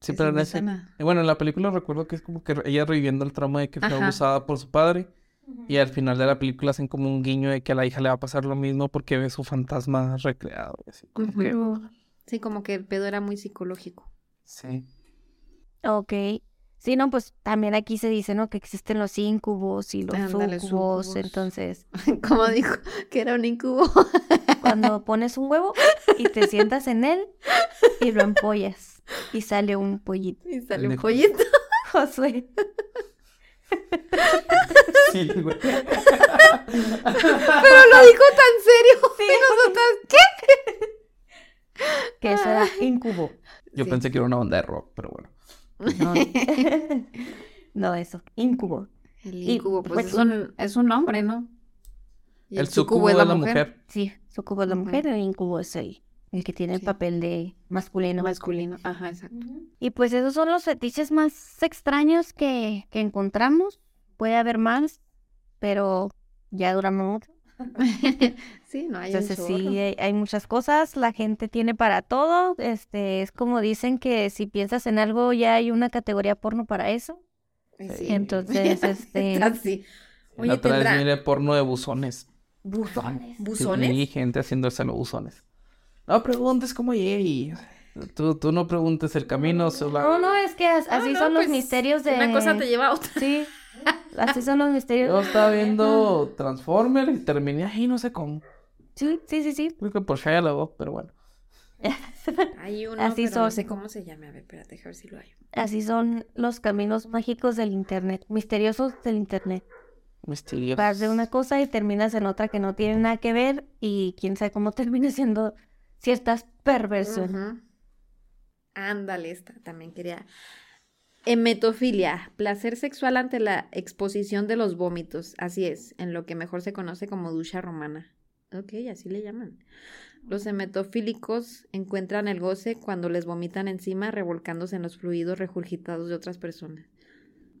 Speaker 3: sí,
Speaker 4: que
Speaker 3: pero
Speaker 4: se
Speaker 3: en ese...
Speaker 4: metan a-
Speaker 3: eh, Bueno, en la película recuerdo que es como que ella reviviendo el trauma de que fue
Speaker 4: Ajá.
Speaker 3: abusada por su padre. Y al final de la película hacen como un guiño de que a la hija le va a pasar lo mismo porque ve su fantasma recreado. y así.
Speaker 4: Ujú. Sí, como que el pedo era muy psicológico.
Speaker 3: Sí.
Speaker 2: Ok. Sí, no, pues también aquí se dice, ¿no? Que existen los incubos y los
Speaker 4: Ándale,
Speaker 2: sucubos,
Speaker 4: sucubos.
Speaker 2: entonces...
Speaker 4: como dijo, que era un incubo.
Speaker 2: cuando pones un huevo y te sientas en él y lo empollas y sale un pollito.
Speaker 4: y sale un
Speaker 3: Pendejo.
Speaker 4: pollito.
Speaker 2: Josué.
Speaker 3: Sí, güey.
Speaker 4: Pero lo dijo tan serio. Y nosotras, ¿qué?
Speaker 2: Que eso era incubo.
Speaker 3: Yo
Speaker 4: Sí.
Speaker 3: pensé que era una onda de rock, pero bueno.
Speaker 2: No. No, eso. Incubo.
Speaker 4: El
Speaker 2: Y,
Speaker 4: incubo, pues,
Speaker 2: pues,
Speaker 4: es, un, es un hombre, ¿no? Y
Speaker 3: El sucubo de la mujer.
Speaker 2: Sí, sucubo es la
Speaker 4: Ujú.
Speaker 2: mujer, el incubo es el, el que tiene el
Speaker 4: Sí.
Speaker 2: papel de masculino.
Speaker 4: masculino. Ajá, exacto.
Speaker 2: Y pues esos son los fetiches más extraños que, que encontramos. Puede haber más, pero ya duramos mucho.
Speaker 4: sí, no hay un
Speaker 2: Entonces
Speaker 4: chorro.
Speaker 2: sí, eh, hay, hay muchas cosas, la gente tiene para todo. Este, es como dicen que si piensas en algo ya hay una categoría porno para eso.
Speaker 4: Ay,
Speaker 3: Sí.
Speaker 4: sí.
Speaker 2: Entonces, este,
Speaker 4: Así. Oye,
Speaker 3: La otra vez
Speaker 4: tendrá
Speaker 3: miré porno de buzones.
Speaker 4: buzones.
Speaker 3: Sí,
Speaker 4: ¿Buzones?
Speaker 3: vi gente haciendo eso en los buzones. No preguntes cómo llegué. Tú, tú no preguntes el camino. solo-
Speaker 2: no, no, es que as-
Speaker 4: Ah,
Speaker 2: así
Speaker 4: no,
Speaker 2: son
Speaker 4: pues,
Speaker 2: los misterios de
Speaker 4: Una cosa te lleva a otra.
Speaker 2: Sí. Así son los misterios.
Speaker 3: Yo estaba viendo Transformers y terminé ahí, no sé cómo.
Speaker 2: Sí, sí, sí, sí.
Speaker 3: Creo que por Shia la voz, pero bueno.
Speaker 4: Hay uno,
Speaker 2: Así
Speaker 4: pero no
Speaker 2: son.
Speaker 4: sé cómo se llama. A ver, espérate, déjame ver si lo hay.
Speaker 2: Así son los caminos mágicos del internet, misteriosos del internet.
Speaker 3: Misterioso.
Speaker 2: Vas de una cosa y terminas en otra que no tiene nada que ver y quién sabe cómo termina siendo ciertas perversiones.
Speaker 4: Ujú. Ándale, esta también quería. Hemetofilia, placer sexual ante la exposición de los vómitos. Así es, en lo que mejor se conoce como ducha romana. Ok, así le llaman. Los hemetofílicos encuentran el goce cuando les vomitan encima revolcándose en los fluidos regurgitados de otras personas.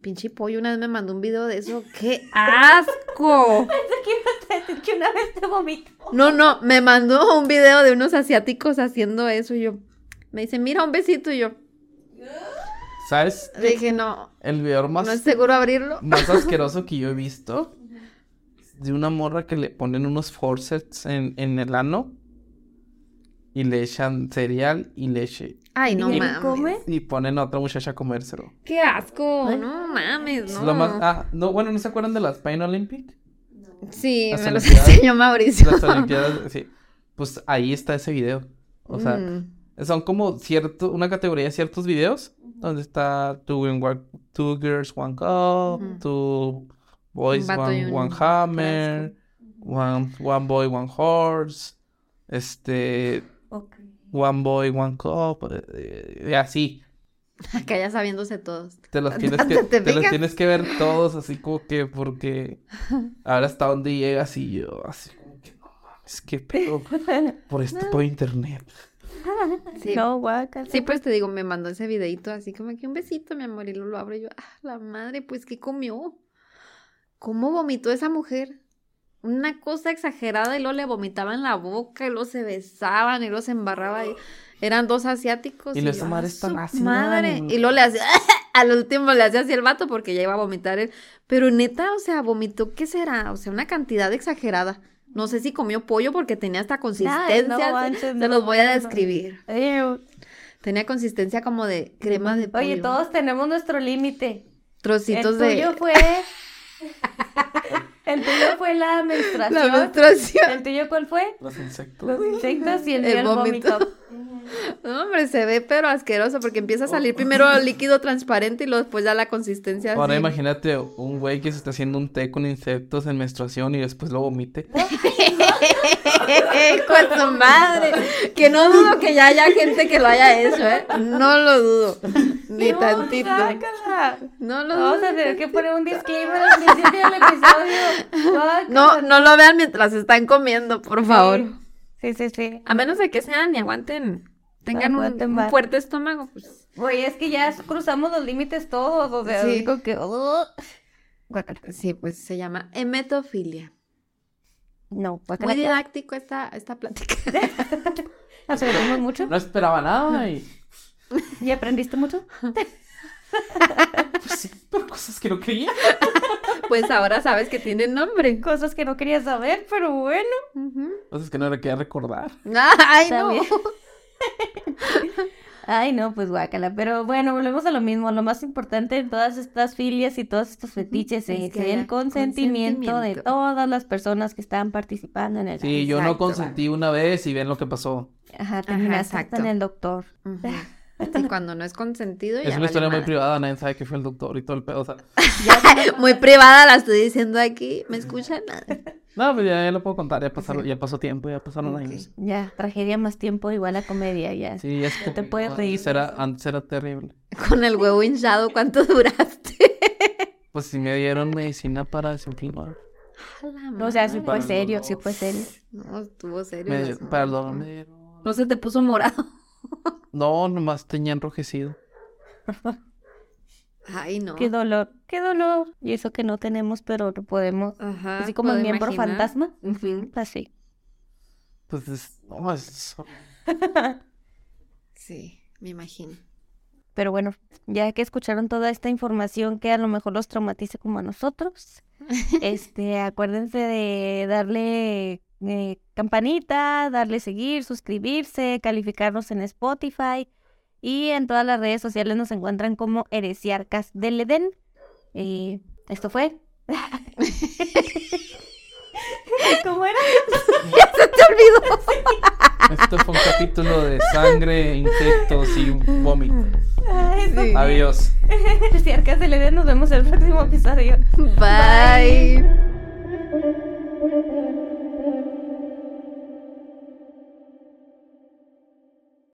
Speaker 4: Pinche pollo, una vez me mandó un video de eso. ¡Qué asco!
Speaker 2: que una vez te vomito.
Speaker 4: No, no, me mandó un video de unos asiáticos haciendo eso y yo me dice, mira un besito y yo
Speaker 3: ¿Sabes?
Speaker 4: dije, no,
Speaker 3: El video más,
Speaker 4: no es seguro abrirlo.
Speaker 3: más asqueroso que yo he visto. De una morra que le ponen unos forceps en, en el ano. Y le echan cereal y leche.
Speaker 4: Ay, no
Speaker 2: ¿Y
Speaker 4: mames.
Speaker 2: come?
Speaker 3: Y ponen a otra muchacha a comérselo.
Speaker 4: Qué asco, no mames,
Speaker 3: Es
Speaker 4: no.
Speaker 3: lo más... Ah, no, bueno, ¿no se acuerdan de las Pain Olympic?
Speaker 4: Sí,
Speaker 3: las
Speaker 4: me los
Speaker 3: Olimpiadas-
Speaker 4: enseñó Mauricio.
Speaker 3: Las Olimpiadas, sí. Pues ahí está ese video. O sea,
Speaker 4: Mm,
Speaker 3: son como cierto, una categoría de ciertos videos donde está Two, in one- two Girls, One Cup,
Speaker 4: Ujú.
Speaker 3: Two Boys,
Speaker 4: Un vato y
Speaker 3: One,
Speaker 4: un
Speaker 3: one Hammer, one, one Boy, One Horse, este, One Boy, One Cup, eh, eh, así.
Speaker 4: acá ya sabiéndose todos.
Speaker 3: Te los tienes que,
Speaker 4: Ah, ¿Te
Speaker 3: te los
Speaker 4: fijas?
Speaker 3: tienes que ver todos así como que porque ahora hasta dónde llegas y yo así como que no mames, qué pedo por esto por internet.
Speaker 4: Sí.
Speaker 2: No, guácala.
Speaker 4: Sí, pues te digo, me mandó ese videito así como que un besito, mi amor, y lo, lo abro y yo, ah, la madre, pues, ¿qué comió? ¿Cómo vomitó esa mujer? Una cosa exagerada, y luego le vomitaba en la boca, y luego se besaban, y luego se embarraba, y eran dos asiáticos.
Speaker 3: Y
Speaker 4: yo,
Speaker 3: esa madre
Speaker 4: "Ah,
Speaker 3: es tan
Speaker 4: su
Speaker 3: ácida,
Speaker 4: Madre.
Speaker 3: ni-
Speaker 4: Y luego le hacía, al último le hacía así el vato porque ya iba a vomitar él. Pero neta, o sea, vomitó, ¿qué será? O sea, una cantidad exagerada. No sé si comió pollo porque tenía esta consistencia. se-
Speaker 2: manches,
Speaker 4: se
Speaker 2: no,
Speaker 4: los voy a
Speaker 2: no.
Speaker 4: describir.
Speaker 2: Ew.
Speaker 4: Tenía consistencia como de crema de pollo.
Speaker 2: Oye, todos tenemos nuestro límite. El
Speaker 4: Trocitos
Speaker 2: tuyo
Speaker 4: de...
Speaker 2: fue. El tuyo fue la menstruación.
Speaker 4: La menstruación.
Speaker 2: ¿El tuyo cuál fue?
Speaker 3: Los insectos.
Speaker 2: Los insectos y el,
Speaker 4: El
Speaker 2: mío el
Speaker 4: vómito.
Speaker 2: vómito.
Speaker 4: No, hombre, se ve pero asqueroso porque empieza a salir primero el líquido transparente y luego después ya la consistencia
Speaker 3: Ahora
Speaker 4: así.
Speaker 3: imagínate un güey que se está haciendo un té con insectos en menstruación y después lo vomite.
Speaker 4: Con su madre. Que no dudo que ya haya gente que lo haya hecho, ¿eh? No lo dudo. Ni
Speaker 2: No,
Speaker 4: tantito.
Speaker 2: guácala.
Speaker 4: No lo dudo.
Speaker 2: Vamos a tener que poner un disclaimer al principio del episodio. Guácala.
Speaker 4: No, no lo vean mientras están comiendo, por favor.
Speaker 2: Sí, sí, sí.
Speaker 4: A menos de que sean y aguanten. Tengan un-
Speaker 2: Aguanten
Speaker 4: un,
Speaker 2: vara.
Speaker 4: fuerte estómago, pues.
Speaker 2: Oye, es que ya cruzamos los límites todos. O sea,
Speaker 4: Sí.
Speaker 2: digo que. oh. Guácala.
Speaker 4: Sí, pues se llama hemetofilia.
Speaker 2: No,
Speaker 4: Muy
Speaker 2: guácala.
Speaker 4: didáctico esta, esta plática.
Speaker 2: Nos reímos mucho.
Speaker 3: No esperaba nada y
Speaker 2: ¿Y aprendiste mucho?
Speaker 3: pues sí, pero cosas que no quería.
Speaker 4: Pues ahora sabes que tiene nombre.
Speaker 2: Cosas que no quería saber, pero bueno.
Speaker 3: Cosas que no le quería recordar.
Speaker 4: Ay,
Speaker 2: Está
Speaker 4: no.
Speaker 2: bien. Ay, no, pues guácala. Pero bueno, volvemos a lo mismo. Lo más importante en todas estas filias y todos estos fetiches
Speaker 4: Es
Speaker 2: es
Speaker 4: que haya
Speaker 2: el consentimiento, de
Speaker 4: consentimiento.
Speaker 2: todas las personas que están participando en el.
Speaker 3: Sí, yo no
Speaker 4: Exacto,
Speaker 3: consentí una vez y ven lo que pasó.
Speaker 2: Ajá, terminaste hasta
Speaker 4: exacto.
Speaker 2: en el doctor.
Speaker 4: Ujú. Sí, cuando no es consentido, ya
Speaker 3: Es una
Speaker 4: vale
Speaker 3: historia muy
Speaker 4: madre.
Speaker 3: privada, nadie sabe que fue el doctor y todo el pedo. O sea,
Speaker 4: Muy privada la estoy diciendo aquí. ¿Me escuchan?
Speaker 3: no, pues ya, ya lo puedo contar, ya, pasaron, ya pasó tiempo, ya pasaron años.
Speaker 2: Ya, tragedia más tiempo igual a comedia, ya.
Speaker 3: Sí, es que
Speaker 2: te puedes reír. pues.
Speaker 3: antes era, antes era terrible.
Speaker 4: Con el huevo hinchado, ¿cuánto duraste?
Speaker 3: Pues sí me dieron medicina para desinflamar.
Speaker 2: O sea, sí fue
Speaker 3: Para el
Speaker 2: serio,
Speaker 3: dolor.
Speaker 2: sí fue serio.
Speaker 4: No, estuvo serio.
Speaker 3: Me-
Speaker 4: las-
Speaker 3: para el dolor me dieron.
Speaker 4: No se te puso morado.
Speaker 3: No, nomás tenía enrojecido.
Speaker 4: Ay, no.
Speaker 2: Qué dolor, qué dolor. Y eso que no tenemos, pero lo podemos.
Speaker 4: Ajá,
Speaker 2: Así como el
Speaker 4: Ah, puedo
Speaker 2: miembro
Speaker 4: imaginar.
Speaker 2: fantasma.
Speaker 4: Ujú,
Speaker 2: Así.
Speaker 3: Pues es- no, es-
Speaker 4: Sí, me imagino.
Speaker 2: Pero bueno, ya que escucharon toda esta información que a lo mejor los traumatice como a nosotros, este, acuérdense de darle eh, campanita, darle seguir, suscribirse, calificarnos en Spotify y en todas las redes sociales nos encuentran como Heresiarcas del Edén. Y esto fue. ¿Cómo era?
Speaker 3: Esto Este fue un capítulo de sangre, insectos y vómito.
Speaker 4: Sí.
Speaker 3: Adiós.
Speaker 2: Heresiarcas del Edén, nos vemos en el próximo episodio.
Speaker 4: Bye.